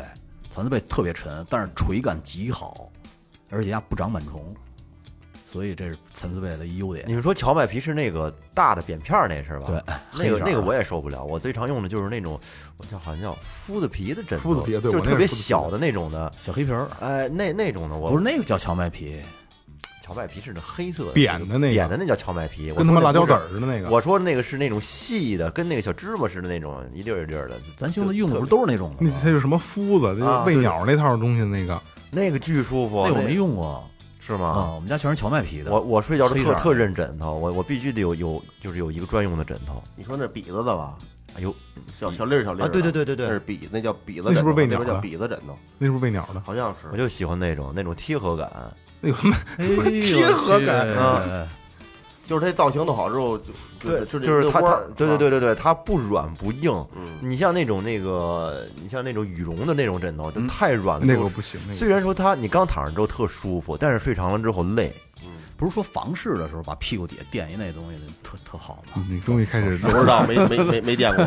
[SPEAKER 6] 蚕丝被特别沉，但是垂感极好，而且它不长螨虫，所以这是蚕丝被的一优点。
[SPEAKER 5] 你们说荞麦皮是那个大的扁片儿那是吧？
[SPEAKER 6] 对
[SPEAKER 5] 那
[SPEAKER 6] 黑
[SPEAKER 5] 个
[SPEAKER 6] 色儿
[SPEAKER 5] 那个我也受不了。我最常用的就是那种，我叫好像叫麸子皮的枕头，
[SPEAKER 3] 麸子皮对
[SPEAKER 5] 就是
[SPEAKER 3] 我那
[SPEAKER 5] 特别
[SPEAKER 3] 是麸子皮的
[SPEAKER 5] 小的那种的。
[SPEAKER 6] 小黑皮儿
[SPEAKER 5] 哎，那那种的我
[SPEAKER 6] 不是那个叫荞麦皮，
[SPEAKER 5] 荞麦皮是那黑色的
[SPEAKER 3] 扁的那个
[SPEAKER 5] 扁的那叫荞麦皮，
[SPEAKER 3] 跟他妈
[SPEAKER 5] 我说
[SPEAKER 3] 辣
[SPEAKER 5] 那
[SPEAKER 3] 椒
[SPEAKER 5] 不
[SPEAKER 3] 籽
[SPEAKER 5] 是
[SPEAKER 3] 儿似的那个。
[SPEAKER 5] 我说那个是那种细的，跟那个小芝麻似的那种，一粒儿一粒儿的。
[SPEAKER 6] 咱兄弟用的
[SPEAKER 5] 特
[SPEAKER 6] 不是都是那种的
[SPEAKER 3] 那
[SPEAKER 6] 吗？
[SPEAKER 3] 它就什么麸子，
[SPEAKER 5] 啊
[SPEAKER 3] 就是喂鸟那套东西的那个，
[SPEAKER 5] 那个巨舒服，
[SPEAKER 6] 那我没用过
[SPEAKER 5] 是
[SPEAKER 6] 啊、
[SPEAKER 5] 吗？
[SPEAKER 6] 我们家全是荞麦皮的。
[SPEAKER 5] 我我睡觉是
[SPEAKER 6] 黑色
[SPEAKER 5] 特
[SPEAKER 6] 儿的
[SPEAKER 5] 特认枕头，我我必须得有有就是有一个专用的枕头。
[SPEAKER 4] 你说那比子的吧？
[SPEAKER 5] 哎呦，
[SPEAKER 4] 小小粒儿小粒儿
[SPEAKER 5] 啊
[SPEAKER 4] 的
[SPEAKER 5] 对对对对对
[SPEAKER 4] 那是比那叫比子
[SPEAKER 3] 那
[SPEAKER 4] 枕头，
[SPEAKER 3] 是不是喂鸟
[SPEAKER 4] 那
[SPEAKER 3] 的
[SPEAKER 4] 叫比子枕头？
[SPEAKER 3] 那是不是喂鸟的？
[SPEAKER 4] 好像是
[SPEAKER 5] 啊我。就喜欢那种那种贴合感。
[SPEAKER 3] 那有什么？
[SPEAKER 6] 哎贴
[SPEAKER 4] 合感
[SPEAKER 6] 啊，
[SPEAKER 4] 就是它造型弄好之后，就就
[SPEAKER 5] 就是是
[SPEAKER 4] 那
[SPEAKER 5] 它，
[SPEAKER 4] 窝
[SPEAKER 5] 它
[SPEAKER 4] 儿
[SPEAKER 5] 对对
[SPEAKER 4] 啊
[SPEAKER 5] 对对对，它不软不硬。
[SPEAKER 4] 嗯
[SPEAKER 5] 你像那种那个，你像那种羽绒的那种枕头，就
[SPEAKER 6] 嗯
[SPEAKER 5] 太软了。
[SPEAKER 3] (laughs) 那
[SPEAKER 5] 就
[SPEAKER 3] 个
[SPEAKER 5] 啊是
[SPEAKER 3] 不行，那个
[SPEAKER 5] 虽然说它你刚躺上之后特舒服，但是睡长了之后累。
[SPEAKER 6] 不是说房事的时候把屁股底下垫一那东西特特好吗？
[SPEAKER 3] 啊你终于开始，
[SPEAKER 4] 不知道没没没没见过，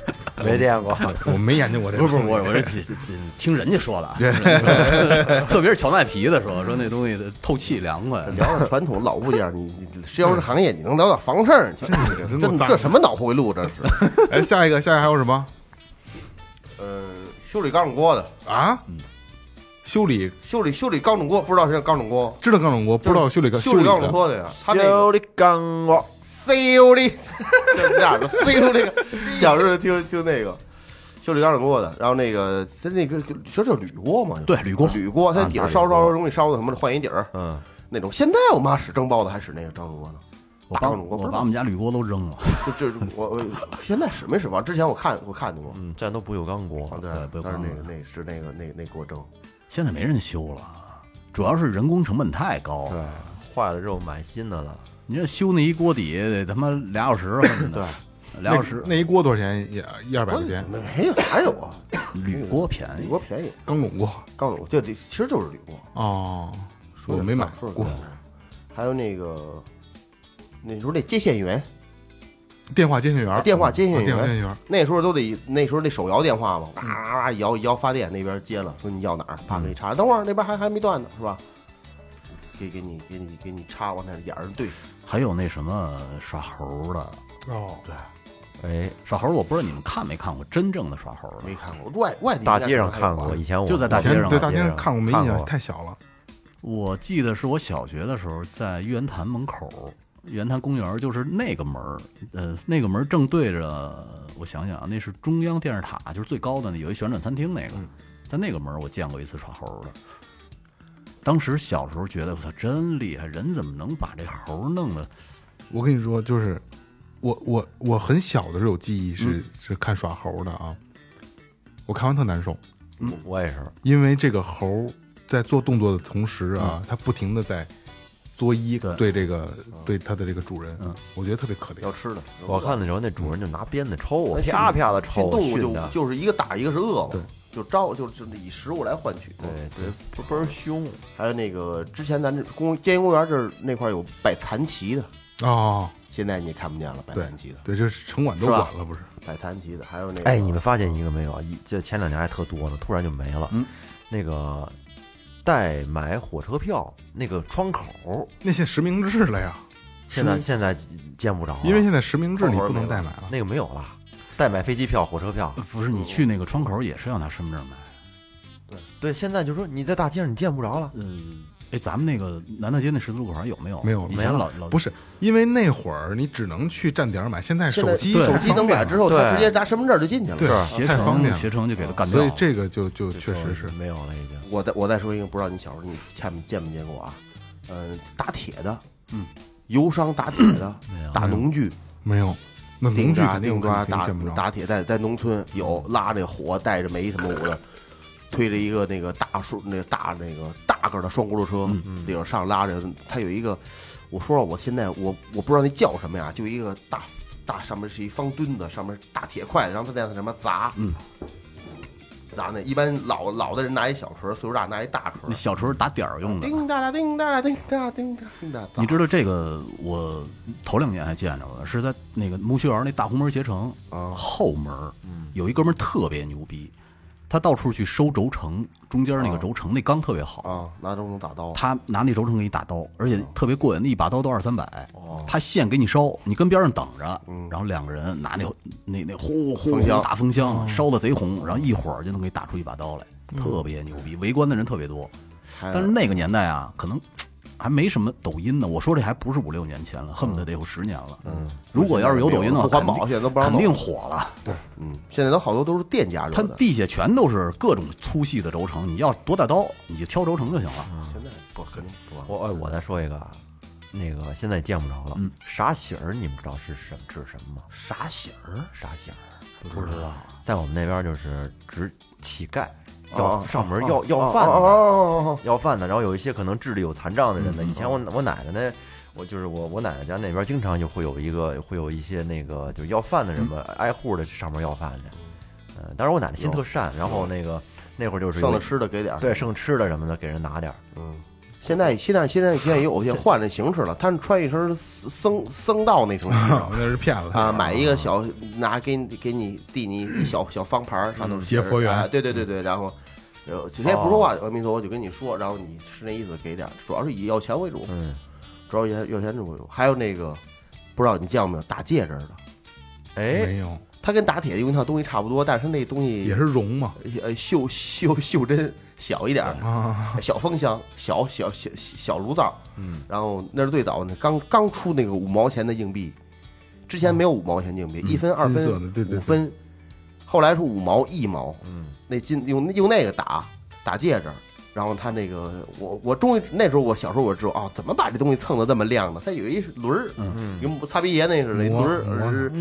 [SPEAKER 5] (laughs) 没见 (laughs) 过，
[SPEAKER 4] (laughs)
[SPEAKER 3] 我没研究过这个。
[SPEAKER 6] 不是不是，我我是这这这听人家说的啊， (laughs) 特别是荞麦皮的时候，说那东西透气凉快。
[SPEAKER 4] 聊聊传统老物件儿，你你你石油行业你能聊到房事儿去？
[SPEAKER 3] 真
[SPEAKER 4] 这
[SPEAKER 3] 够脏
[SPEAKER 4] 这什么脑回路啊这是？
[SPEAKER 3] 哎，下一个，下一个还有什么
[SPEAKER 4] 呃，修理钢种锅的，
[SPEAKER 3] 啊？修理
[SPEAKER 4] 修理修理钢种锅，不知道谁叫钢种锅？
[SPEAKER 3] 知道钢种锅，不知道修理钢
[SPEAKER 4] 修理钢种
[SPEAKER 3] 的。
[SPEAKER 4] 锅的呀，他那个
[SPEAKER 5] 修理钢我
[SPEAKER 4] 修理，就这样的修理。小时候听听那个修理钢种锅的，然后那个他那个说这叫铝锅嘛？
[SPEAKER 6] 对铝锅
[SPEAKER 4] 铝锅，它底下
[SPEAKER 5] 大
[SPEAKER 4] 烧
[SPEAKER 5] 铝
[SPEAKER 4] 烧
[SPEAKER 5] 锅
[SPEAKER 4] 容易烧的什么的，换一底儿
[SPEAKER 5] 嗯，
[SPEAKER 4] 那种。现在我妈使蒸包子还使那个钢种锅呢。
[SPEAKER 6] 我
[SPEAKER 4] 大
[SPEAKER 6] 把
[SPEAKER 4] 众我不知
[SPEAKER 6] 我
[SPEAKER 4] 道
[SPEAKER 6] 把我们家铝锅都扔了，
[SPEAKER 4] 就就是我我现在使没使完？之前我看我看见过，
[SPEAKER 5] 嗯，战斗不锈钢锅
[SPEAKER 4] 啊，对
[SPEAKER 6] 对不，
[SPEAKER 4] 但是那
[SPEAKER 6] 用了
[SPEAKER 4] 个那是那个那那给我蒸，
[SPEAKER 6] 现在没人修了，啊主要是人工成本太高。
[SPEAKER 5] 坏了之后买新的了，
[SPEAKER 6] 你这修那一锅底得他妈俩小时恨不得，俩小时
[SPEAKER 3] 那一锅多少钱？也一二百块钱。
[SPEAKER 4] 没有哪有啊？
[SPEAKER 6] 铝锅便
[SPEAKER 4] 铝
[SPEAKER 6] 宜。
[SPEAKER 4] 锅便宜，
[SPEAKER 3] 钢种锅
[SPEAKER 4] 告诉我，这这其实就是铝锅，
[SPEAKER 3] 哦，我
[SPEAKER 4] 说点
[SPEAKER 3] 没买
[SPEAKER 4] 说点
[SPEAKER 3] 过。
[SPEAKER 4] 还有那个那时候那接线员，
[SPEAKER 3] 电话接线员，
[SPEAKER 4] 电话接线员
[SPEAKER 3] 啊电话接线员，
[SPEAKER 4] 那时候都得那时候那手摇电话嘛，哇哇哇摇摇发电那边接了，说你要哪儿，啪给你插，等会儿那边还还没断呢，是吧？给给你给你给你插往那眼儿对，
[SPEAKER 6] 还有那什么耍猴的，
[SPEAKER 3] 哦，
[SPEAKER 5] 哎，
[SPEAKER 6] 耍猴我不知道你们看没看过真正的耍猴的
[SPEAKER 4] 没，看过，外外地
[SPEAKER 5] 大
[SPEAKER 4] 应该
[SPEAKER 5] 街上
[SPEAKER 4] 可能还有啊
[SPEAKER 5] 看过，
[SPEAKER 4] 吧
[SPEAKER 5] 以前我
[SPEAKER 6] 就在大
[SPEAKER 3] 以
[SPEAKER 6] 街
[SPEAKER 3] 前
[SPEAKER 6] 上
[SPEAKER 3] 对
[SPEAKER 6] 啊
[SPEAKER 3] 大街上看过，没印
[SPEAKER 5] 看
[SPEAKER 3] 象，
[SPEAKER 5] 过
[SPEAKER 3] 太小了。
[SPEAKER 6] 我记得是我小学的时候，在玉渊潭门口，玉渊潭公园儿就是那个门儿，呃，那个门儿正对着，我想想啊，那是中央电视塔，就是最高的那有一旋转餐厅那个，
[SPEAKER 3] 嗯
[SPEAKER 6] 在那个门儿我见过一次耍猴的。当时小时候觉得我操真厉害，人怎么能把这猴弄的？
[SPEAKER 3] 我跟你说，就是我我我很小的时候有记忆是、是看耍猴的啊，我看完特难受，
[SPEAKER 5] 我我也是，
[SPEAKER 3] 因为这个猴在做动作的同时啊，它不停的在作揖，
[SPEAKER 6] 对
[SPEAKER 3] 对这个对它的这个主人，我觉得特别可怜
[SPEAKER 4] 要。吃的，
[SPEAKER 5] 我看的时候那主人就拿鞭子抽我，
[SPEAKER 4] 哎
[SPEAKER 5] 啪啪的抽
[SPEAKER 4] 这
[SPEAKER 5] 我，
[SPEAKER 4] 动物
[SPEAKER 5] 训
[SPEAKER 4] 就
[SPEAKER 5] 的，
[SPEAKER 4] 就是一个打一个是饿嘛，就招就就以食物来换取。
[SPEAKER 5] 对对，不不是凶，
[SPEAKER 4] 还有那个之前咱这公建公园这儿那块儿有摆残旗的，
[SPEAKER 3] 哦，
[SPEAKER 4] 现在你也看不见了，摆
[SPEAKER 3] 对
[SPEAKER 4] 残旗的，
[SPEAKER 3] 对，这是城管都
[SPEAKER 4] 是吧
[SPEAKER 3] 管了，不是？
[SPEAKER 4] 摆残旗的，还有那个
[SPEAKER 5] 哎，你们发现一个没有？一这前两年还特多呢，突然就没了。
[SPEAKER 6] 嗯，
[SPEAKER 5] 那个代买火车票那个窗口，
[SPEAKER 3] 那现在实名制了呀，
[SPEAKER 5] 现在现在见不着了，
[SPEAKER 3] 因为现在实名制你不能代买了。
[SPEAKER 5] 那个没有了。代买飞机票、火车票，
[SPEAKER 3] 呃
[SPEAKER 6] 不是你去那个窗口也是要拿身份证买。
[SPEAKER 5] 对，现在就说你在大街上你见不着了，
[SPEAKER 6] 嗯，哎，咱们那个南大街那十字路口还有没有？
[SPEAKER 3] 呃没有
[SPEAKER 6] 以前老老
[SPEAKER 3] 不是，因为那会儿你只能去站点儿买，现在
[SPEAKER 4] 现
[SPEAKER 3] 手
[SPEAKER 4] 在
[SPEAKER 3] 机
[SPEAKER 4] 手
[SPEAKER 3] 太
[SPEAKER 4] 机能
[SPEAKER 3] 方便
[SPEAKER 4] 买
[SPEAKER 3] 了
[SPEAKER 4] 之后，
[SPEAKER 5] 对
[SPEAKER 4] 他直接拿身份证就进去了。
[SPEAKER 3] 对
[SPEAKER 4] 吧
[SPEAKER 6] 携
[SPEAKER 3] 太方便
[SPEAKER 6] 程
[SPEAKER 3] 了
[SPEAKER 6] 携程就给他干掉
[SPEAKER 3] 所
[SPEAKER 6] 了。
[SPEAKER 3] 以这个就就确实是
[SPEAKER 5] 就没有了已经。
[SPEAKER 4] 我再我再说一个，不知道你小时候你见没见没见过啊？嗯，打铁的，
[SPEAKER 6] 嗯，
[SPEAKER 4] 油商打铁的，打农具，
[SPEAKER 3] 没有。那农
[SPEAKER 4] 定
[SPEAKER 3] 具
[SPEAKER 4] 抓
[SPEAKER 3] 肯
[SPEAKER 4] 定
[SPEAKER 3] 定
[SPEAKER 4] 抓
[SPEAKER 3] 抓
[SPEAKER 4] 打
[SPEAKER 3] 见不着，
[SPEAKER 4] (laughs) 打铁在在农村有
[SPEAKER 6] 嗯
[SPEAKER 4] 拉着火带着煤什么舞的，推着一个那个大双那大那个大个的双轱辘车，
[SPEAKER 6] 嗯
[SPEAKER 4] 里边上拉着他有一个，我说说我现在我我不知道那叫什么呀，就一个大大上面是一方墩子，上面大铁块子，然后他那样什么砸，嗯，砸那一般老老的人拿一小锤，岁数大拿一大
[SPEAKER 6] 那
[SPEAKER 4] 锤，
[SPEAKER 6] 小时候打点儿用的。
[SPEAKER 4] 叮哒哒叮哒哒叮哒哒叮哒哒叮哒哒，
[SPEAKER 6] 你知道这个，我头两年还见着了，是在那个木樨园那大红门携程后门儿，有一哥们儿特别牛逼，他到处去收轴承，中间那个轴承那钢特别好，
[SPEAKER 4] 啊，拿这种打刀，
[SPEAKER 6] 他拿那轴承给你打刀，而且特别过瘾，那一把刀都二三百，他现给你烧，你跟边上等着，然后两个人拿那那那呼呼呼
[SPEAKER 4] 箱
[SPEAKER 6] 大风箱烧的贼红，然后一会儿就能给你打出一把刀来，特别牛逼，围观的人特别多。
[SPEAKER 4] 哎呀
[SPEAKER 6] 但是那个年代啊，可能还没什么抖音呢。我说这还不是五六年前了，恨不得得有十年了。嗯，如果要是有抖音的
[SPEAKER 4] 不
[SPEAKER 6] 话，
[SPEAKER 4] 环保
[SPEAKER 6] 肯定
[SPEAKER 4] 现在都不让
[SPEAKER 6] 肯
[SPEAKER 4] 弄
[SPEAKER 6] 定火了。
[SPEAKER 4] 嗯，现在都好多都是店家
[SPEAKER 6] 它
[SPEAKER 4] 用的，
[SPEAKER 6] 地下全都是各种粗细的轴承，你要多大刀，你就挑轴承就行了。
[SPEAKER 4] 现在不肯定不往
[SPEAKER 5] 我哎我再说一个，啊，那个现在见不着了，啥喜儿你们知道是什指什么吗？
[SPEAKER 6] 啥喜儿？
[SPEAKER 5] 啥喜儿？
[SPEAKER 6] 不知道。
[SPEAKER 5] 在我们那边就是指乞丐，
[SPEAKER 4] 哦
[SPEAKER 5] 要上门要要饭的，
[SPEAKER 4] 哦
[SPEAKER 5] 要饭的，然后有一些可能智力有残障的人呢。以前我我奶奶那，我就是我我奶奶家那边经常就会有一个会有一些那个就是要饭的人们挨户的上门要饭去。嗯，当然我奶奶心特善，然后那个那会儿就是有
[SPEAKER 4] 剩了吃的给点儿
[SPEAKER 5] 对，剩吃的什么的给人拿点儿。
[SPEAKER 4] 现在现在现在现在也有些换着形式了，他们穿一身僧僧道那种 (laughs)
[SPEAKER 3] 那是骗了他
[SPEAKER 4] 啊，买一个小拿给你给你递你一小小方牌儿，上头是
[SPEAKER 3] 结佛缘
[SPEAKER 4] 啊对对对对，然后。呃，今天不说话，阿弥陀，佛，我就跟你说，然后你是那意思给点儿，主要是以要钱为主，
[SPEAKER 5] 嗯，
[SPEAKER 4] 主要以要钱为主。还有那个，不知道你见过没有，打戒指的，
[SPEAKER 5] 哎，
[SPEAKER 3] 没有，
[SPEAKER 4] 它跟打铁用一套东西差不多，但是它那东西
[SPEAKER 3] 也是绒嘛
[SPEAKER 4] 呃袖袖袖针小一点儿，
[SPEAKER 3] 啊，
[SPEAKER 4] 小风箱，小小小小炉灶，嗯，然后那是最早那刚刚出那个五毛钱的硬币，之前没有五毛钱硬币，一分、二
[SPEAKER 3] 金
[SPEAKER 4] 分
[SPEAKER 3] 色的对、对对
[SPEAKER 4] 五分，后来是五毛、一毛，嗯，那金用用那个打打戒指，然后他那个我我终于那时候我小时候我知道啊，怎么把这东西蹭的这么亮呢？它有一轮儿，嗯，跟擦皮爷那似的，一轮儿
[SPEAKER 3] 磨
[SPEAKER 4] 是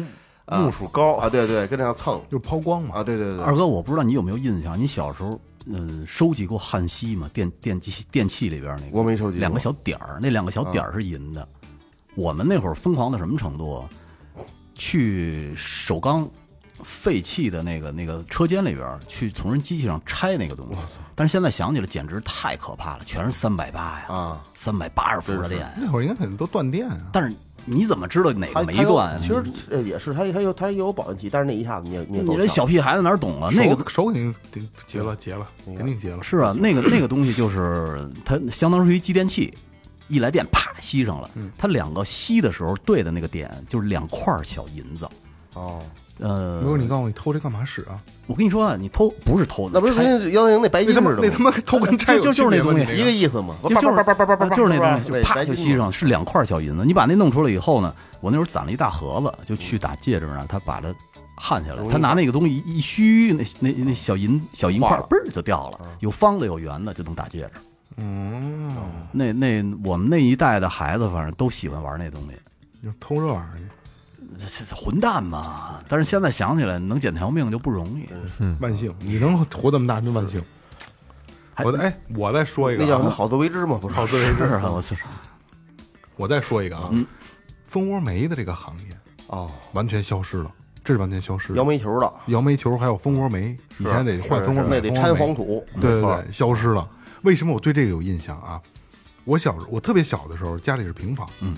[SPEAKER 4] 啊
[SPEAKER 5] 木薯糕
[SPEAKER 4] 啊，对对，跟那样蹭
[SPEAKER 3] 就是抛光嘛，
[SPEAKER 4] 啊，对对对，
[SPEAKER 6] 二哥，我不知道你有没有印象，你小时候嗯收集过焊锡吗？电电机电器里边那个
[SPEAKER 4] 我没收集过
[SPEAKER 6] 两个小点儿，那两
[SPEAKER 4] 啊
[SPEAKER 6] 个小点儿是银的。我们那会儿疯狂到什么程度啊？去首钢废弃的那个那个车间里边儿去从人机器上拆那个东西，但是现在想起来简直太可怕了，全是三百八呀，
[SPEAKER 4] 啊，
[SPEAKER 6] 三百八十伏的电呀。
[SPEAKER 3] 那会儿应该很多断电啊，
[SPEAKER 6] 但是你怎么知道哪
[SPEAKER 4] 它
[SPEAKER 6] 个没断啊呀？
[SPEAKER 4] 它有其实呃也是，它它有它也有保温期，但是那一下子你也你也
[SPEAKER 6] 你
[SPEAKER 4] 够
[SPEAKER 6] 这
[SPEAKER 4] 呛
[SPEAKER 6] 小屁孩子哪儿懂啊？那个
[SPEAKER 3] 手手肯定得结了结了，肯定结了，
[SPEAKER 6] 是啊，
[SPEAKER 4] (coughs)
[SPEAKER 6] 那个那个东西就是它相当于一机电器，一来电啪吸上了。
[SPEAKER 4] 嗯
[SPEAKER 6] 它两个吸的时候对的那个点就是两块小银子。
[SPEAKER 4] 哦，
[SPEAKER 6] 呃
[SPEAKER 3] 不，是你告诉我你偷这干嘛使啊？
[SPEAKER 6] 我跟你说啊，你偷不是偷，
[SPEAKER 4] 那不是
[SPEAKER 6] 拆
[SPEAKER 4] 跟幺零零那白金
[SPEAKER 3] 那
[SPEAKER 4] 似
[SPEAKER 3] 他妈
[SPEAKER 4] 的
[SPEAKER 3] 那
[SPEAKER 4] 吗
[SPEAKER 3] 他妈偷跟拆有
[SPEAKER 6] 就就
[SPEAKER 3] 区别吗
[SPEAKER 6] 就是那东西
[SPEAKER 3] 你这
[SPEAKER 4] 一个意思吗？
[SPEAKER 6] 就就是啊
[SPEAKER 4] 叭
[SPEAKER 6] 就是那东西，
[SPEAKER 4] 叭
[SPEAKER 6] 就啪
[SPEAKER 4] 白金
[SPEAKER 6] 就
[SPEAKER 4] 嘛
[SPEAKER 6] 吸上，是两块小银子。你把那弄出来以后呢，我那时候攒了一大盒子，就去
[SPEAKER 4] 嗯
[SPEAKER 6] 打戒指呢，他把它焊下来，他拿那个东西一虚，那那那小银小银块
[SPEAKER 4] 化了嗯
[SPEAKER 6] 嘣儿就掉了，有方的有圆的就能打戒指。
[SPEAKER 3] 嗯，
[SPEAKER 6] 那那我们那一代的孩子，反正都喜欢玩那东西。
[SPEAKER 3] 你偷这玩意儿，
[SPEAKER 6] 这这混蛋嘛！但是现在想起来，能捡条命就不容易。
[SPEAKER 3] 万幸，你能活这么大真万幸。
[SPEAKER 6] 还
[SPEAKER 3] 我再哎，我再说一个
[SPEAKER 4] 那
[SPEAKER 3] 啊，
[SPEAKER 4] 叫什么好自为之嘛，不是？
[SPEAKER 3] 好自为
[SPEAKER 6] 是
[SPEAKER 3] 之。
[SPEAKER 6] 啊，我操！
[SPEAKER 3] 我再说一个啊，蜂窝煤的这个行业
[SPEAKER 4] 哦，
[SPEAKER 3] 完全消失了，这是完啊全消失
[SPEAKER 4] 摇
[SPEAKER 3] 了。
[SPEAKER 4] 煤球的，
[SPEAKER 3] 摇煤球还有蜂窝煤，以前得换蜂窝煤，
[SPEAKER 4] 那得
[SPEAKER 3] 蜂窝
[SPEAKER 4] 掺
[SPEAKER 3] 煤
[SPEAKER 4] 黄土，
[SPEAKER 3] 对对
[SPEAKER 4] 没错
[SPEAKER 3] 对，消失了。为什么我对这个有印象啊？我小时候，我特别小的时候，家里是平房，嗯，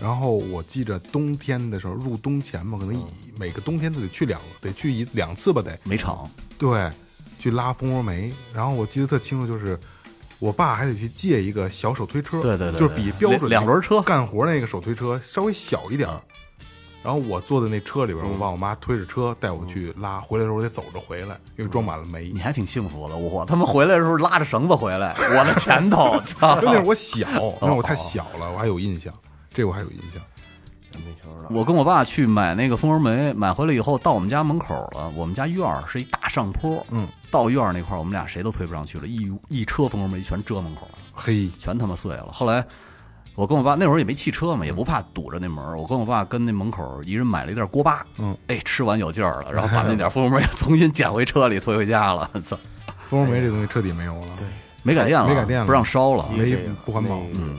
[SPEAKER 3] 然后我记着冬天的时候，入冬前嘛，可能一
[SPEAKER 6] 嗯
[SPEAKER 3] 每个冬天都得去两得去一两次吧，得
[SPEAKER 6] 煤场
[SPEAKER 3] 对，去拉蜂窝煤。然后我记得特清楚，就是我爸还得去借一个小手推车，
[SPEAKER 6] 对对对对
[SPEAKER 3] 就是比标准
[SPEAKER 6] 两两轮车嗯
[SPEAKER 3] 干活那个手推车稍微小一点儿。然后我坐在那车里边，我爸我妈推着车带我去拉，回来的时候我得走着回来，因为装满了煤。
[SPEAKER 6] 嗯你还挺幸福的。我我他妈回来的时候拉着绳子回来，我的前头，
[SPEAKER 3] (laughs)
[SPEAKER 6] 操
[SPEAKER 3] 因！为那会儿我小，那会儿我太小了，我还有印象，这我还有印象。
[SPEAKER 6] 我跟我爸去买那个蜂窝煤，买回来以后到我们家门口了。我们家院儿是一大上坡，嗯，到院儿那块儿我们俩谁都推不上去了，一一车蜂窝煤全遮门口了。
[SPEAKER 3] 嘿，
[SPEAKER 6] 全他妈碎了。后来我跟我爸那会儿也没汽车嘛，也不怕堵着那门儿。我跟我爸跟那门口一人买了一袋锅巴，嗯，哎，吃完有劲儿了，然后把那点蜂窝煤又重新捡回车里推回家了。 (laughs) 操，
[SPEAKER 3] 蜂窝煤这东西彻底没有了，
[SPEAKER 6] 没改电了，
[SPEAKER 3] 没改电了嗯
[SPEAKER 6] 不让烧了。
[SPEAKER 3] 没
[SPEAKER 4] 这个
[SPEAKER 3] 不环保，嗯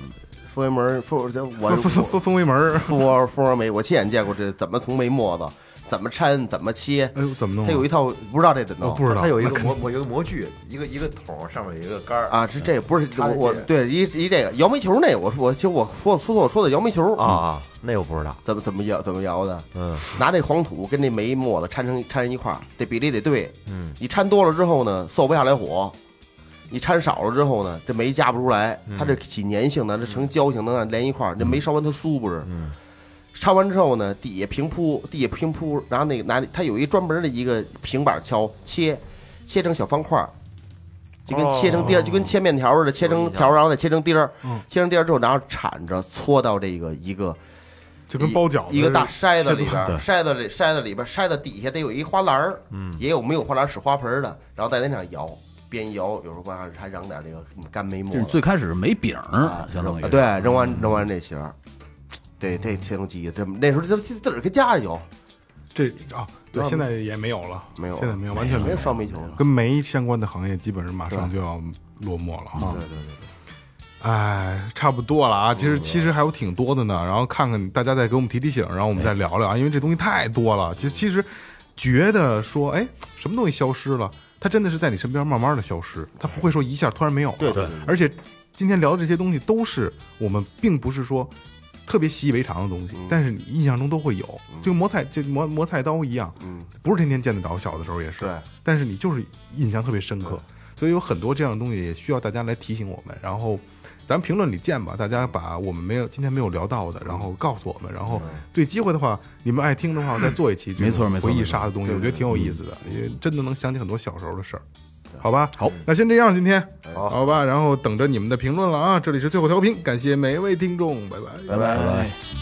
[SPEAKER 4] 蜂窝煤，蜂窝，我
[SPEAKER 3] 蜂蜂
[SPEAKER 4] 我
[SPEAKER 3] 蜂蜂窝煤儿，
[SPEAKER 4] 蜂窝蜂窝煤，我亲眼见过这怎么从煤沫子怎么抻，怎么切，
[SPEAKER 3] 哎呦，怎么弄啊？
[SPEAKER 4] 它有一套不知道这怎么弄，
[SPEAKER 3] 哦不知道
[SPEAKER 5] 它有一
[SPEAKER 3] 那
[SPEAKER 5] 个
[SPEAKER 3] 肯
[SPEAKER 5] 模我有一个模具，一个一个桶，上面有一个杆儿
[SPEAKER 4] 啊，是这不是
[SPEAKER 5] 插
[SPEAKER 4] 我
[SPEAKER 5] 在
[SPEAKER 4] 我
[SPEAKER 5] 这个
[SPEAKER 4] 对一一这个摇煤球那个，我说我其实我说说错我说的摇煤球
[SPEAKER 5] 啊，啊，那我不知道，
[SPEAKER 4] 怎么怎么摇怎么摇的，
[SPEAKER 5] 嗯，
[SPEAKER 4] 拿那黄土跟那煤沫子掺成掺一块儿，这比例得对，嗯，你掺多了之后呢，受不下来火。你掺少了之后呢，这煤加不出来，它这起粘性呢，这成胶性能让连一块儿，这煤烧完它酥不是？嗯，烧完之后呢，底下平铺，底下平铺，然后那个拿它有一专门的一个平板敲切，切成小方块儿，就跟切成丁儿，就跟切面条似的，切成条儿，然后再切成丁儿，切成丁儿之后，然后铲着搓到这个一个
[SPEAKER 3] 就跟包饺子
[SPEAKER 4] 一个
[SPEAKER 3] 似
[SPEAKER 4] 大
[SPEAKER 3] 的
[SPEAKER 4] 筛子里
[SPEAKER 3] 切
[SPEAKER 4] 边儿，筛子里筛子里边儿，筛子底下得有一花篮儿，嗯，也有没有花篮儿使花盆儿的，然后在那上摇，边摇，有时候还还扔点这个干梅沫
[SPEAKER 6] 就是
[SPEAKER 4] 子，
[SPEAKER 6] 最开始没饼儿，相当于
[SPEAKER 4] 啊对，扔完扔完这些儿，对，这挺有记忆，这那时候就自自个儿跟家里有，
[SPEAKER 3] 这啊，对，
[SPEAKER 4] 道
[SPEAKER 3] 现在也没有了，
[SPEAKER 4] 没有了
[SPEAKER 3] 现在没有，完全
[SPEAKER 4] 没
[SPEAKER 3] 有
[SPEAKER 4] 有烧煤球了，
[SPEAKER 3] 跟煤相关的行业基本上马上就要落寞
[SPEAKER 4] 嗯
[SPEAKER 3] 了啊。对对对。哎，差不多了啊，其实其实还有挺多的呢，然后看看大家再给我们提提醒，然后我们再聊聊啊，因为这东西太多了。就其实觉得说，哎，什么东西消失了？它真的是在你身边慢慢的消失，它不会说一下突然没有了。
[SPEAKER 4] 对对对
[SPEAKER 3] 而且今天聊的这些东西都是我们并不是说特别习以为常的东西，
[SPEAKER 4] 嗯
[SPEAKER 3] 但是你印象中都会有，就磨菜就磨磨菜刀一样，
[SPEAKER 4] 嗯，
[SPEAKER 3] 不是天天见得着，小的时候也是，
[SPEAKER 4] 对
[SPEAKER 3] 但是你就是印象特别深刻，所以有很多这样的东西也需要大家来提醒我们，然后。咱评论里见吧，大家把我们没有今天没有聊到的，然后告诉我们，然后对机会的话，你们爱听的话，再做一期这种
[SPEAKER 6] 嗯没错没错
[SPEAKER 3] 回忆
[SPEAKER 6] 没错
[SPEAKER 3] 杀的东西，我觉得挺有意思的，因为真的能想起很多小时候的事儿，好吧？好，那先这样，今天
[SPEAKER 6] 哎
[SPEAKER 5] 好
[SPEAKER 3] 好吧，然后等着你们的评论了啊！这里是最后调频，感谢每一位听众，拜拜。
[SPEAKER 6] 拜拜。